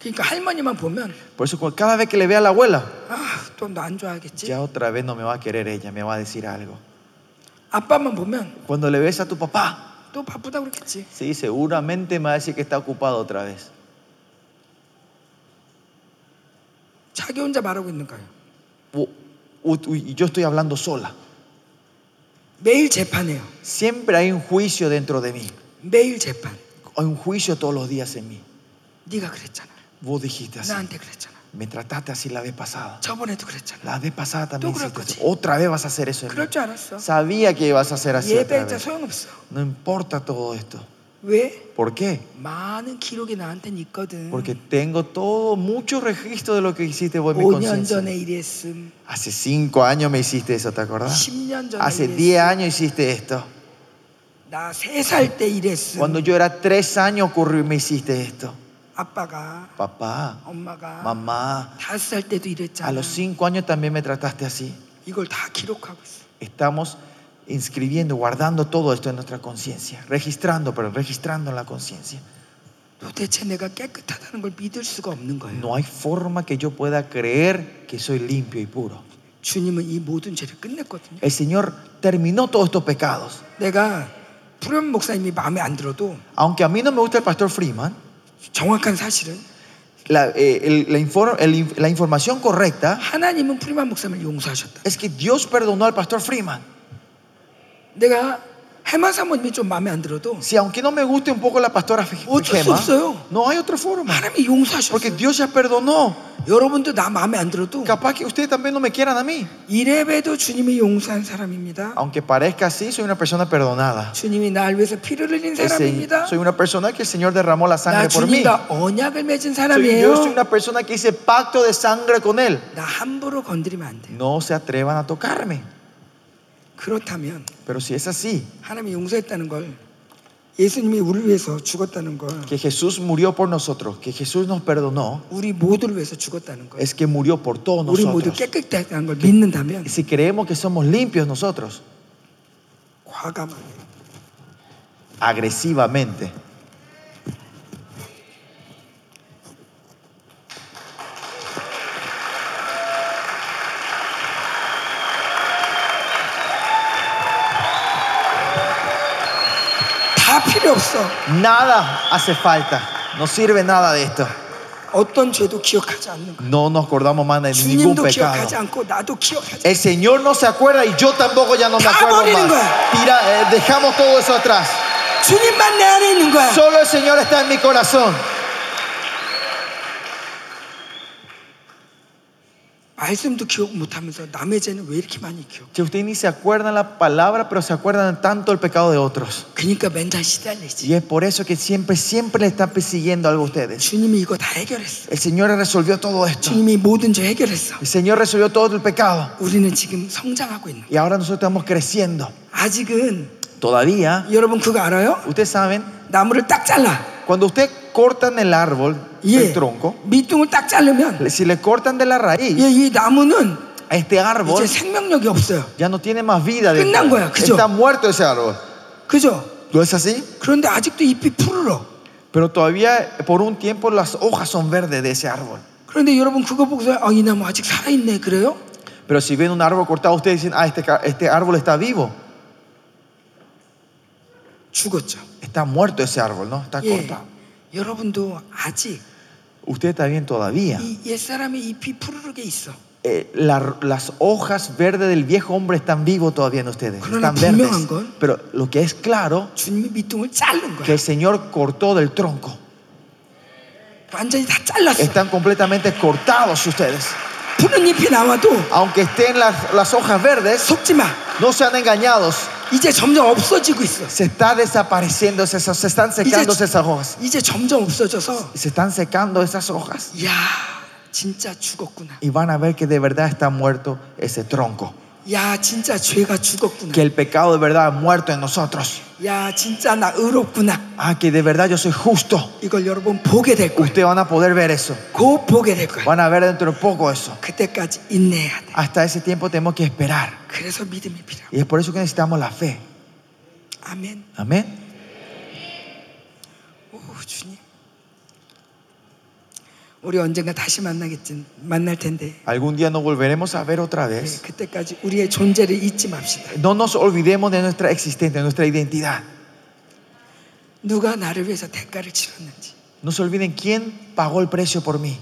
그러니까 할머니만 보면 Por eso cu- cada vez que le vea a la abuela, 아또 나 안 좋아하겠지. ya otra vez no me va a querer ella, me va a decir algo. 아빠만 보면 Cuando le ves a tu papá, 또 바쁘다 그러겠지. sí, seguramente me va a decir que está ocupado otra vez. 자기 혼자 말하고 있는 거야. U- u- y yo estoy hablando sola. 매일 재판해요. Siempre hay un juicio dentro de mí. 매일 재판. Hay un juicio todos los días en mí. 네가 그랬잖아. Vos dijiste así. 나한테 그랬잖아. Me trataste así la vez pasada. 저번에도 그랬잖아. La vez pasada también Tú hiciste creo que eso. sí. Otra vez vas a hacer eso en 그럴 mí. 줄 알았어. Sabía que ibas a hacer así otra 예배자 vez. 소용없어. No importa todo esto. 왜? ¿Por qué? 많은 기록이 나한테는 있거든. Porque tengo todo, mucho registro de lo que hiciste vos en mi 5년 conciencia. 전에 일했음. Hace cinco años me hiciste eso, ¿te acordás? 10년 전에 Hace 일했음. 10 años hiciste esto. 나세 살 때 일했음. Cuando yo era tres años ocurrió y me hiciste esto. 아빠가 Papá, 엄마가 mamá, 다섯 살 때도 a 일했잖아. los cinco años también me trataste así. 이걸 다 기록하고 있어. Estamos inscribiendo, guardando todo esto en nuestra conciencia. Registrando, pero registrando en la conciencia. 도대체 내가 깨끗하다는 걸 믿을 수가 없는 거예요. No hay forma que yo pueda creer que soy limpio y puro. 주님은 이 모든 죄를 끝냈거든요. El Señor terminó todos estos pecados. 내가 푸른 목사님이 마음에 안 들어도 Aunque a mí no me gusta el pastor Freeman, 정확한 사실은 la, eh, el- la infor- el in- la información correcta 하나님은 프리만 목사님을 용서하셨다. es que Dios perdonó al pastor Freeman. 내가 해마 사모님이 좀 마음에 안 들어도 Si aunque no me guste un poco la pastora Otro Gema, subseo. no hay otra forma. 하나님이 Porque 용서하셨어요. Dios ya perdonó. 여러분도 나 마음에 안 들어도 Capaz que ustedes también no me quieran a mí. 이래봬도 주님이 용서한 사람입니다. Aunque parezca así, soy una persona perdonada. 주님이 날 위해서 피를 흘린 Ese- 사람입니다. soy una persona que el Señor derramó la 나 sangre por mí. 주님과 언약을 맺은 Soy- 사람이에요. yo soy una persona que hice pacto de sangre con Él. 나 함부로 건드리면 안 돼요. No se atrevan a tocarme. 그렇다면 Pero si es así, 하나님이 용서했다는 걸 예수님이 우리를 위해서 죽었다는 걸 que Jesús murió por nosotros, que Jesús nos perdonó, 우리 모두를 위해서 죽었다는 걸 es que murió por todos 우리 모두 nosotros. 깨끗하다는 걸 믿는다면 Si creemos que somos limpios nosotros, 과감하게 agresivamente, 다 필요 없어 nada hace falta. No sirve nada de esto. 어떤 죄도 기억하지 않는 거 No nos acordamos más de ningún 주님도 기억하지 pecado. 않고 나도 기억하지 El Señor no se acuerda y yo tampoco ya Ah, no me acuerdo más. Tira- eh, dejamos todo eso atrás. 않- 주님만 내 안에 있는 거야 Solo el Señor está en mi corazón. 말씀도 기억 못하면서 남의 죄는 왜 이렇게 많이 기억? Que ustedes ni se acuerdan la palabra, pero se acuerdan tanto el pecado de otros. 그러니까 맨날 시달리지. Y es por eso que siempre, siempre le están persiguiendo algo a ustedes. 주님이 이거 다 해결했어. El Señor resolvió todo esto. 주님이 모든 죄 해결했어. El Señor resolvió todo el pecado. 우리는 지금 성장하고 있는. 거야. Y ahora nosotros estamos creciendo. 아직은 Todavía, 여러분 그거 알아요? ustedes saben, 나무를 딱 잘라. cuando ustedes cortan el árbol, 예. el tronco, 밑둥을 딱 자르면 si le cortan de la raíz 예, 이 나무는 a este árbol, 이제 생명력이 없어요. ya no tiene más vida. de- 끝난 거야, 그죠? Está muerto ese árbol. 그죠? ¿No es así? 그런데 아직도 잎이 푸르러. Pero todavía por un tiempo las hojas son verdes de ese árbol. 그런데 여러분 그거 보고서 아, 이 나무 아직 살아있네 그래요? Pero si ven un árbol cortado, ustedes dicen, ah, este, ca- este árbol está vivo. 죽었죠. Está muerto ese árbol, ¿no? Está 예. cortado. 여러분도 아직 Usted está bien todavía. 이 옛사람의 잎이 푸르르게 있어. Eh, la- las hojas verdes del viejo hombre están vivos todavía en ustedes. Claro, Están 분명한 verdes. 건- Pero lo que es claro, 주님이 밑둥을 자른 que 거야. el Señor cortó del tronco. 완전히 다 잘랐어. Están completamente cortados ustedes. 푸른 잎이 나와도 Aunque estén las, las hojas verdes, 속지 마. no sean engañados. 이제 점점 없어지고 있어. Se está desapareciendo, esas- se, están secando Dice- esas hojas. 이제 점점 없어져서 Se están secando esas hojas. 이야 진짜 죽었구나. Y van a ver que de verdad está muerto ese tronco. 야 진짜 죄가 죽었구나. Que el pecado de verdad ha muerto en nosotros. 야 진짜 나 의롭구나. Ah, que de verdad yo soy justo. 이걸 여러분 보게 될 거야. Ustedes van a poder ver eso. 곧 보게 될 거야. Van a ver dentro de poco eso. 그때까지 인내해야 돼. Hasta ese tiempo tenemos que esperar. 그래서 믿음이 필요해. Y es por eso que necesitamos la fe. 아멘. Amén. 오 주님. 우리 언젠가 다시 만나겠지 만날 텐데 Algún día nos volveremos a ver otra 네, vez. 그때까지 우리의 존재를 잊지 맙시다. No nos olvidemos de nuestra existencia, de nuestra identidad. 누가 나를 위해서 대가를 치렀는지, No se olviden quién pagó el precio por mí.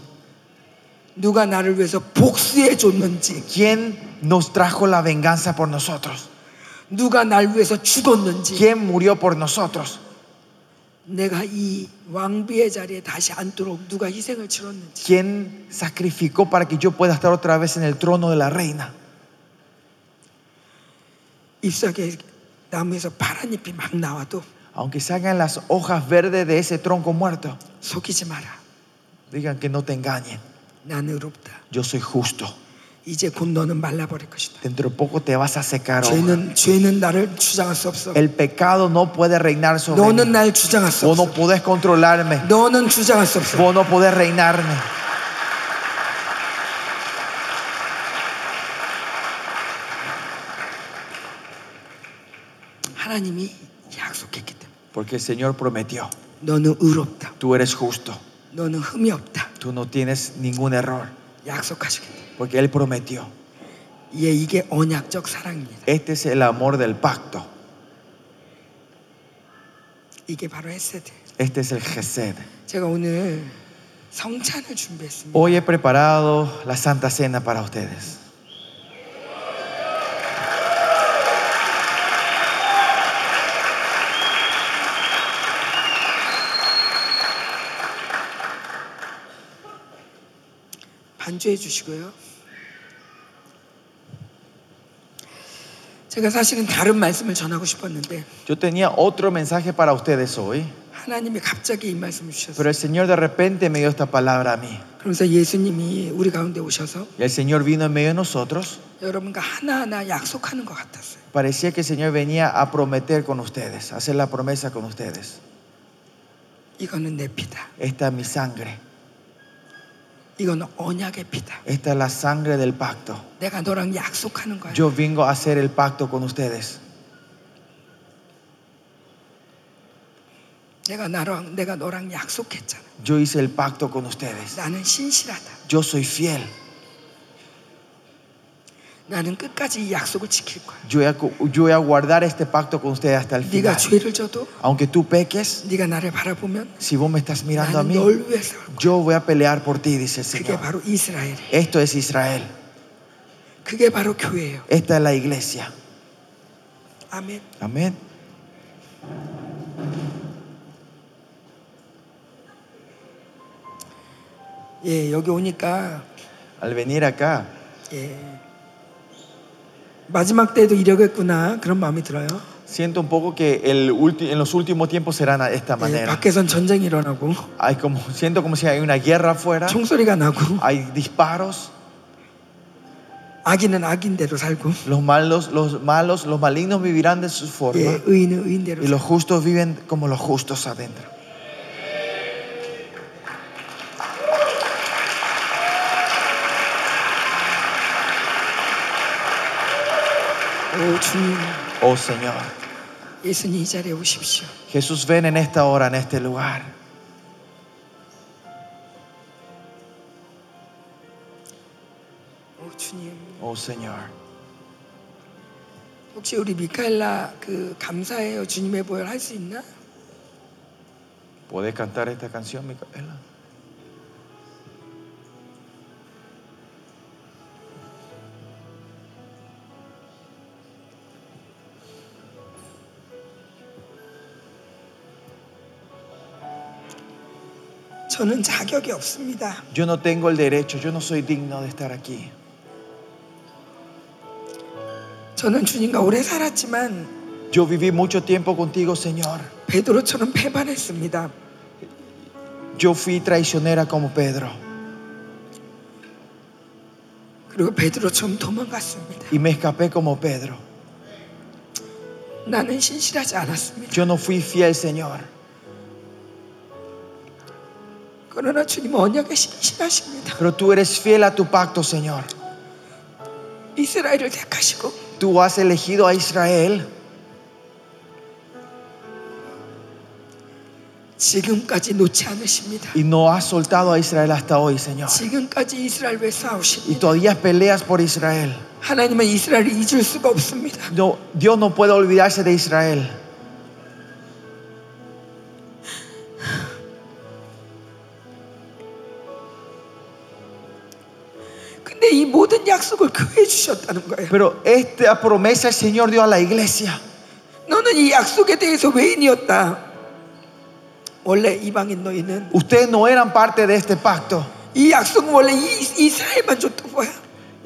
누가 나를 위해서 복수해 줬는지, ¿Quién nos trajo la venganza por nosotros? 누가 날 위해서 죽었는지, ¿Quién murió por nosotros? 내가 이 왕비의 자리에 다시 앉도록 누가 희생을 치렀는지, ¿Quién sacrificó para que yo pueda estar otra vez en el trono de la reina? 잎사귀 나무에서 파란 잎이 막 나와도 Aunque salgan las hojas verdes de ese tronco muerto, 속이지 마라. digan que no te engañen. 난 의롭다. Yo soy justo. 이제 곧 너는 말라버릴 것이다. Dentro de poco te vas a secar. hoja. 죄는 죄는 나를 주장할 수 없어. El pecado no puede reinar sobre 너는 mí. 날 주장할 수 Vos 없어. no podés controlarme. 너는 주장할 수 없어. Vos no podés reinarme. 하나님이 약속했기 때문에 Porque el Señor prometió, 너는 의롭다. tú eres justo. 너는 흠이 없다. Tú no tienes ningún error. 약속하시겠다. Porque Él prometió. 예, 이게 언약적 사랑입니다. Este es el amor del pacto. 이게 바로 헤세드. Este es el Gesed. 제가 오늘 성찬을 준비했습니다. Hoy he preparado la Santa Cena para ustedes. 반주해 주시고요. 제가 사실은 다른 말씀을 전하고 싶었는데 Yo tenía otro mensaje para ustedes hoy, 하나님이 갑자기 이 말씀을 pero 주셨어요. el Señor de repente me dio esta palabra a mí. 그러면서 예수님이 우리 가운데 오셔서 Y el Señor vino en medio de nosotros. 여러분과 하나하나 약속하는 것 같았어요. Parecía que el Señor venía a prometer con ustedes, a hacer la promesa con ustedes. 이거는 내 피다. Esta es mi sangre. 이거는 언약의 피다. Esta es la sangre del pacto. 내가 너랑 약속하는 거야. Yo vengo a hacer el pacto con ustedes. 내가 나랑 내가 너랑 약속했잖아. Yo hice el pacto con ustedes. 나는 신실하다. Yo soy fiel. 나는 끝까지 이 약속을 지킬 거야. Yo voy a, cu- yo voy a guardar este pacto con ustedes hasta el 네가 final. 죄를 져도 Aunque tú peques, 네가 나를 바라보면 si vos me estás mirando a 나는 mí, 널 위해서 할 거야. yo voy a pelear por ti, dice el 그게 Señor. 바로 이스라엘이. Esto es Israel. 그게 바로 교회예요. Esta es la iglesia. 아멘. Amén. 예, 여기 오니까 Al venir acá, 예. 마지막 때도 이러겠구나 그런 마음이 들어요. Siento un poco que el ulti- en los últimos tiempos serán de esta 예, manera. 밖에선 전쟁이 일어나고 Hay como, siento como si hay una guerra afuera, 총소리가 나고 hay disparos, 악인은 악인대로 살고 los malos, los malos, los malignos vivirán de su 예, forma 의인은 의인대로 y los justos viven como los justos adentro. 살고 오 주님 Oh Señor, 예수님 이 자리에 오십시오. Jesús ven en esta hora, en este lugar. 오 주님 Oh Señor. 혹시 우리 미카엘라 그 감사해요 주님의 보혈 할 수 있나? ¿Puedes cantar esta canción, Micaela? 저는 자격이 없습니다. Yo no tengo el derecho, yo no soy digno de estar aquí. 저는 주님과 오래 살았지만 Yo viví mucho tiempo contigo, Señor. 베드로처럼 배반했습니다. Yo fui traicionera como Pedro 그리고 베드로처럼 도망갔습니다. y me escapé como Pedro. 나는 신실하지 않았습니다. Yo no fui fiel, Señor. 그러나 주님 언약에 신실하십니다. Pero tú eres fiel a tu pacto, Señor. 이스라엘을 택하시고 Tú has elegido a Israel 지금까지 놓지 않으십니다. y no has soltado a Israel hasta hoy, Señor. 지금까지 이스라엘 왜 싸우십니까? Y todavía peleas por Israel. 하나님은 이스라엘을 잊을 수가 없습니다. No, Dios no puede olvidarse de Israel. 근데 이 모든 약속을 그해 주셨다는 거예요. Pero esta promesa el Señor dio a la iglesia. 너는 이 약속에 대해서 외인이었다. 원래 이방인 너희는 Ustedes no eran parte de este pacto. 이 약속은 원래 이, 이스라엘만 줬던 거야.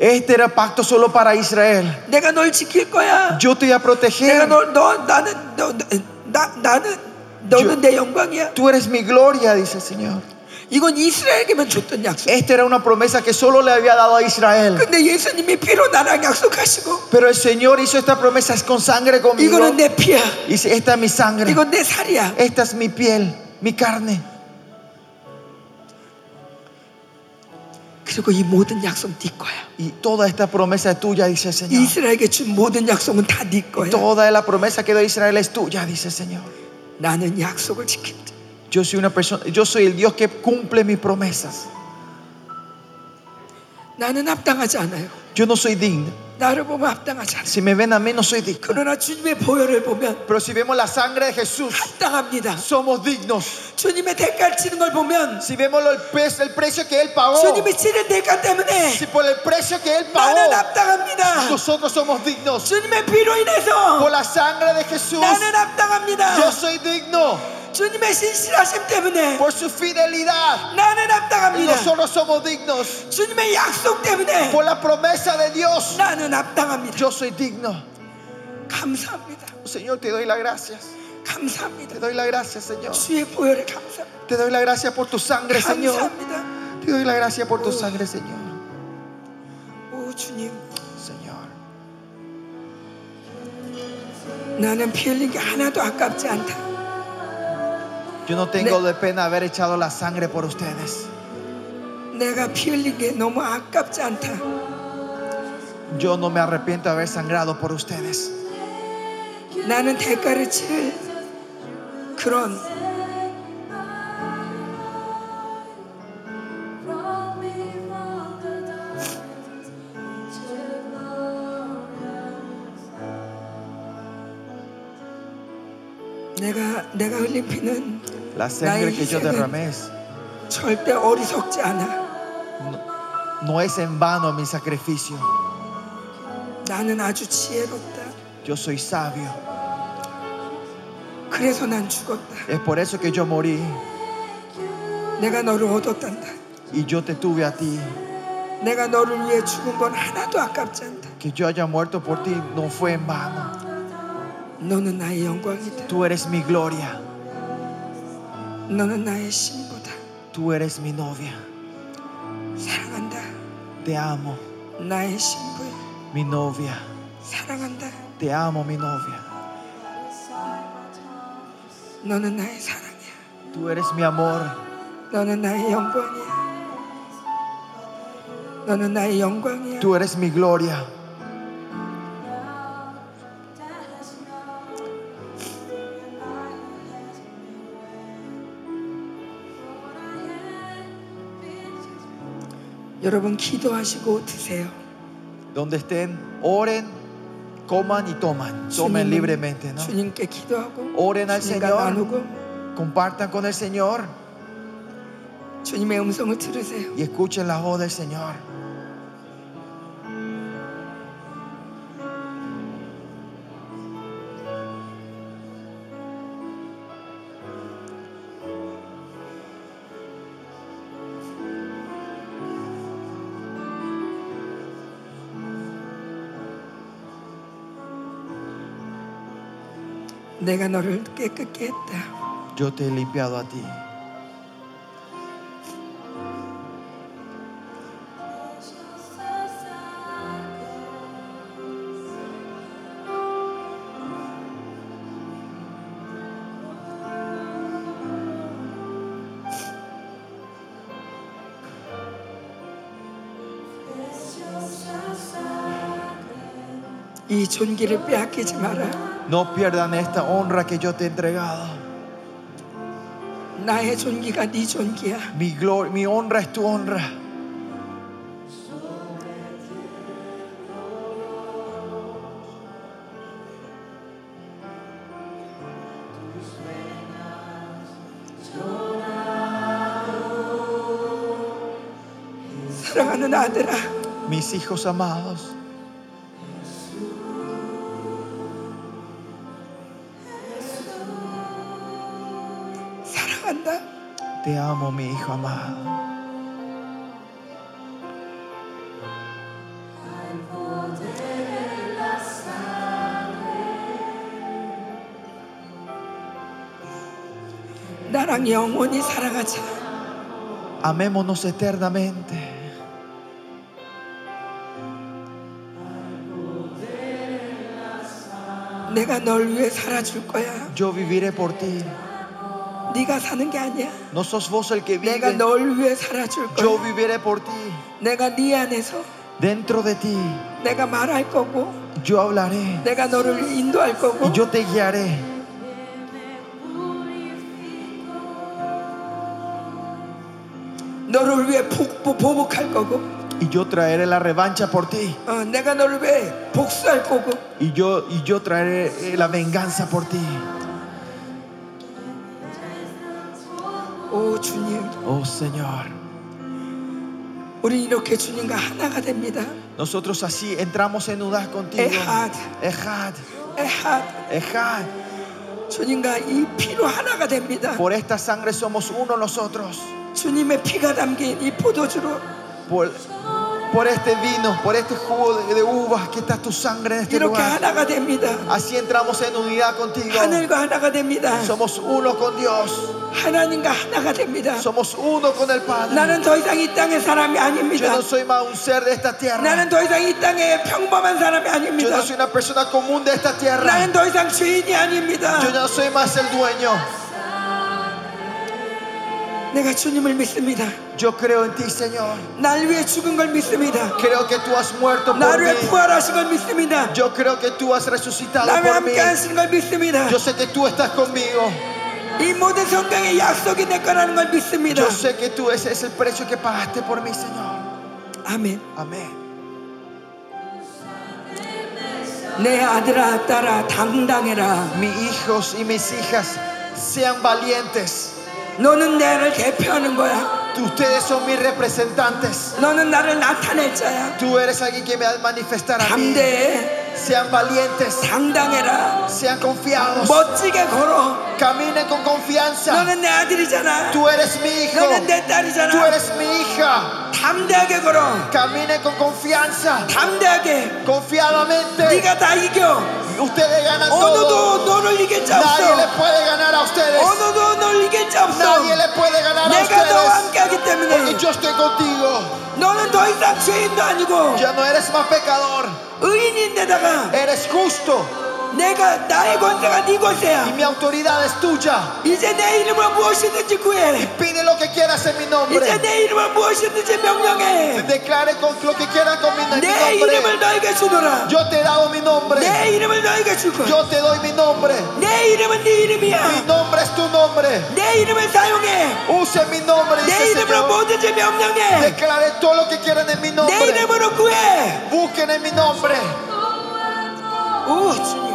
Este era pacto solo para Israel. 내가 널 지킬 거야. Yo te voy a 내가 proteger. 널, 너, 나는, 너, 너- 나, 나는, 너는 내 영광이야. Tú eres mi gloria, dice el Señor. 이건 이스라엘에게만 줬던 약속. Esta era una promesa que solo le había dado a Israel. 근데 예수님이 피로 나랑 약속하시고, Pero el Señor hizo esta promesa con sangre conmigo. 이거는 내 피야. Y dice, esta es mi sangre. 이건 내 살이야. Esta es mi piel, mi carne. 그리고 이 모든 약속 네 거야. Y toda esta promesa es tuya, dice el Señor. 이스라엘에게 준 모든 약속은 다 네 거야. Toda la promesa que dio a Israel es tuya, dice el Señor. 나는 약속을 지킨다. Yo soy una persona, yo soy el Dios que cumple mis promesas. 나는 합당하지 않아요. Yo no soy digno. 나를 보면 합당하지 않아요. Si me ven a mí, no soy digno. 그러나 주님의 보혈을 보면 Pero si vemos la sangre de Jesús, 합당합니다. somos dignos. 주님의 대가를 치는 걸 보면 Si vemos el, pez- el precio que Él pagó, 주님이 치는 대가 때문에 si por el precio que 나는 Él pagó, 합당합니다. nosotros somos dignos. 주님의 피로 인해서 Por la sangre de Jesús, 나는 합당합니다. yo soy digno. 주님의 신실하심 때문에 Por su fidelidad, 나는 합당합니다. nosotros somos dignos. 주님의 약속 때문에 Por la promesa de Dios, 나는 합당합니다. yo soy digno. 감사합니다. Señor, te doy las gracias. Te 감사합니다. doy las gracias, Señor. 주의 보혈에 감사합니다. Te doy las gracias por tu sangre, Señor. 감사합니다. Te doy la gracia por tu sangre, Señor. 오 주님, Señor. 나는 피 흘린 게 하나도 아깝지 않다. Yo no tengo de pena haber echado la sangre por ustedes. 내가 피 흘린 게 너무 아깝지 않다. Yo no me arrepiento de haber sangrado por ustedes. 나는 대가를 치를 그런 내가 내가 흘린 피는 La sangre que yo derramé es- 절대 어리석지 않아. no, no es en vano mi sacrificio. 나는 아주 지혜롭다. Yo soy sabio. 그래서 난 죽었다. Es por eso que yo morí 내가 너를 얻었단다. y yo te tuve a ti. 내가 너를 위해 죽은 건 하나도 아깝지 않다. Que yo haya muerto por ti no fue en vano. 너는 나의 영광이다. Tú eres mi gloria. 너는 나의 신부다. Tú eres mi novia. 사랑한다. Te amo, 나의 신부야. mi novia. 사랑한다. Te amo, mi novia. 너는 나의 사랑이야. Tú eres mi amor. 너는 나의 영광이야. 너는 나의 영광이야. Tú eres mi gloria. 여러분 기도하시고 드세요. Donde estén, oren, coman y toman. Tomen libremente, ¿no? 주님께 기도하고 Oren al 주님과 Señor. 나누고 Compartan con el Señor 주님의 음성을 들으세요. y escuchen la voz del Señor. 내가 너를 깨끗게 했다. Yo te he limpiado a ti. 이 존귀를 빼앗기지 마라. No pierdan esta honra que yo te he entregado. 나의 존귀가 네 존귀야. Mi, glor- mi honra es tu honra. 사랑하는 아들아, Mis hijos amados, 사랑한다. te amo, mi hijo amado. 나랑 영원히 살아가자. Amémonos eternamente. 내가 널 위해 살아줄 거야. Yo viviré por ti. 네가 사는 게 아니야. No sos vos el que 내가 vive. 널 위해 살아줄 Yo 거야. viviré por ti. 내가 네 안에서 Dentro de ti, 내가 말할 거고, yo hablaré 내가 너를 인도할 거고, y yo te guiaré. 너를 위해 복, 복, 보복할 거고, Y yo traeré la revancha por ti. 어, 내가 너를 위해 복수할 거고, Y yo, y yo traeré eh, la venganza por ti. 오 주님, Oh Señor. 우리 이렇게 주님과 하나가 됩니다. Nosotros así entramos en unidad contigo. Ejad. Ejad. 에하, Ejad. 주님과 이 피로 하나가 됩니다. Por esta sangre somos uno nosotros. 주님의 피가 담긴 이 포도주로 Por, por este vino, por este jugo de, de uvas que está tu sangre en este 이렇게 lugar. 하나가 됩니다. Así entramos en unidad contigo. 하늘과 하나가 됩니다. Somos uno con Dios. 하나님과 하나가 됩니다. Somos uno con el Padre. 나는 더 이상 이 땅의 사람이 Yo 아닙니다. no soy más un ser de esta tierra. 나는 더 이상 이 땅의 평범한 사람이 Yo 아닙니다. no soy una persona común de esta tierra. 나는 더 이상 죄인이 아닙니다. Yo no soy más el dueño. 내가 주님을 믿습니다. Yo creo en ti, Señor. 날 위해 죽은 걸 믿습니다. Creo que tú has muerto por 나를 위해 mí. 부활하신 걸 믿습니다. Yo creo que tú has resucitado 나와 por mí. 함께 하신 걸 믿습니다. Yo sé que tú estás conmigo. 이 모든 성경의 약속이 내 거라는 걸 믿습니다. Yo sé que tú ese es el precio que pagaste por mí, Señor. 아멘. Amén. 내 아들아 딸아 당당해라 Mis hijos y mis hijas sean valientes. 너는 나를 대표하는 거야 Tú- Ustedes son mis representantes. 너는 나를 나타낼 자야 Tú eres alguien que me va a manifestar a mí. 담대해 Sean valientes. 당당해라 Sean confiados. 멋지게 걸어 Caminen con confianza. 너는 내 아들이잖아 Tú eres mi hijo. 너는 내 Tú 딸이잖아 eres mi hija. 담대하게 걸어. Camine con confianza, 담대하게. confiadamente. 네가 다 이겨. Ustedes ganan "Oh, todo. 어느도 너를 이길 자 Nadie 없어. les puede ganar a ustedes. 어느도 널 이길 자 없어. Nadie les puede ganar a 내가 너와 ustedes. 함께하기 때문에 Porque yo estoy contigo. 너는 더 이상 죄인도 아니고 Ya no eres más pecador. 의인인데다가 Eres justo. 내가 나의 권세가 네 Y 권세야. mi autoridad es tuya. 이제 내 이름으로 무엇이든지 구해. Pide lo que quieras en mi 이제 nombre. 내 이름으로 무엇이든지 명령해. Declare con lo que quieras con mi en mi 내 이름을 nombre. 너에게 주노라. Yo te he dado mi nombre. 내 이름을 너에게 주고. Yo te doy mi nombre. 내 이름은 네 Mi 이름이야. nombre es tu nombre. 내 이름을 사용해. Use mi nombre, 내 dice el 이름으로 Señor. 뭐든지 명령해. Declare todo lo que quieran en mi 내 nombre. 이름으로 구해. Busquen en mi nombre. 오 주님.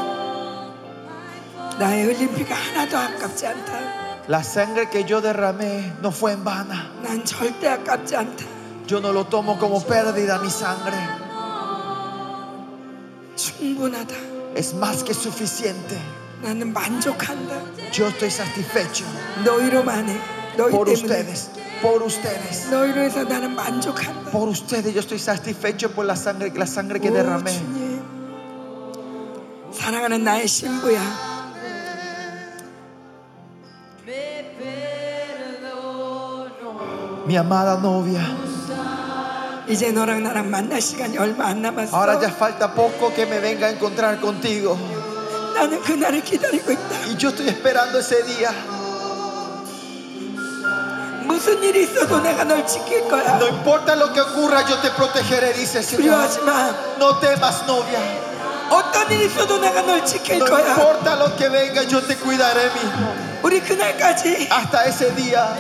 나의 흘린 피가 하나도 아깝지 않다. La sangre que yo derramé no fue en vana. 난 절대 아깝지 않다. Yo no lo tomo como pérdida mi sangre. 충분하다. Es más que suficiente. 나는 만족한다. Yo estoy satisfecho 너희로만 해. 너희 por 때문에. ustedes. Por ustedes. 너희로 해서 나는 만족한다. Por ustedes yo estoy satisfecho por la sangre, la sangre que 오, derramé. 주님. 사랑하는 나의 신부야. Mi amada novia. 이제 너랑 나랑 만날 시간이 얼마 안 남았어. Ahora ya falta poco que me venga a encontrar contigo. 나는 그날을 기다리고 있다. Y yo estoy esperando ese día. 무슨 일이 있어도 내가 널 지킬 거야. No importa lo que ocurra, yo te protegeré, dice el Señor. 두려워하지 마. No temas, novia. 어떤 일이 있어도 내가 널 지킬 No 거야. importa lo que venga, yo te cuidaré mismo. 우리 그날까지 Hasta ese día,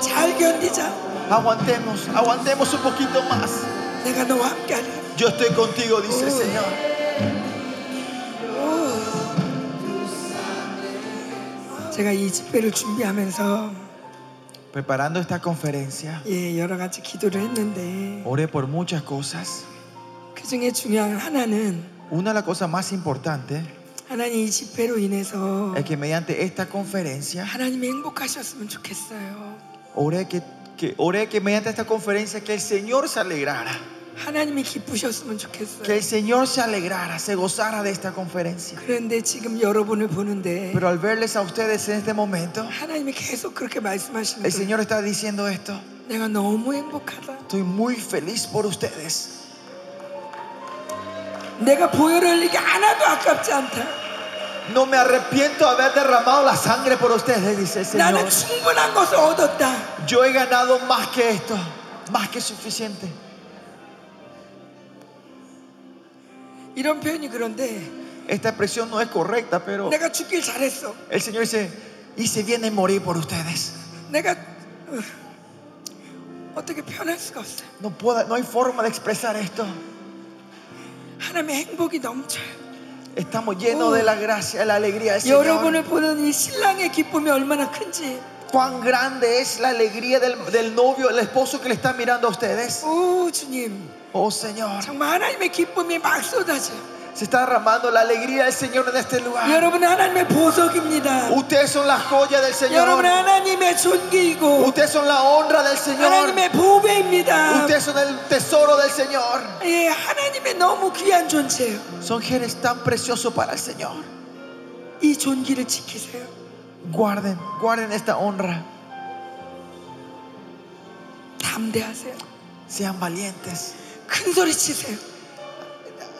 잘 견디자. aguantemos, aguantemos un poquito más. 내가 너와 함께하리. Yo estoy contigo, dice el Señor. 제가 이 집회를 준비하면서 Preparando esta conferencia, 예, 여러 가지 기도를 했는데 oré por muchas cosas. 그 중에 중요한 하나는 Una de las cosas más importantes 하나님 이 집회로 인해서 es que mediante esta conferencia, 하나님이 행복하셨으면 좋겠어요. oré que, que- oré que mediante esta conferencia que el Señor se alegrara. 하나님이 기쁘셨으면 Que 좋겠어요. el Señor se alegrara, se gozara de esta conferencia. 그런데 지금 여러분을 보는데 Pero al verles a ustedes en este momento, 하나님이 계속 그렇게 말씀하시는 el 거예요. Señor está diciendo esto. 내가 너무 행복하다. Estoy muy feliz por ustedes. 내가 보혈을 흘리기 하나도 아깝지 않다. No me arrepiento de haber derramado la sangre por ustedes, dice el Señor. 나는 충분한 것을 얻었다. Yo he ganado más que esto, más que suficiente. 이런 표현이 그런데 Esta expresión no es correcta, pero 내가 죽길 잘했어. el Señor dice, hice bien en morir por ustedes. 내가 어, 어떻게 표현할 수가 없어요. No, puedo, no hay forma de expresar esto. 하나님의 행복이 넘쳐요. Estamos llenos de la gracia, de la alegría del Señor. 여러분을 보는 이 신랑의 기쁨이 얼마나 큰지. Cuán grande es la alegría del, del novio, el esposo que le está mirando a ustedes. 오 주님, Oh Señor, 정말 하나님의 기쁨이 막 쏟아져. 요 se está derramando la alegría del Señor en este lugar. 여러분은 하나님의 보석입니다. Ustedes son la joya del Señor. 여러분은 하나님의 존귀이고 Ustedes son la honra del Señor. 하나님의 보배입니다. Ustedes son el tesoro del Señor. 예, 하나님의 너무 귀한 존재예요. Son genes tan preciosos para el Señor. 이 존귀를 지키세요. Guarden, guarden esta honra. 담대하세요. Sean valientes. 큰 소리 치세요.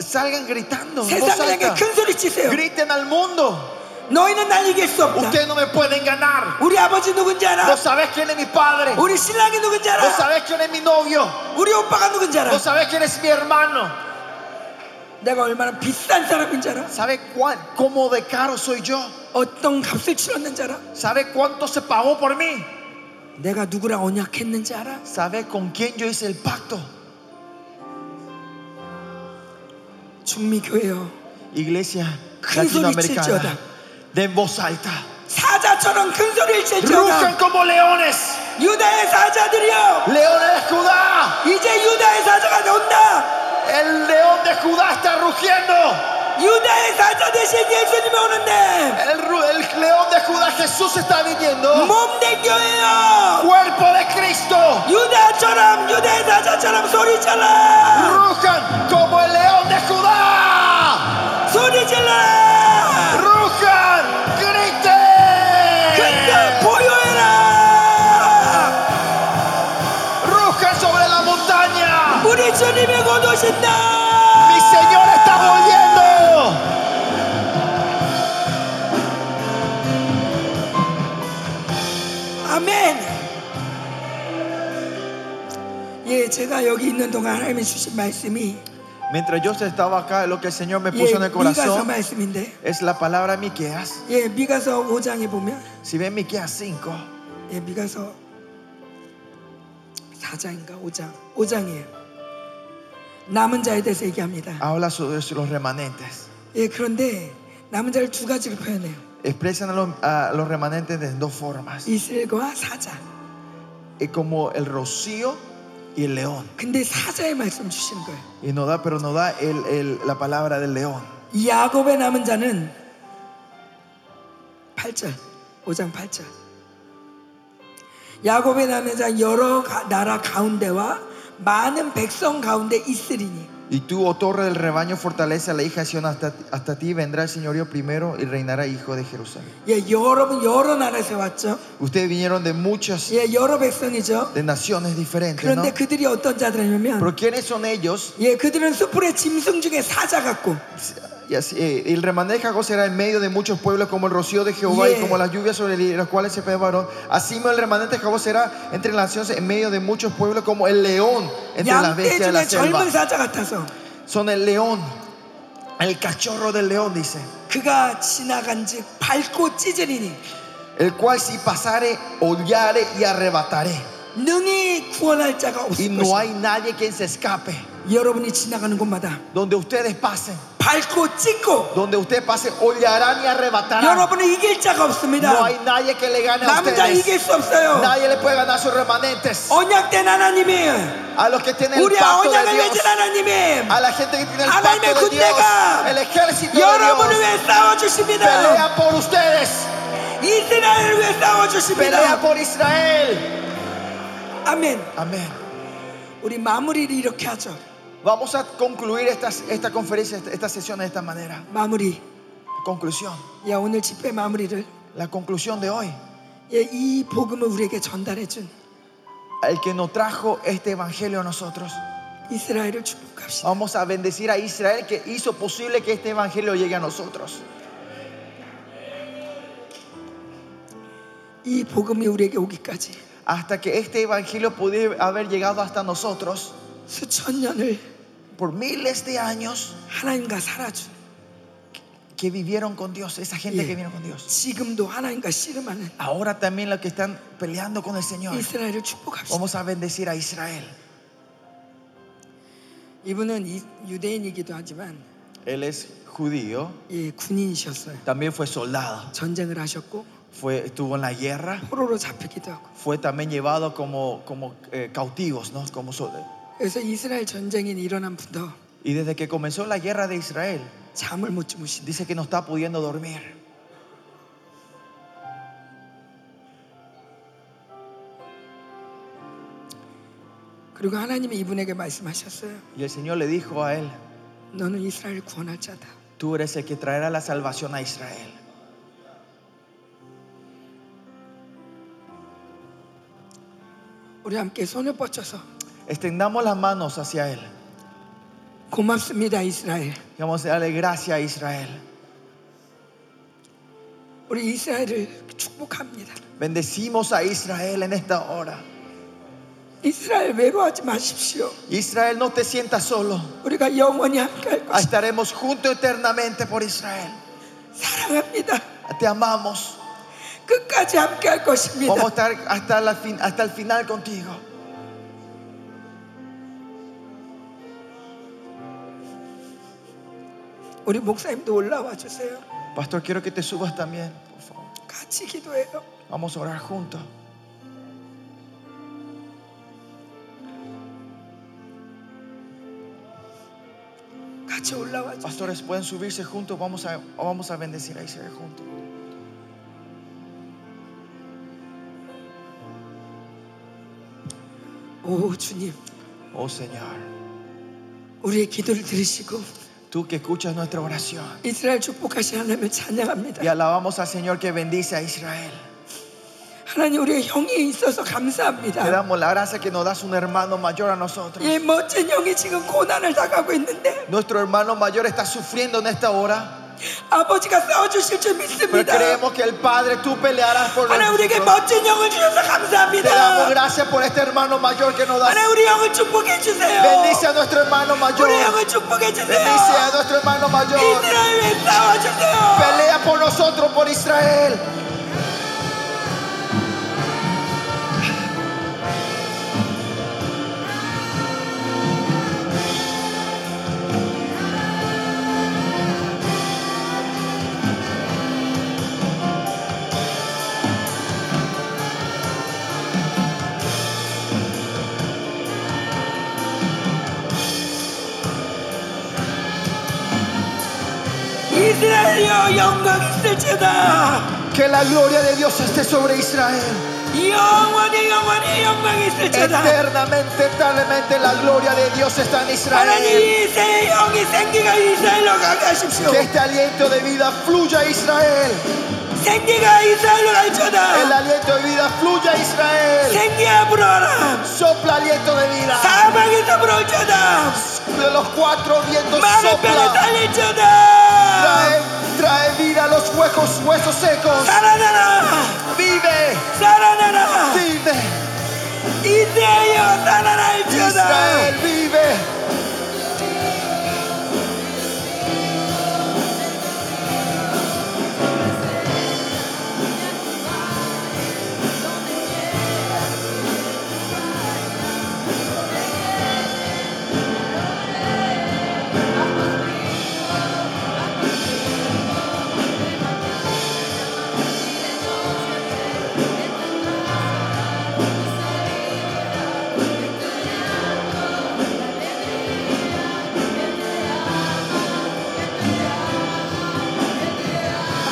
Salgan gritando. en voz 세상에 alta. 큰 소리 치세요. Griten al mundo. 너희는 날 이길 수 없다. Ustedes no me pueden ganar. 우리 아버지 누군지 알아? No sabes quién es mi padre. 우리 신랑이 누군지 No 알아? sabes quién es mi novio. 우리 오빠가 누군지 알아? No sabes quién es mi hermano. 내가 얼마나 비싼 사람인지 알아? ¿Sabe cuán, cómo de caro soy yo? 어떤 값을 치렀는지 알아? ¿Sabe cuánto se pagó por mí? 내가 누구랑 언약했는지 알아? ¿Sabe con quién yo hice el pacto? 중미교회요. Iglesia Cristo latinoamericana. dice, Den voz alta. 사자처럼 큰 소리를 Rugen 질지어다. como leones. 유다의 사자들이여. Leones de Judá. 이제 유다의 사자가 온다. El león de Judá está rugiendo. 유다의 사자 대신 예수님이 오는데. El, ru- el león de Judá Jesús está viniendo. 몸된 교회요. Cuerpo de Cristo. 유다 자처럼 유대 자처럼 소리 질러 rujan como el león de Judá. 소리 질러 Rujan, 근데 griten. 보여라 Rujan sobre la montaña. 우리 주님이 곧 오신다 Mi Señor está volviendo. 아멘. 예, 제가 여기 있는 동안 하나님이 주신 말씀이 Mientras yo estaba acá, lo que el Señor me 예, puso en el 미가서 corazón 말씀인데. es la palabra Miqueas. 예, 미가서 5장에 보면 Si ven Miqueas 5, 예, 미가서 4장인가 5장. 5장이에요. 남은 자에 대해서 얘기합니다. habla sobre los remanentes. 예, 그런데 남은 자를 두 가지로 표현해요. Expresan a los, a los remanentes de dos formas, 이슬과 사자. Es como el rocío y el león. 근데 saja의 말씀 주시는 거예요. Y no da, pero no da el- el- la palabra del león. 야곱의 남은 자는 8절, 5장 8절. 야곱의 남은 자 여러 가- 나라 가운데와 많은 백성 가운데 있으리니 Y tú, oh torre del rebaño, fortalece a la hija de Sion hasta, hasta ti, vendrá el señorío primero y reinará hijo de Jerusalén. 예, 여러분 여러 나라에서 왔죠. Ustedes vinieron de muchas, 예, 여러 백성이죠. de naciones diferentes, ¿no? 그런데 그들이 어떤 자들이냐면 Pero ¿quiénes son ellos? 예, 그들은 숲풀의 짐승 중에 사자 같고 Y así, eh, el remanente de Jacob será en medio de muchos pueblos como el rocío de Jehová Yeah. y como las lluvias sobre las cuales se preparó. Así mismo el remanente de Jacob será entre las naciones en medio de muchos pueblos como el león entre las 양떼 bestias de la 중에 selva. 젊은 사자 같아서 Son el león, el cachorro del león, dice. 그가 지나간 즉 밟고 찢으리니 El cual si pasare, hollare y arrebataré. 능히 구원할 자가 Y 없을 no 것이다. hay nadie quien se escape. 여러분이 지나가는 곳마다 Donde ustedes pasen, 밟고 찢고 donde ustedes pasen, hollarán y arrebatarán. 여러분을 이길 자가 No 없습니다. hay nadie que le gane a 남자 ustedes. 이길 수 없어요. Nadie le puede ganar a sus remanentes. 언약된 하나님이에요. A los que tienen el 우리 pacto de 언약을 Dios. 맺은 하나님. A la gente que tiene el 하나님의 pacto de Dios. 군대가 El ejército de 여러분을 Dios. 위해 싸워주십니다. Pelea por ustedes. 이스라엘을 위해 Pelea 싸워주십니다. por Israel. 아멘. Amén. 우리 마무리를 이렇게 하죠. Vamos a concluir esta, esta conferencia, esta, esta sesión de esta manera. 마무리. Conclusión. 야, 오늘 집회 마무리를 La conclusión de hoy. 예, 이 복음을 우리에게 전달해준 El que nos trajo este evangelio a nosotros. 이스라엘을 축복합시다. Vamos a bendecir a Israel que hizo posible que este evangelio llegue a nosotros. 이 복음이 우리에게 오기까지 Hasta que este evangelio pudiera haber llegado hasta nosotros 수천 년을 por miles de años 하나님과 살아준 que vivieron con Dios, esa gente Yeah. que vino con Dios. 지금도 하나님과 씨름하는 Ahora también los que están peleando con el Señor. 이스라엘을 축복합시다. Vamos a bendecir a Israel. 이분은 이- 유대인이기도 하지만 Él es judío, 예, 군인이셨어요. también fue soldado, 전쟁을 하셨고 fue, estuvo en la guerra, 포로로 잡히기도 하고. fue también llevado como, como eh, cautivos, ¿no? Como sol- 그래서 이스라엘 전쟁이 일어난 분도 y desde que comenzó la guerra de Israel, 잠을 못 주무신다. dice que no está pudiendo dormir. 그리고 하나님이 이분에게 말씀하셨어요. Y el Señor le dijo a él, 너는 이스라엘 구원할 자다. tú eres el que traerá la salvación a Israel. 우리 함께 손을 뻗쳐서 Extendamos las manos hacia él. 고맙습니다 이스라엘. Vamos a darle gracias a Israel. 우리 이스라엘을 축복합니다. Bendecimos a Israel en esta hora. 이스라엘 외로워하지 마십시오. Israel, no te sientas solo. 우리가 영원히 함께할 것이 Estaremos juntos eternamente por Israel. 사랑합니다. Te amamos. 끝까지 함께할 것입니다. Vamos a estar hasta, la fin- hasta el final contigo. 우리 목사님도 올라와 주세요. Pastor, quiero que te subas también. por favor. 같이 기도해요. Vamos a orar juntos. 같이 올라와 주세요. Pastores, pueden subirse juntos. Vamos a, vamos a bendecir a Israel juntos. 오 오 주님 Oh Señor, 우리의 기도를 들으시고 tú que escuchas nuestra oración. 이스라엘 축복하신 하나님을 찬양합니다. Y alabamos al Señor que bendice a Israel. 하나님 우리의 형이 있어서 Le 감사합니다. damos la gracia que nos das un hermano mayor a nosotros. 이 멋진 형이 지금 고난을 당하고 있는데 Nuestro hermano mayor está sufriendo en esta hora, 아버지가 싸워주실 줄 pero 믿습니다. creemos que el Padre tú pelearás por 하나님 우리에게 nosotros. 멋진 형을 주셔서 Te damos 감사합니다. gracias por este hermano mayor que nos das. 하나님 우리 형을 축복해 주세요. Bendice a nuestro hermano 우리 mayor. 형을 축복해 Bendice a 주세요. nuestro hermano mayor. 이스라엘 위해 싸워주세요. Pelea por nosotros, por Israel. 이스라엘이여 영광 있을지다. Que la gloria de Dios esté sobre Israel. 영원히 영원히 영광 있을지다. Eternamente, eternamente la gloria de Dios está en Israel. 하나님 이세 영이 생기가 이스라엘로 가게 하십시오. Que este aliento de vida fluya a Israel. 생기가 이스라엘로 El 갈지어다. aliento de vida fluya a Israel. 생기야 불어라. Sopla aliento de vida. 사방에서 불어올지어다. De los cuatro vientos 많은 병을 sopla. 달릴지어다. Trae, trae vida a los huecos, huesos secos. 살아나라. Vive, Ah. 살아나라. vive. 이스라엘이여 살아날지어다. Israel vive.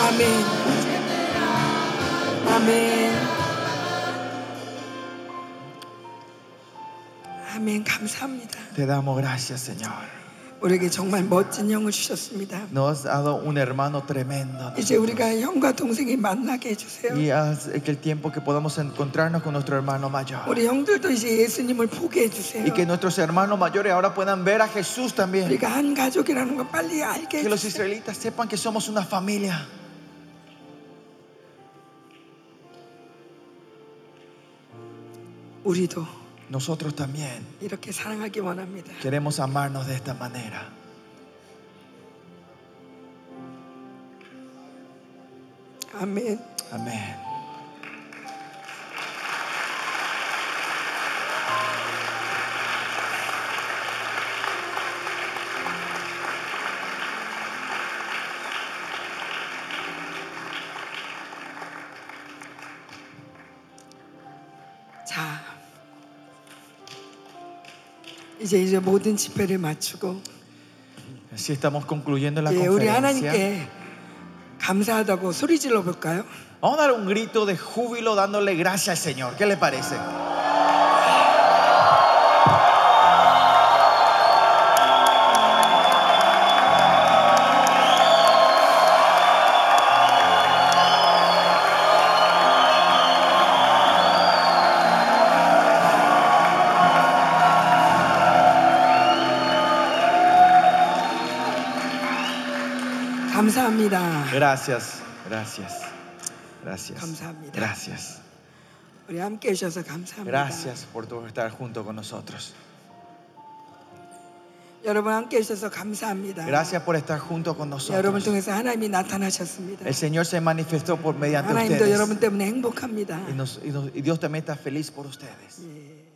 아멘. 아멘. 아멘. 감사합니다. Te damos gracias, Señor. 우리에게 정말 멋진 형을 주셨습니다. Nos has dado un hermano tremendo. 이제 우리가 형과 동생이 만나게 해주세요. Y haz que el tiempo que podamos encontrarnos con nuestro hermano mayor. 우리 형들도 이제 예수님을 보게 해주세요. Y que nuestros hermanos mayores ahora puedan ver a Jesús también. 우리가 한 가족이라는 걸 빨리 알게 Que los 해주세요. israelitas sepan que somos una familia. 우리도 Nosotros también 이렇게 사랑하기 원합니다. queremos amarnos de esta manera. 아멘. Amén. 자, 이제 이제 모든 집회를 마치고 Así estamos concluyendo la 예, 우리 conferencia. 하나님께 감사하다고 소리 질러 볼까요? Vamos a dar un grito de júbilo dándole gracias al Señor. ¿Qué le parece? 감사합니다. Gracias, gracias, gracias. 감사합니다. Gracias. 우리 함께 해주셔서 감사합니다. Gracias por tu estar junto con nosotros. 여러분 함께 해주셔서 감사합니다. Gracias por estar junto con 여러분 nosotros. 통해서 하나님이 나타나셨습니다. El Señor se manifestó por mediante 하나님도 ustedes. 여러분 때문에 행복합니다. Y, nos- y nos- y Dios también está feliz por ustedes. 예.